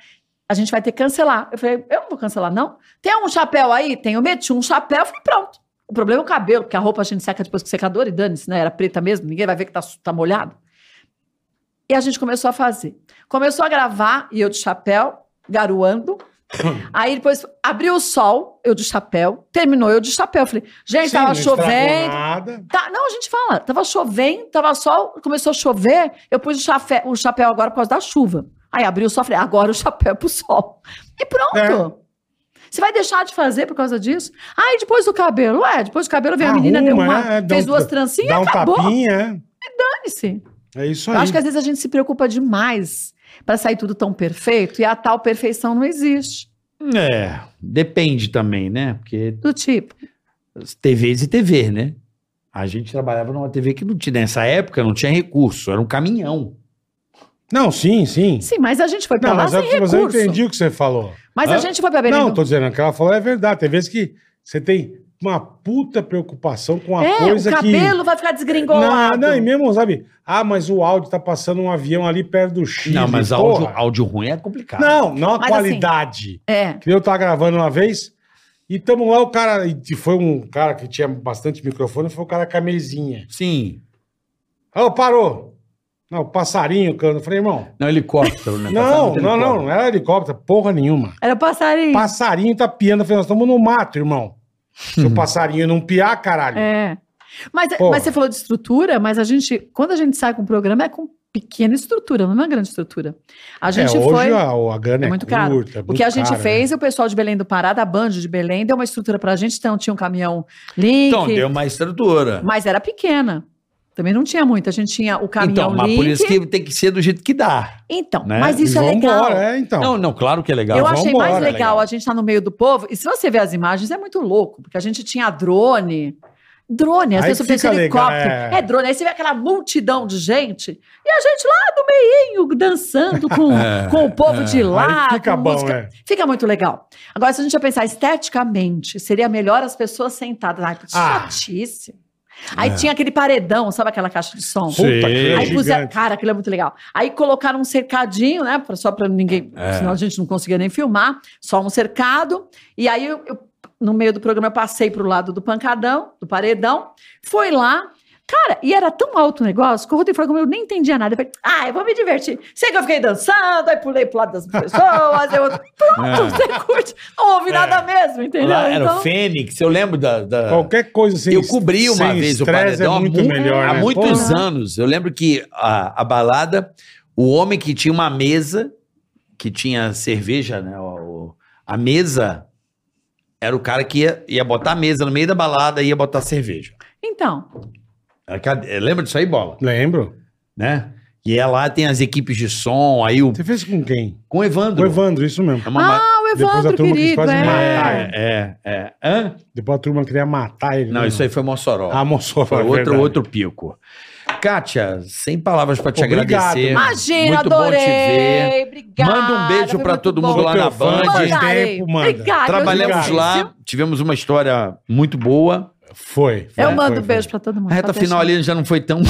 E: A gente vai ter que cancelar. Eu falei, eu não vou cancelar, não. Tem um chapéu aí? Tenho, meti um chapéu, fui pronto. O problema é o cabelo, porque a roupa a gente seca depois com secador e dane-se, né? Era preta mesmo, ninguém vai ver que tá, su- tá molhado. E a gente começou a fazer. Começou a gravar, e eu de chapéu, garoando. Aí depois abriu o sol, eu de chapéu, terminou eu de chapéu. Eu Falei, gente,
D: Sim,
E: tava
D: não estragou
E: chovendo,
D: Nada.
E: Tá, não, a gente fala. Tava chovendo, tava sol, começou a chover. Eu pus o, chafé- o chapéu agora por causa da chuva. Aí abriu o sol, falei, agora o chapéu é pro sol. E
D: É.
E: pronto. Você vai deixar de fazer por causa disso? Aí depois do cabelo, ué, depois do cabelo veio a menina, deu
D: Arruma,
E: uma,
D: Ah, é, dá
E: fez
D: um-
E: duas trancinhas
D: Dá
E: e
D: um
E: acabou.
D: tapinha.
E: Dane-se.
D: É É isso
E: Eu
D: aí.
E: acho que às vezes a gente se preocupa demais pra sair tudo tão perfeito e a tal perfeição não existe.
C: É, depende também, né? Porque
E: Do tipo,
C: TVs e TV, né? A gente trabalhava numa TV que não tinha, nessa época não tinha recurso, era um caminhão.
D: Não, sim, sim.
E: sim, mas a gente foi pra
D: Não,
E: lá
D: mas,
E: sem
D: eu, mas eu
E: recurso.
D: entendi o que você falou.
E: Mas
C: Hã?
E: a gente foi pra Belém
D: Não,
E: do-
D: tô dizendo, o que ela falou é verdade. Tem vezes que você tem uma puta preocupação com uma
E: É, o
D: coisa que...
E: cabelo vai ficar
D: Não,
E: desgringolado.
D: não, e mesmo, sabe? Ah, mas o áudio tá passando um avião ali perto do Chile.
C: não, mas áudio, áudio ruim é complicado.
D: Não, não a
E: Mas assim,
D: qualidade.
E: É.
D: Que eu tava gravando uma vez, e tamo lá, o cara. E foi um cara que tinha bastante microfone, foi o cara com a mesinha.
C: Sim.
D: Ô, parou! Não, o passarinho, cano. Eu falei, irmão.
C: Não, helicóptero, né?
D: Não, não, não, não era helicóptero, porra nenhuma.
E: Era passarinho.
D: Passarinho tá piando. Eu falei, nós estamos no mato, irmão. Se o passarinho não piar, caralho.
E: É. Mas,
D: Porra.
E: mas você falou de estrutura, mas a gente, quando a gente sai com um programa, é com pequena estrutura, não é uma grande estrutura.
C: É,
E: A gente
D: É, hoje
E: foi.
D: a, a grana é,
E: É muito caro.
D: curta. é
E: O que
D: muito
E: a gente
C: né?
D: cara,
E: fez, o pessoal de Belém do Pará, da Band de Belém, deu uma estrutura pra gente. Então, tinha um caminhão link,
C: Então, deu uma estrutura.
E: mas era pequena. Também não tinha muito. A gente tinha o caminhão
C: Então, mas
E: link.
C: por isso que tem que ser do jeito que dá.
E: Então,
C: né?
E: mas
D: né?
E: isso é
D: E
E: legal.
D: vambora, é, então.
C: Não, não, claro que é legal.
E: Eu
C: Vamos
E: achei
C: embora,
E: mais
C: é
E: legal, a gente tá no meio do povo. E se você ver as imagens, é muito louco, porque a gente tinha drone. Drone, às
D: Aí
E: vezes eu penso
D: fica
E: em
D: legal,
E: helicóptero.
D: é.
E: É. drone. Aí você vê aquela multidão de gente e a gente lá do meinho, dançando com,
C: É,
E: com o povo
C: é.
E: de lá.
D: Aí fica
E: com
D: bom,
E: música.
D: é.
E: Fica muito legal. Agora, se a gente já pensar esteticamente, seria melhor as pessoas sentadas. Ai, que
D: Ah. É.
E: chatice. Aí tinha aquele paredão, sabe aquela caixa de som?
C: Sim.
D: Puta, que
E: Aí puseram,
D: gigante.
E: cara, aquilo é muito legal. Aí colocaram um cercadinho, né? pra- Só pra ninguém.
C: É.
E: Senão a gente não conseguia nem filmar. Só um cercado. E aí, eu- eu, no meio do programa, eu passei pro lado do pancadão, do paredão. Foi lá. Cara, e era tão alto o negócio que o Rodrigo falou comigo, eu nem entendia nada. Eu falei, ah, eu vou me divertir. Sei que eu fiquei dançando, aí pulei pro lado das pessoas. eu- Pronto,
C: É.
E: você curte. Não houve
D: É.
E: nada mesmo, entendeu?
C: Lá era o
E: Então,
C: Fênix, eu lembro da. da-
D: Qualquer coisa sem
C: eu cobri uma
D: sem
C: vez o
D: estresse
C: paredão
D: É
C: há
D: muito
C: mu-
D: melhor.
C: há
D: né?
C: muitos
D: Porra.
C: anos. Eu lembro que a, a balada, o homem que tinha uma mesa, que tinha cerveja, né? o- o- a mesa era o cara que ia, ia botar a mesa no meio da balada e ia botar cerveja. eh,
E: então,
C: Era cade- Lembra disso aí, bola?
D: Lembro.
C: Né? E é lá tem as equipes de som, aí o.
D: Você fez com quem?
C: Com o Evandro.
D: Com o Evandro, isso mesmo.
C: É uma ma-
E: Ah, o
D: Depois a
E: Evandro,
C: um
D: turma quis
E: querido.
D: quase matar
E: É.
D: ele.
C: É, é, é. Hã?
D: Depois a turma queria matar ele. né?
C: Não, isso aí foi Mossoró.
D: Ah, moçou,
C: foi é outro, outro pico. Kátia, sem palavras pra te
D: Obrigado,
C: agradecer.
D: mano.
E: Imagina,
C: Muito bom te
E: adorei.
C: ver.
E: Obrigada.
C: Manda um beijo
E: foi
C: pra
E: muito
C: todo
E: bom.
C: mundo lá na
D: fã,
C: Band.
D: faz
E: Mandarei.
D: tempo, manda.
E: Obrigada,
C: Trabalhamos
E: Deus, viu?
C: lá, tivemos uma história muito boa.
D: Foi. foi,
E: Eu
D: foi,
E: mando
D: foi.
E: um beijo pra todo mundo.
C: A reta
E: pode
C: final
E: deixar.
C: ali já não foi tão.
D: Mas,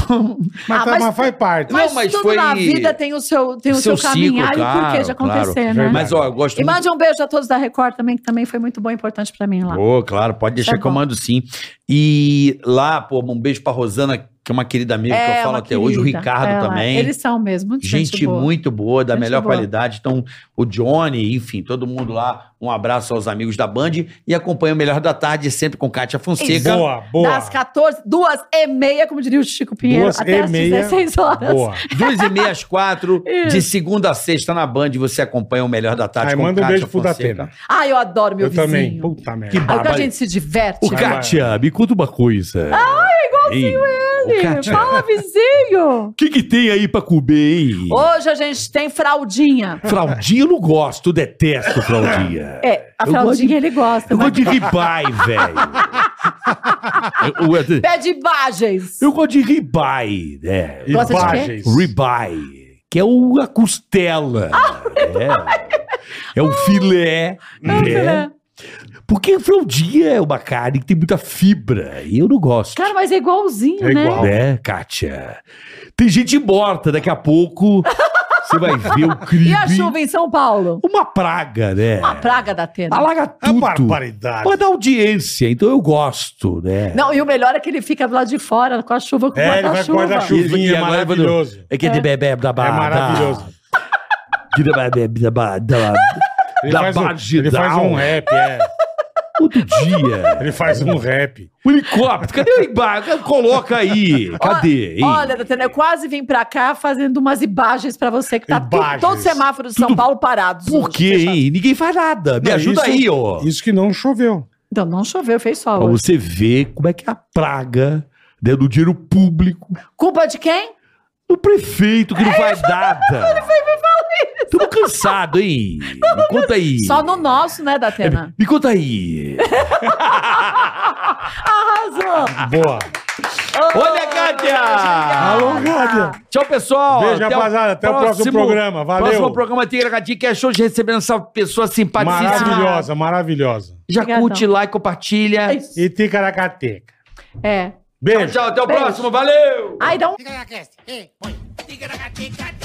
E: Ah,
D: tá-
E: mas-
D: mas faz parte.
C: Não,
E: Mas,
C: mas
E: tudo
C: foi-
E: na vida tem o seu, tem o
C: Seu
E: seu, caminhar
C: ciclo,
E: e o porquê
C: claro,
E: de acontecer,
D: claro.
E: né?
C: Mas, ó, eu gosto
E: E mande um beijo a todos da Record também, que também foi muito bom e importante pra mim lá.
C: Pô, claro, pode deixar
E: Tá
C: que eu
E: bom.
C: mando sim. E lá, pô, um beijo pra Rosana, que é uma querida amiga que eu falo
E: uma
C: até hoje, o
E: querida.
C: Ricardo
E: Ela-
C: também.
E: Eles são mesmo, muito
C: gente
E: gente, boa.
C: muito boa, da
E: Gente
C: melhor
E: boa.
C: qualidade. Então, o Johnny, enfim, todo mundo lá. Um abraço aos amigos da Band e acompanha o Melhor da Tarde, sempre com Kátia Fonseca.
D: Boa, boa.
E: Das 14, duas e meia, como diria o Chico Pinheiro,
D: Duas
E: até
D: e
E: às
D: meia.
E: 16 horas.
D: Boa.
C: Duas e meia às quatro, de segunda a sexta na Band, você acompanha o Melhor da Tarde
D: Aí
C: com
D: manda um
C: Kátia
D: beijo pro
C: Tá Fonseca.
D: Datena.
E: Ah, eu adoro meu
D: Eu
E: vizinho.
D: também. Puta merda.
C: Que
E: Aí que a
C: babado.
E: gente se diverte.
F: Ô, Kátia, me conta uma coisa. Ah,
E: é
F: igualzinho ele. Kátia,
E: Fala, vizinho!
F: o que, que tem aí pra comer, hein?
E: Hoje a gente tem fraldinha.
F: Fraldinha eu não gosto, detesto fraldinha.
E: É,
F: Eu gosto
E: a
F: de-
E: fraldinha ele gosta. né?
F: Eu
E: mas-
F: gosto de ribai, velho. Eu- eu-
E: Pede imagens.
F: Eu gosto de ribai, né?
D: E
E: Gosta de quê?
D: bagens.
F: Ribeye, que é o- a costela.
E: Ah,
F: é. é um filé.
E: é
F: né?
E: Cara,
F: Porque a fraldinha é uma carne que tem muita fibra. E eu não gosto.
E: Cara, mas é igualzinho,
D: É
E: né?
D: igual.
F: Né, Kátia? Tem gente morta daqui a pouco. Você vai ver o crime.
E: E a chuva Ah, em São Paulo?
F: Uma praga, né?
E: Uma praga da tenda.
F: Alaga
D: É
F: tudo.
D: barbaridade.
F: Mas dá audiência, então eu gosto, né?
E: Não, e o melhor é que ele fica do lado de fora com a chuva, com o
D: É, ele vai com
E: guarda-chuva.
D: guarda-chuvinha,
F: E
D: é
F: agora vai no-
D: maravilhoso.
F: É que é de bebê da
D: É
C: Tá,
F: barra.
D: maravilhoso.
F: De bebê da barra. da-
D: Ele
F: Da
D: faz, um,
F: Bagdal.
D: ele faz um rap, é.
F: Outro dia.
D: Ele faz um rap.
F: O helicóptero. Cadê o embarque? Coloca aí. Cadê? hein?
E: Olha, Datena, eu quase vim pra cá fazendo umas imagens pra você, que tá tu-
D: Imagens.
E: todos os semáforos de São Paulo parados.
F: Por
E: hoje,
F: quê,
E: fechados.
F: hein? Ninguém faz nada. Me
D: Não,
F: ajuda
D: isso-
F: aí, ó.
D: Isso que não choveu.
E: Então, não choveu, fez sol.
F: Pra
E: hoje.
F: você ver como é que é a praga né, do dinheiro público
E: Culpa de quem?
F: do prefeito
D: É,
F: que não faz nada. Estamos cansados, hein? Me conta aí.
E: Só no nosso, né,
F: É,
E: Datena?
F: Me conta aí. É.
E: Arrasou!
D: Boa.
C: Olha, Kátia!
E: Alô,
D: Gádia.
C: Tchau, pessoal.
D: Beijo, rapaziada. Até o próximo programa. Valeu.
C: Próximo programa Tigra Gatica é show de recebendo essa pessoa simpaticíssima.
D: Maravilhosa, maravilhosa.
C: Já
E: Obrigadão.
C: curte, like, compartilha.
F: É.
D: E ticaracateca.
E: É.
D: Beijo.
C: Tchau, até o
E: Beijo.
C: próximo. Valeu!
E: Aí dá um
A: Ticaracast, hey, põe. Ticaracati,